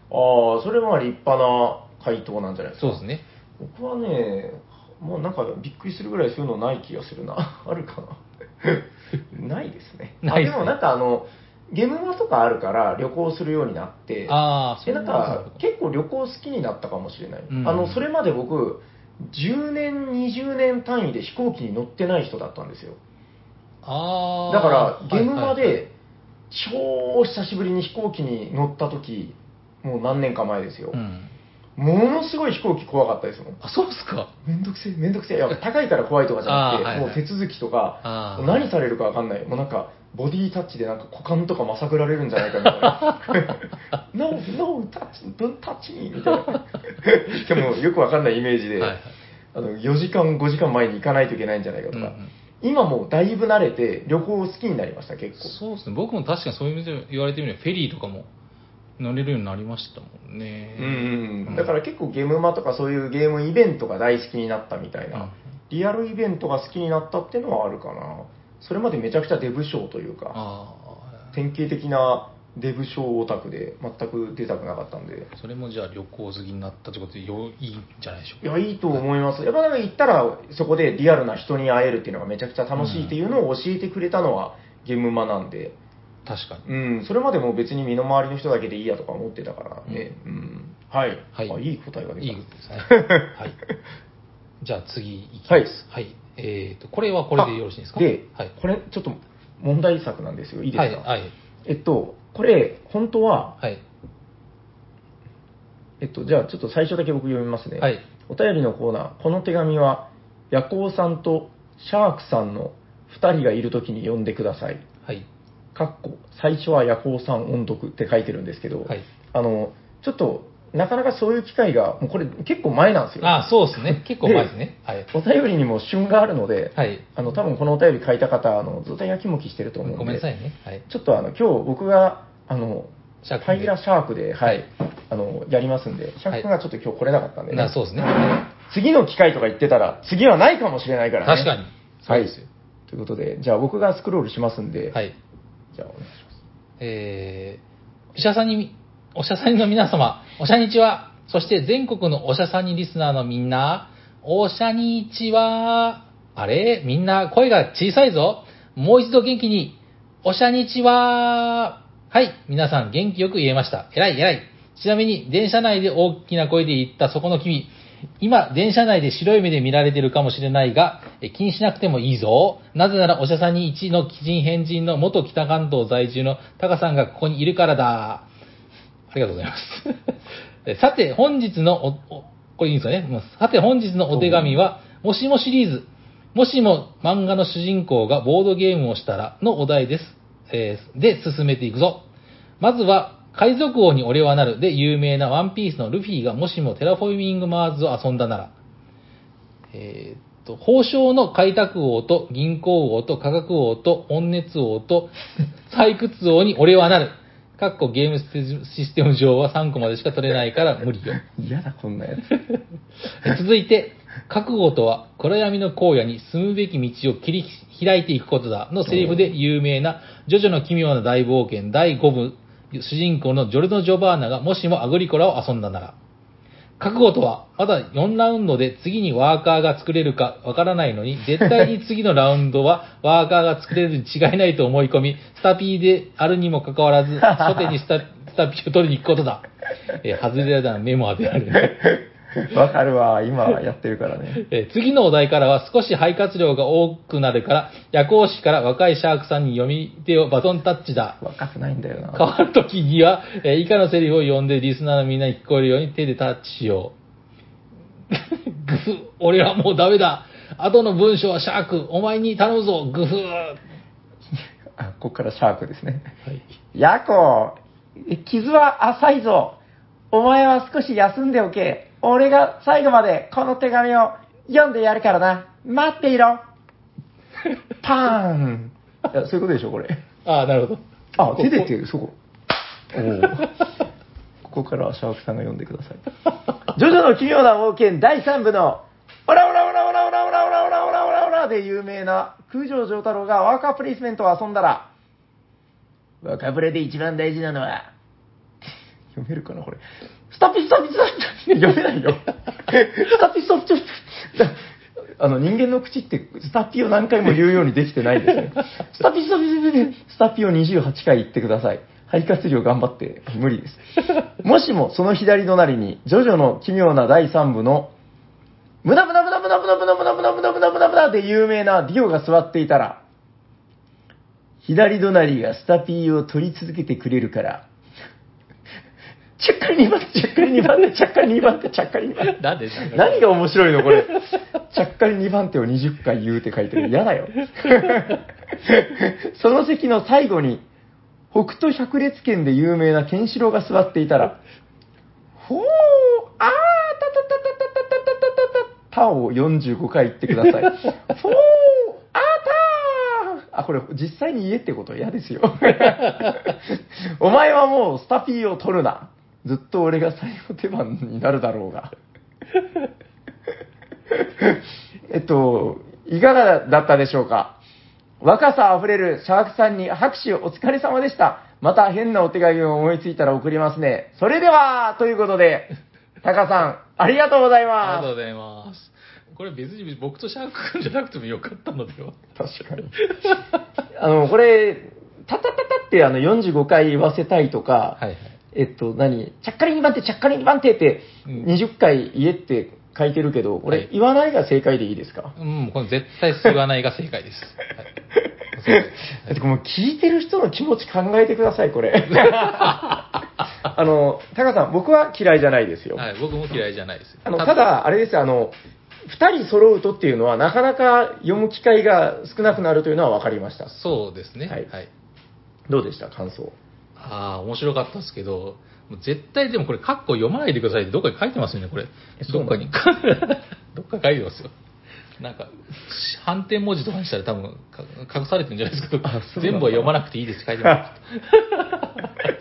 [SPEAKER 1] は、
[SPEAKER 2] ああそれは立派な回答なんじゃないです
[SPEAKER 1] そ
[SPEAKER 2] か
[SPEAKER 1] うですね。
[SPEAKER 2] 僕はねもうなんかびっくりするぐらいそういうのない気がするな あるかなないですね あ
[SPEAKER 1] ないですね
[SPEAKER 2] でもなんかあのゲームマとかあるから旅行するようになって
[SPEAKER 1] ああ、
[SPEAKER 2] でなんか
[SPEAKER 1] そう
[SPEAKER 2] 結構旅行好きになったかもしれない、
[SPEAKER 1] うん
[SPEAKER 2] あのそれまで僕10年20年単位で飛行機に乗ってない人だったんですよ
[SPEAKER 1] ああ。
[SPEAKER 2] だから、ゲームま
[SPEAKER 1] はいはいはい
[SPEAKER 2] で、超久しぶりに飛行機に乗った時もう何年か前ですよ
[SPEAKER 1] う。ん。
[SPEAKER 2] ものすごい飛行機怖かったですもん。
[SPEAKER 1] あ、そうっすか。
[SPEAKER 2] めんどくせえ、めんどくせえ。いや高いから怖いとかじゃなく
[SPEAKER 1] あ
[SPEAKER 2] て、
[SPEAKER 1] ーはいはい
[SPEAKER 2] もう手続きとか、
[SPEAKER 1] ああ。
[SPEAKER 2] 何されるかわかんない。もうなんか、ボディタッチでなんか股間とかまさぐられるんじゃないかみたいな。 ノー、ノー、タッチ、ブンタッチみたいな。しかもよくわかんないイメージで、
[SPEAKER 1] はいはい
[SPEAKER 2] あの4時間、5時間前に行かないといけないんじゃないかと
[SPEAKER 1] う
[SPEAKER 2] か。
[SPEAKER 1] んうん
[SPEAKER 2] 今もうだいぶ慣れて旅行好きになりました結構
[SPEAKER 1] そうですね。僕も確かにそういう意味で言われてみれば、フェリーとかも乗れるようになりましたもんね。
[SPEAKER 2] うんうんうんだから結構ゲームマとかそういうゲームイベントが大好きになったみたいな、
[SPEAKER 1] うん
[SPEAKER 2] リアルイベントが好きになったっていうのはあるかなそれまでめちゃくちゃデブ賞というか
[SPEAKER 1] あ
[SPEAKER 2] 典型的なデブ症オタクで、全く出たくなかったんで。
[SPEAKER 1] それもじゃあ旅行好きになったってことでよいいんじゃないでしょう
[SPEAKER 2] い
[SPEAKER 1] か
[SPEAKER 2] や、いいと思います。やっぱなんか行ったら、そこでリアルな人に会えるっていうのがめちゃくちゃ楽しいっていうのを教えてくれたのは、ゲームマなんで、
[SPEAKER 1] 確かに
[SPEAKER 2] うん、それまでも別に身の回りの人だけでいいやとか思ってたからなんで、うん、はい、
[SPEAKER 1] はい
[SPEAKER 2] あいい答えが出
[SPEAKER 1] い
[SPEAKER 2] た。
[SPEAKER 1] いことですねはいじゃあ次いきますはい、えー、とこれはこれでよろしいですか
[SPEAKER 2] あで、
[SPEAKER 1] はい
[SPEAKER 2] これちょっと問題作なんですよ。いいですか、
[SPEAKER 1] はいはい
[SPEAKER 2] えっと、これ、本当は、
[SPEAKER 1] はい
[SPEAKER 2] えっと、じゃあちょっと最初だけ僕読みますね。
[SPEAKER 1] はい
[SPEAKER 2] お便りのコーナー、この手紙は、夜行さんとシャークさんの2人がいるときに読んでください。
[SPEAKER 1] はい
[SPEAKER 2] かっこ、最初は夜行さん音読って書いてるんですけど、
[SPEAKER 1] はい
[SPEAKER 2] あの、ちょっと、なかなかそういう機会が、もうこれ結構前なんですよ。
[SPEAKER 1] あそうですね結構前ですねはい
[SPEAKER 2] お便りにも旬があるので、
[SPEAKER 1] はい
[SPEAKER 2] あの、多分このお便り書いた方、あの、ずっとやきもきしてると思うんで、
[SPEAKER 1] ごめんなさいねはい
[SPEAKER 2] ちょっとあの、今日僕が、あの、
[SPEAKER 1] シャーク
[SPEAKER 2] パ
[SPEAKER 1] 君で
[SPEAKER 2] イラシャークで、はい、あの、やりますんで、シャーク君がちょっと今日来れなかったんでね。
[SPEAKER 1] なそうですね
[SPEAKER 2] 次の機会とか言ってたら、次はないかもしれないからね。
[SPEAKER 1] 確かにそうですよ
[SPEAKER 2] はい。ということで、じゃあ僕がスクロールしますんで、
[SPEAKER 1] はい
[SPEAKER 2] じゃあお願いし
[SPEAKER 1] えー、おしゃさんに、おしゃさんの皆様、おしゃにちは。そして全国のおしゃさんにリスナーのみんな、おしゃにちは。あれみんな声が小さいぞ。もう一度元気に、おしゃにちは。はい、皆さん元気よく言えました。えらいえらい。ちなみに、電車内で大きな声で言ったそこの君、今、電車内で白い目で見られてるかもしれないが、え気にしなくてもいいぞ。なぜなら、おしゃさんに1の鬼人変人の元北関東在住のタカさんがここにいるからだ。ありがとうございます。 えさて、本日のお、おこれいいんですよね。もうさて、本日のお手紙は、もしもシリーズ。もしも漫画の主人公がボードゲームをしたらのお題です。えーで、進めていくぞ。まずは、海賊王に俺はなるで有名なワンピースのルフィがもしもテラフォーミングマーズを遊んだなら、えーっと、宝生の開拓王と銀行王と科学王と温熱王と 採掘王に俺はなる。かっこゲームシステム上は3個までしか取れないから無理よ。
[SPEAKER 2] ます。嫌だ、こんなやつ。
[SPEAKER 1] え 続いて、覚悟とは暗闇の荒野に進むべき道を切り開いていくことだのセリフで有名なジョジョの奇妙な大冒険第5部主人公のジョルノ・ジョバーナがもしもアグリコラを遊んだなら。覚悟とは、まだ4ラウンドで次にワーカーが作れるかわからないのに、絶対に次のラウンドはワーカーが作れるに違いないと思い込み、スタピーであるにもかかわらず、初手にスタスタピーを取りに行くことだ。えー、外れたメモは出られる。
[SPEAKER 2] わかるわ、今やってるからね。
[SPEAKER 1] えー次のお題からは少し肺活量が多くなるから、夜行士から若いシャークさんに読み手をバトンタッチだ。
[SPEAKER 2] 若くないんだよ
[SPEAKER 1] 変
[SPEAKER 2] な。
[SPEAKER 1] わる時には、えー以下のセリフを読んでリスナーのみんなに聞こえるように手でタッチしよう。 グフ、俺はもうダメだ。後の文章はシャーク、お前に頼むぞ、グフ。は
[SPEAKER 2] あ、こっからシャークですね。
[SPEAKER 1] い。
[SPEAKER 2] ヤコ傷は浅いぞ。お前は少し休んでおけ。俺が最後までこの手紙を読んでやるからな。待っていろ。 パーン。いや、そういうことでしょ、これ。
[SPEAKER 1] ああ、なるほど。
[SPEAKER 2] あ、手でって、そこ。おお。ここからはシャークさんが読んでください。ジョジョの奇妙な冒険第3部の、オラオラオラオラオラオラオラオラオラオラオラで有名な九条城太郎がワーカープレイスメントを遊んだら、ワーカープレイで一番大事なのは、読めるかな、これ。スタピスタピスタピ読めないよ。スタピスタピスタピあの、人間の口って、スタピを何回も言うようにできてないですね。スタピスタピスタピスタピを28回言ってください。肺活量頑張って、無理です。もしも、その左隣に、ジョジョの奇妙な第3部の、ムダムダムダムダムダムダムダムダムダムダムダムダで有名なディオが座っていたら、左隣がスタピーを取り続けてくれるから、ちゃっかり2番手、ちゃっかり2番手、ちゃっかり2番手、ちゃっかり2番手。
[SPEAKER 1] なんでなんで
[SPEAKER 2] 何が面白いのこれ。ちゃっかり2番手を20回言うって書いてる。嫌だよ。その席の最後に、北斗百列拳で有名なケンシロウが座っていたら、ほう、あー、たたたたたたたたたたた、たを45回言ってください。ほう、あーたーあ、これ実際に言えってこと嫌ですよ。お前はもうスタピーを取るな。ずっと俺が最後手番になるだろうが。 えっと、いかがだったでしょうか若さあふれるシャークさんに拍手お疲れ様でした。また変なお手紙を思いついたら送りますね。それでは、ということで、タカさん、ありがとうござい
[SPEAKER 1] ありがとうご
[SPEAKER 2] ま
[SPEAKER 1] ざいます。これ別に僕とシャークくんじゃなくてもよかったのでは。
[SPEAKER 2] す。確かに。 あの、これ、タタタタってあの45回言わせたいとか、
[SPEAKER 1] はいはい。
[SPEAKER 2] えっと、何ちゃっかり2番手、ちゃっかり2番手って、
[SPEAKER 1] うん
[SPEAKER 2] 20回言えって書いてるけど、こ
[SPEAKER 1] は
[SPEAKER 2] れ
[SPEAKER 1] い
[SPEAKER 2] 言わないが正解でいいですか
[SPEAKER 1] うん、これ絶対吸わないが正解です。はいそうです
[SPEAKER 2] だってもう聞いてる人の気持ち考えてください、これ。 あの、タカさん、僕 は嫌いじゃないですよ。
[SPEAKER 1] はい、僕も嫌いじゃないです。
[SPEAKER 2] あのた、だ、あれですよあの、2人揃うとっていうのは、なかなか読む機会が少なくなるというのは分かりました。
[SPEAKER 1] そうですね。
[SPEAKER 2] は
[SPEAKER 1] はいい。
[SPEAKER 2] どうでした、感想。
[SPEAKER 1] ああ、面白かったですけど、もう絶対でもこれ、カッコ読まないでくださいってどっかに書いてますよね、これ
[SPEAKER 2] え。そう
[SPEAKER 1] どっ
[SPEAKER 2] な
[SPEAKER 1] か
[SPEAKER 2] の
[SPEAKER 1] に。 どっか書いてますよ。なんか、反転文字とかにしたら多分か隠されてるんじゃないですか
[SPEAKER 2] あそうなの
[SPEAKER 1] 全部は読まなくていいですって書いてます。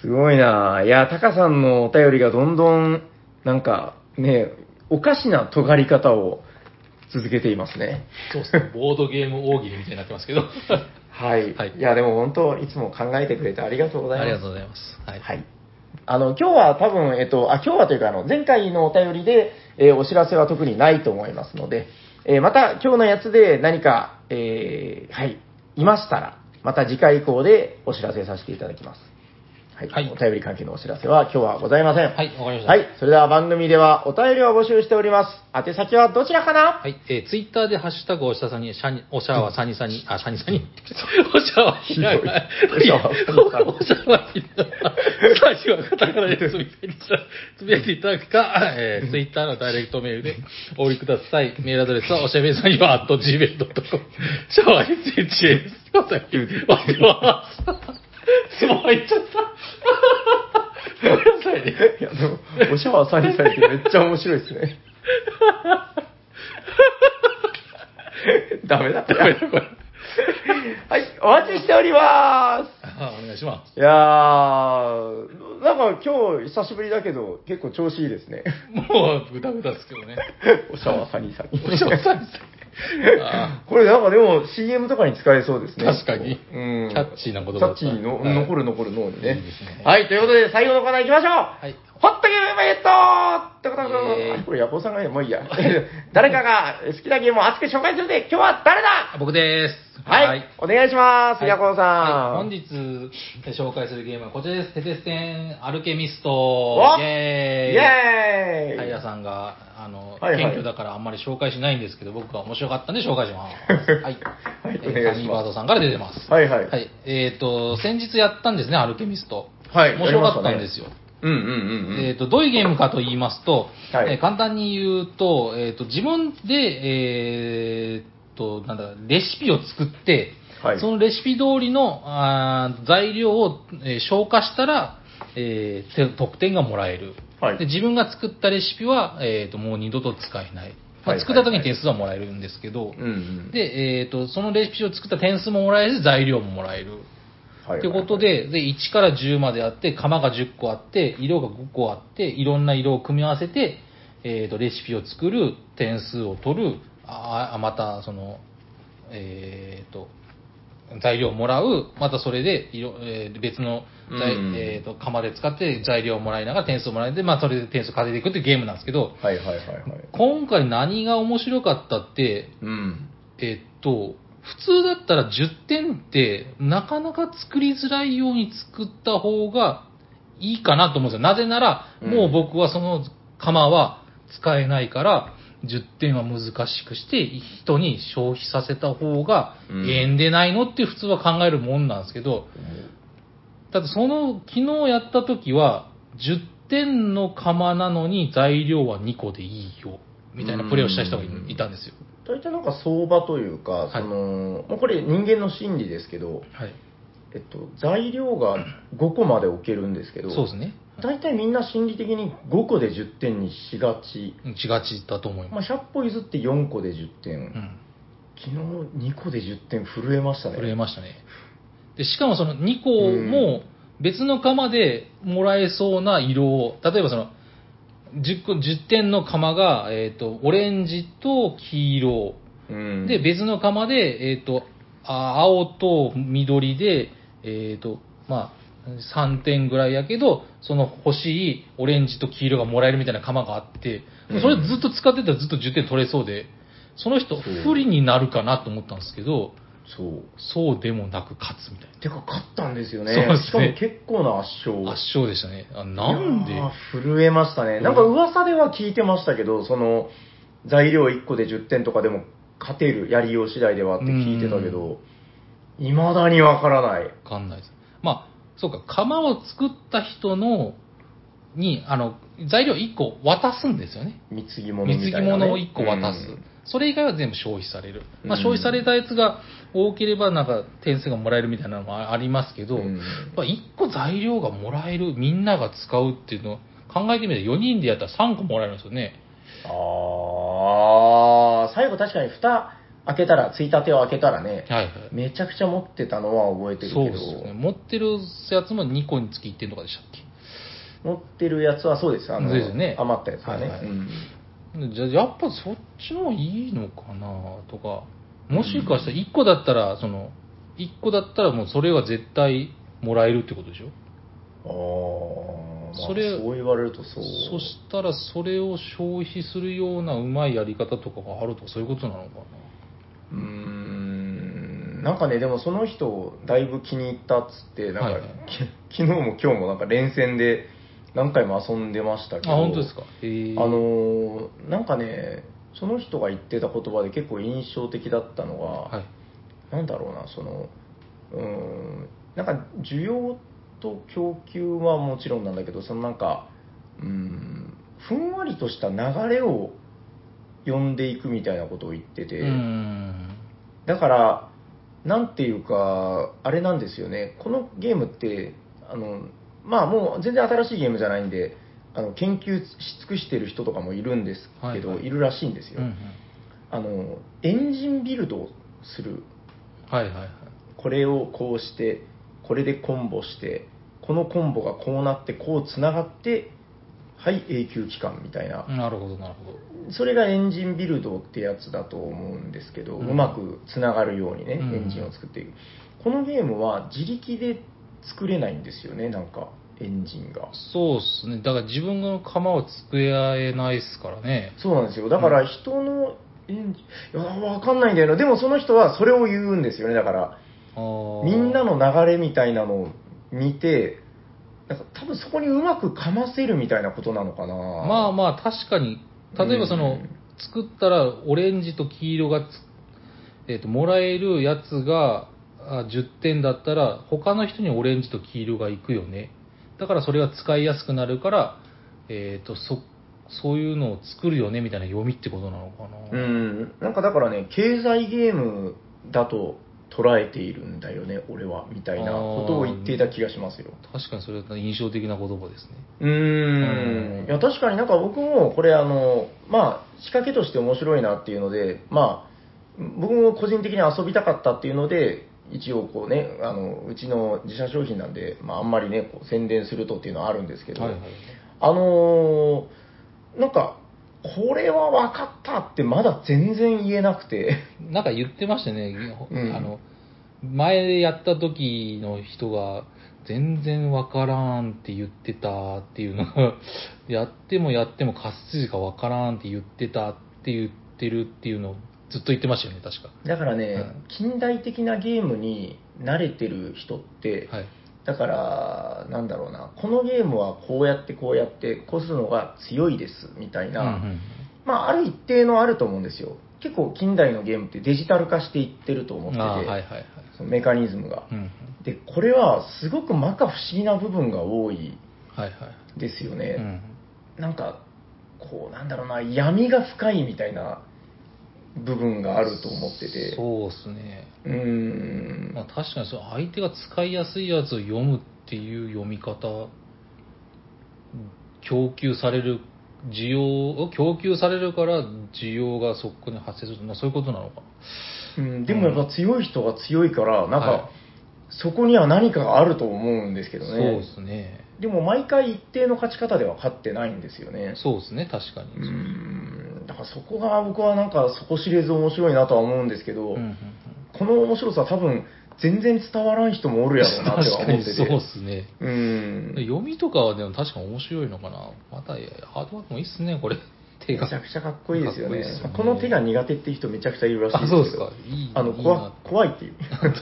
[SPEAKER 2] すごいなぁいや、タカさんのお便りがどんどん、なんか、ね、おかしな尖り方を続けていますね。
[SPEAKER 1] そうですね、ボードゲーム大喜利みたいになってますけど。あ
[SPEAKER 2] はい。
[SPEAKER 1] はい
[SPEAKER 2] いや、でも本当、いつも考えてくれてありがとうございます。
[SPEAKER 1] りがとうございます。はい。
[SPEAKER 2] はい。あの、今日は多分、えっと、あ、今日はというか、あの、前回のお便りで、えーお知らせは特にないと思いますので、えーまた今日のやつで何か、えーはい、いましたら、また次回以降でお知らせさせていただきます。はい。
[SPEAKER 1] はい
[SPEAKER 2] お便り関係のお知らせは今日はございません。
[SPEAKER 1] はい、わかりました。
[SPEAKER 2] はい。それでは番組ではお便りを募集しております。宛先はどちらかな
[SPEAKER 1] はい、えー、ツイッターでハッシュタグおしゃさに、シャニ、おしゃはさにさに、あ、シャニさに、おしゃはひらがな、
[SPEAKER 2] ひどいおしゃはさにさに
[SPEAKER 1] おしゃはひらがな、最初はカタカナですみたいにしたつぶやいていただくか、えー、ツイッターのダイレクトメールでお送りください。メールアドレスはおしゃべりさには、アット gmail.com、シャワー SHA です。お便り待ってます。つぼ入っちゃった。ごめんなさいね。
[SPEAKER 2] いや、でも、おしゃわさにされてめっちゃ面白いですね。 ダメだ、ダメだ、これ。はい、お待ちしておりま
[SPEAKER 1] あお願いします。
[SPEAKER 2] す。いやー、なんか今日久しぶりだけど、結構調子いいですね。
[SPEAKER 1] もう、ぐだぐだですけどね。
[SPEAKER 2] おしゃわさにさん
[SPEAKER 1] おしゃはさにさに。あー
[SPEAKER 2] これなんかでも CM とかに使えそうですね。
[SPEAKER 1] 確かに
[SPEAKER 2] うん。
[SPEAKER 1] キャッチーな言葉
[SPEAKER 2] キャ
[SPEAKER 1] だ
[SPEAKER 2] ッ
[SPEAKER 1] った
[SPEAKER 2] チーの、
[SPEAKER 1] はい
[SPEAKER 2] 残る残る脳にね
[SPEAKER 1] いいですね
[SPEAKER 2] はい、ということで最後のコーナー行きましょう。
[SPEAKER 1] い
[SPEAKER 2] ホットゲームマーケットってこと
[SPEAKER 1] イエー
[SPEAKER 2] で、
[SPEAKER 1] イ
[SPEAKER 2] これヤコウさんがね、もういいや。 誰かが好きなゲームを熱く紹介するんで、今日は誰だ
[SPEAKER 1] 僕です。
[SPEAKER 2] はい、お願いします、ヤコウ
[SPEAKER 1] は
[SPEAKER 2] さん。
[SPEAKER 1] い本日紹介するゲームはこちらです。テテステンアルケミスト
[SPEAKER 2] お。
[SPEAKER 1] イ
[SPEAKER 2] イ
[SPEAKER 1] エーイ。
[SPEAKER 2] エーイ
[SPEAKER 1] 平さんが、あの、
[SPEAKER 2] はいはい
[SPEAKER 1] 謙虚だからあんまり紹介しないんですけど、僕は面白かったんで紹介します。はい。
[SPEAKER 2] はい
[SPEAKER 1] えー
[SPEAKER 2] お願
[SPEAKER 1] サ
[SPEAKER 2] いします
[SPEAKER 1] ニーバードさんから出てます。
[SPEAKER 2] はいはい
[SPEAKER 1] はい。えっ、と、先日やったんですね、アルケミスト。
[SPEAKER 2] はい
[SPEAKER 1] 面白かったんですよ。
[SPEAKER 2] うんうんうんうん。
[SPEAKER 1] えー、とどういうゲームかと言いますと、
[SPEAKER 2] はい
[SPEAKER 1] えー簡単に言うと,、えー、と自分で、えー、となんだレシピを作って、
[SPEAKER 2] はい
[SPEAKER 1] そのレシピ通りのあー材料を、えー消化したら、えーて得点がもらえる、
[SPEAKER 2] はい
[SPEAKER 1] で自分が作ったレシピは、えー、ともう二度と使えない、ま
[SPEAKER 2] はい
[SPEAKER 1] あ、作った時に点数はもらえるんですけど、
[SPEAKER 2] うんうん。
[SPEAKER 1] でえー、とそのレシピを作った点数ももらえるし材料ももらえる
[SPEAKER 2] はいはい
[SPEAKER 1] ということ、で、で、1から10まであって、釜が10個あって、色が5個あって、いろんな色を組み合わせて、えー、と、レシピを作る、点数を取る、ああまた、その、えー、と、材料をもらう、またそれで色、えー別の材、
[SPEAKER 2] うん
[SPEAKER 1] えー、と、釜で使って材料をもらいながら点数をもらえて、まあ、それで点数を稼いでいくっていうゲームなんですけど、
[SPEAKER 2] はいはいはいはい。
[SPEAKER 1] 今回何が面白かったって、
[SPEAKER 2] うん。
[SPEAKER 1] えっと、普通だったら10点って、なかなか作りづらいように作った方がいいかなと思うんですよ。なぜなら、
[SPEAKER 2] うん
[SPEAKER 1] もう僕はその釜は使えないから、10点は難しくして、人に消費させた方が、
[SPEAKER 2] うん
[SPEAKER 1] ええんでないのって普通は考えるもんなんですけど、ただその、昨日やった時は、10点の釜なのに材料は2個でいいよ、みたいなプレイをした人がいたんですよ。
[SPEAKER 2] 大体なんか相場というか、
[SPEAKER 1] い
[SPEAKER 2] そのもうこれ人間の心理ですけど、
[SPEAKER 1] はい。
[SPEAKER 2] えっと、材料が5個まで置けるんですけど
[SPEAKER 1] そうですね。
[SPEAKER 2] 大体みんな心理的に5個で10点にしがち、
[SPEAKER 1] しがちだと思い
[SPEAKER 2] ま
[SPEAKER 1] ま
[SPEAKER 2] あ、
[SPEAKER 1] す。
[SPEAKER 2] 100歩譲って4個で10点、
[SPEAKER 1] うん。
[SPEAKER 2] 昨日2個で10点震えましたね
[SPEAKER 1] 震えましたね。で、しかもその2個も別の釜でもらえそうな色を、例えばその、10, 個10点の釜が、えっとオレンジと黄色、
[SPEAKER 2] うん
[SPEAKER 1] で、別の釜で、えっ、と、あ青と緑で、えっ、と、まあ、3点ぐらいやけど、その欲しいオレンジと黄色がもらえるみたいな釜があって、
[SPEAKER 2] うん
[SPEAKER 1] それずっと使ってたらずっと10点取れそうで、その人
[SPEAKER 2] そう
[SPEAKER 1] 不利になるかなと思ったんですけど、
[SPEAKER 2] そう。
[SPEAKER 1] そうでもなく勝つみたい
[SPEAKER 2] てか、勝ったんですよね。
[SPEAKER 1] そうですね
[SPEAKER 2] しかも結構な圧勝。
[SPEAKER 1] な。圧勝でしたね。あなんで
[SPEAKER 2] いやー震えましたね。なんか噂では聞いてましたけど、その、材料1個で10点とかでも勝てる、やりよう次第ではって聞いてたけど、いまだにわからない。
[SPEAKER 1] わかんないです。まあ、そうか、釜を作った人の、に、あの、材料1個渡すんですよね。
[SPEAKER 2] 貢ぎ物み
[SPEAKER 1] 貢
[SPEAKER 2] たい
[SPEAKER 1] ぎ
[SPEAKER 2] な、ね。
[SPEAKER 1] 物を1個渡す、
[SPEAKER 2] うん
[SPEAKER 1] それ以外は全部消費される、まあ、
[SPEAKER 2] うん
[SPEAKER 1] 消費されたやつが多ければなんか点数がもらえるみたいなのもあありますけど、
[SPEAKER 2] うん
[SPEAKER 1] やっぱ1個材料がもらえるみんなが使うっていうのを考えてみたら4人でやったら3個もらえるんですよね
[SPEAKER 2] あー、最後確かに蓋開けたら、ついたてを開けたらね、
[SPEAKER 1] はいはい
[SPEAKER 2] めちゃくちゃ持ってたのは覚えてるけ
[SPEAKER 1] そう
[SPEAKER 2] ど
[SPEAKER 1] で、すよね持ってるやつも2個につき1点とかでしたっ
[SPEAKER 2] 持ってるやつはそうです。あの、
[SPEAKER 1] そうですよね
[SPEAKER 2] 余ったやつはね。
[SPEAKER 1] はいはい
[SPEAKER 2] うん
[SPEAKER 1] けじゃあやっぱそっちの方がいいのかなとかもしかしたら1個だったらその1個だったらもうそれは絶対もらえるってことでしょ
[SPEAKER 2] あー、まあ、
[SPEAKER 1] そ
[SPEAKER 2] そ
[SPEAKER 1] れ
[SPEAKER 2] そう言われるとそう。
[SPEAKER 1] そしたらそれを消費するようなうまいやり方とかがあるとかそういうことなのか
[SPEAKER 2] うーんなんかね、でもその人、だいぶ気に入ったっつって、なんか、
[SPEAKER 1] はいはい
[SPEAKER 2] き昨日も今日もなんか連戦で何回も遊んでましたけ
[SPEAKER 1] な
[SPEAKER 2] ど、
[SPEAKER 1] あ本当ですかへえ
[SPEAKER 2] あのーなんかね、その人が言ってた言葉で結構印象的だったのが、
[SPEAKER 1] はい
[SPEAKER 2] なんだろうな、その、うーん、なんか需要と供給はもちろんなんだけど、そのなんか、うーん、ふんわりとした流れを呼んでいくみたいなことを言ってて、
[SPEAKER 1] うーん
[SPEAKER 2] だから、なんていうか、あれなんですよね、このゲームって、あのまあ、もう全然新しいゲームじゃないんで、あの研究し尽くしてる人とかもいるんですけど、
[SPEAKER 1] はいは
[SPEAKER 2] い
[SPEAKER 1] い
[SPEAKER 2] るらしいんです
[SPEAKER 1] う
[SPEAKER 2] よ、
[SPEAKER 1] んうん
[SPEAKER 2] あの。エンジンビルドをする、
[SPEAKER 1] はいはいはい
[SPEAKER 2] これをこうして、これでコンボして、このコンボがこうなって、こうつながって、はい、永久期間みたいな。
[SPEAKER 1] なるほどなるほど
[SPEAKER 2] それがエンジンビルドってやつだと思うんですけど、
[SPEAKER 1] う
[SPEAKER 2] うんまくつながるようにね、
[SPEAKER 1] うん
[SPEAKER 2] エンジンを作っていく、このゲームは自力で作れないんですよね、なんか、エンジンが。
[SPEAKER 1] そうっすねだから自分の釜を作り合えないっすからね
[SPEAKER 2] そうなんですよ、だから人のエンジン、いやわかんないんだよな、でもその人はそれを言うんですよね、だから、
[SPEAKER 1] あー
[SPEAKER 2] みんなの流れみたいなのを見て、なんか多分そこにうまくかませるみたいなことなのかな。
[SPEAKER 1] まあまあ確かに例えばその、
[SPEAKER 2] うん
[SPEAKER 1] 作ったらオレンジと黄色がつ、えー、ともらえるやつがあ10点だったら他の人にオレンジと黄色がいくよねだからそれが使いやすくなるから、えー、とそそういうのを作るよねみたいな読みってことなのか
[SPEAKER 2] う
[SPEAKER 1] な、
[SPEAKER 2] ん、なんかだからね、経済ゲームだと捉えているんだよね、俺は、みたいなことを言っていた気がしますよ。
[SPEAKER 1] 確かにそれは印象的な言葉ですね
[SPEAKER 2] うーん、いや、確かになんか僕も、これ、あの、まあ、仕掛けとして面白いなっていうので、まあ、僕も個人的に遊びたかったっていうので、一応こうね、あの、うちの自社商品なんで、まあ、あんまりね、こう宣伝するとっていうのはあるんですけど、
[SPEAKER 1] はいはい
[SPEAKER 2] あのーなんか、これは分かったってまだ全然言えなくて、
[SPEAKER 1] なんか言ってましたね、
[SPEAKER 2] うん
[SPEAKER 1] あの前やった時の人が全然わからんって言ってたっていうのが やってもやっても活字がわからんって言ってたって言ってるっていうのをずっと言ってましたよね確か
[SPEAKER 2] だからね、
[SPEAKER 1] うん
[SPEAKER 2] 近代的なゲームに慣れてる人って、
[SPEAKER 1] はい
[SPEAKER 2] だから、なんだろうな、このゲームはこうやってこうやって、こうするのが強いですみたいな、
[SPEAKER 1] うんうん
[SPEAKER 2] まあ、ある一定のあると思うんですよ。結構近代のゲームってデジタル化していってると思ってて、
[SPEAKER 1] ああはいはいはい、
[SPEAKER 2] そのメカニズムが。
[SPEAKER 1] うんうん、
[SPEAKER 2] で、これはすごく摩訶不思議な部分が多い
[SPEAKER 1] はいはい、
[SPEAKER 2] ですよ
[SPEAKER 1] う
[SPEAKER 2] ね。
[SPEAKER 1] ん、
[SPEAKER 2] なんか、こう、なんだろうな、闇が深いみたいな部分があると思ってて。
[SPEAKER 1] そうですね
[SPEAKER 2] うーん
[SPEAKER 1] まあ、確かにその相手が使いやすいやつを読むっていう読み方供給される需要を供給されるから需要がそこに発生する、まあ、そういうことなのか
[SPEAKER 2] うん、でもやっぱ強い人が強いから、なんか、
[SPEAKER 1] はい
[SPEAKER 2] そこには何かがあると思うんですけど
[SPEAKER 1] そう
[SPEAKER 2] ね
[SPEAKER 1] で。すね
[SPEAKER 2] でも毎回一定の勝ち方では勝ってないんですよね。
[SPEAKER 1] そうですね確かに、
[SPEAKER 2] うん、だからかそこが僕はなんか底知れず面白いなとは思うんですけど、
[SPEAKER 1] うんうんうん
[SPEAKER 2] この面白さ多分全然伝わらん人もおるやろうなって
[SPEAKER 1] 確か
[SPEAKER 2] は思
[SPEAKER 1] に
[SPEAKER 2] ってて。
[SPEAKER 1] そうですね。
[SPEAKER 2] うん。
[SPEAKER 1] 読みとかはでも確かに面白いのかな。また、ハードワークもいいっすね、これ。手
[SPEAKER 2] めち
[SPEAKER 1] が。
[SPEAKER 2] ゃくちゃかっこいいですよ
[SPEAKER 1] かっ
[SPEAKER 2] ね。
[SPEAKER 1] こいいですよね
[SPEAKER 2] この手が苦手っていう人めちゃくちゃいるらしい
[SPEAKER 1] あ、そうで
[SPEAKER 2] け
[SPEAKER 1] す
[SPEAKER 2] ど
[SPEAKER 1] か。いい。
[SPEAKER 2] あの、
[SPEAKER 1] いい
[SPEAKER 2] 怖
[SPEAKER 1] な
[SPEAKER 2] 怖いっていう。
[SPEAKER 1] 確か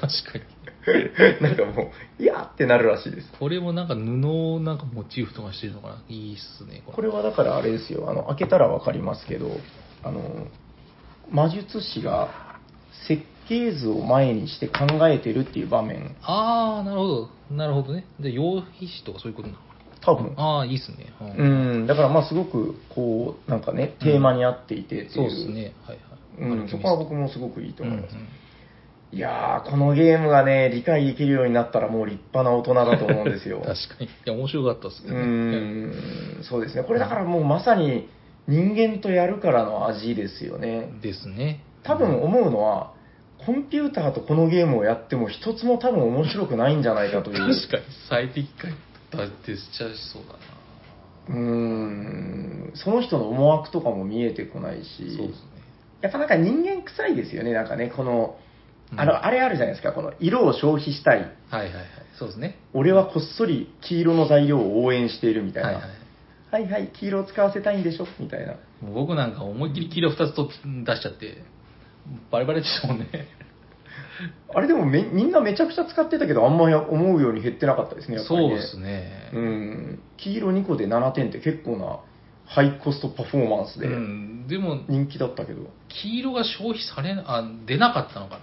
[SPEAKER 1] に。
[SPEAKER 2] なんかもう、いやーってなるらしいです。
[SPEAKER 1] これもなんか布をなんかモチーフとかしてるのかな。いいっすね、こ
[SPEAKER 2] こ
[SPEAKER 1] れ。
[SPEAKER 2] れはだからあれですよ、あの、開けたらわかりますけど、あの、魔術師が設計図を前にして考えてるっていう場面、
[SPEAKER 1] あー、なるほど。なるほどね。で、羊皮紙とかそういうことなの
[SPEAKER 2] 多分。
[SPEAKER 1] ああー、いいっすね。うん
[SPEAKER 2] うん、だからまあすごく、こう、なんかね、テーマに合っていてって
[SPEAKER 1] そ
[SPEAKER 2] いうう。
[SPEAKER 1] ですね。はいはい。
[SPEAKER 2] うん、そこは僕もすごくいいと
[SPEAKER 1] うん
[SPEAKER 2] 思
[SPEAKER 1] う
[SPEAKER 2] い
[SPEAKER 1] ん
[SPEAKER 2] ます。いやー、このゲームがね、理解できるようになったらもう立派な大人だと思うんですよ。
[SPEAKER 1] 確かに。いや、面白かったっす
[SPEAKER 2] う
[SPEAKER 1] ね。
[SPEAKER 2] ーん、そうですね。これだからもうまさに人間とやるからの味ですよね。
[SPEAKER 1] ですね。
[SPEAKER 2] 多分思うのは、コンピューターとこのゲームをやっても一つも多分面白くないんじゃないかとい
[SPEAKER 1] 確か
[SPEAKER 2] う。
[SPEAKER 1] に最適解だってしちゃいそうだな。
[SPEAKER 2] うーん、その人の思惑とかも見えてこないし。
[SPEAKER 1] そうですね。
[SPEAKER 2] やっぱなんか人間臭いですよね、なんかね、この、
[SPEAKER 1] うん
[SPEAKER 2] あの、あれあるじゃないですか、この色を消費したい。
[SPEAKER 1] はいはいはい。そうですね。
[SPEAKER 2] 俺はこっそり黄色の材料を応援しているみたいな。
[SPEAKER 1] はいはい。
[SPEAKER 2] はいはい、黄色を使わせたいんでしょみたいな。
[SPEAKER 1] もう僕なんか思いっきり黄色2つと出しちゃって、バレバレでしたもんね。
[SPEAKER 2] あれでもめみんなめちゃくちゃ使ってたけど、あんまり思うように減ってなかったですね、やっぱり、
[SPEAKER 1] そう
[SPEAKER 2] ね。
[SPEAKER 1] ですね。
[SPEAKER 2] うん。黄色2個で7点って結構なハイコストパフォーマンスで
[SPEAKER 1] うんでも、
[SPEAKER 2] 人気だったけど。
[SPEAKER 1] 黄色が消費されな、あ、出なかったのかな。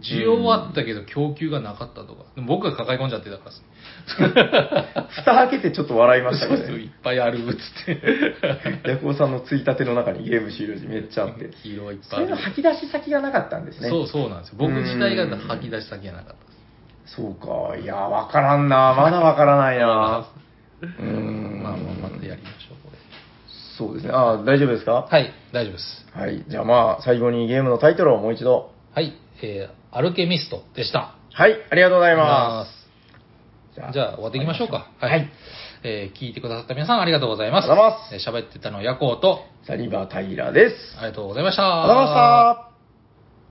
[SPEAKER 1] 需要はあったけど供給がなかったとか。でも僕が抱え込んじゃってたからですね。
[SPEAKER 2] 蓋開けてちょっと笑いました
[SPEAKER 1] そう
[SPEAKER 2] け
[SPEAKER 1] そ
[SPEAKER 2] ど
[SPEAKER 1] うい
[SPEAKER 2] ね。
[SPEAKER 1] っぱいあるっつって。
[SPEAKER 2] ヤコウさんのついたての中にゲーム終了時めっちゃあって。
[SPEAKER 1] 黄色はいっ
[SPEAKER 2] そ
[SPEAKER 1] ぱいあ
[SPEAKER 2] れ
[SPEAKER 1] る
[SPEAKER 2] の。吐き出し先がなかったんですね。
[SPEAKER 1] そうそうなんですよ。僕自体
[SPEAKER 2] うん
[SPEAKER 1] が吐き出し先がなかったです。
[SPEAKER 2] そうか。いや、わからんな。まだわからないな。う
[SPEAKER 1] うん
[SPEAKER 2] ん。
[SPEAKER 1] まあまあ、またやりましょう、これ。
[SPEAKER 2] そうですね。あー大丈夫ですか
[SPEAKER 1] はい、大丈夫です。
[SPEAKER 2] はい。じゃあまあ、最後にゲームのタイトルをもう一度。
[SPEAKER 1] はい、えー、アルケミストでした。
[SPEAKER 2] はい。ありがとうござ
[SPEAKER 1] あ
[SPEAKER 2] います
[SPEAKER 1] りがとうございます。じゃあ、終わっていきましょうか。
[SPEAKER 2] はい。
[SPEAKER 1] えー聞いてくださった皆さん、ありがとうございます。
[SPEAKER 2] ありがとうございます
[SPEAKER 1] えー喋ってたのはヤコウと、
[SPEAKER 2] サニバタイラです。
[SPEAKER 1] ありがとうございました。
[SPEAKER 2] ありがとうございました。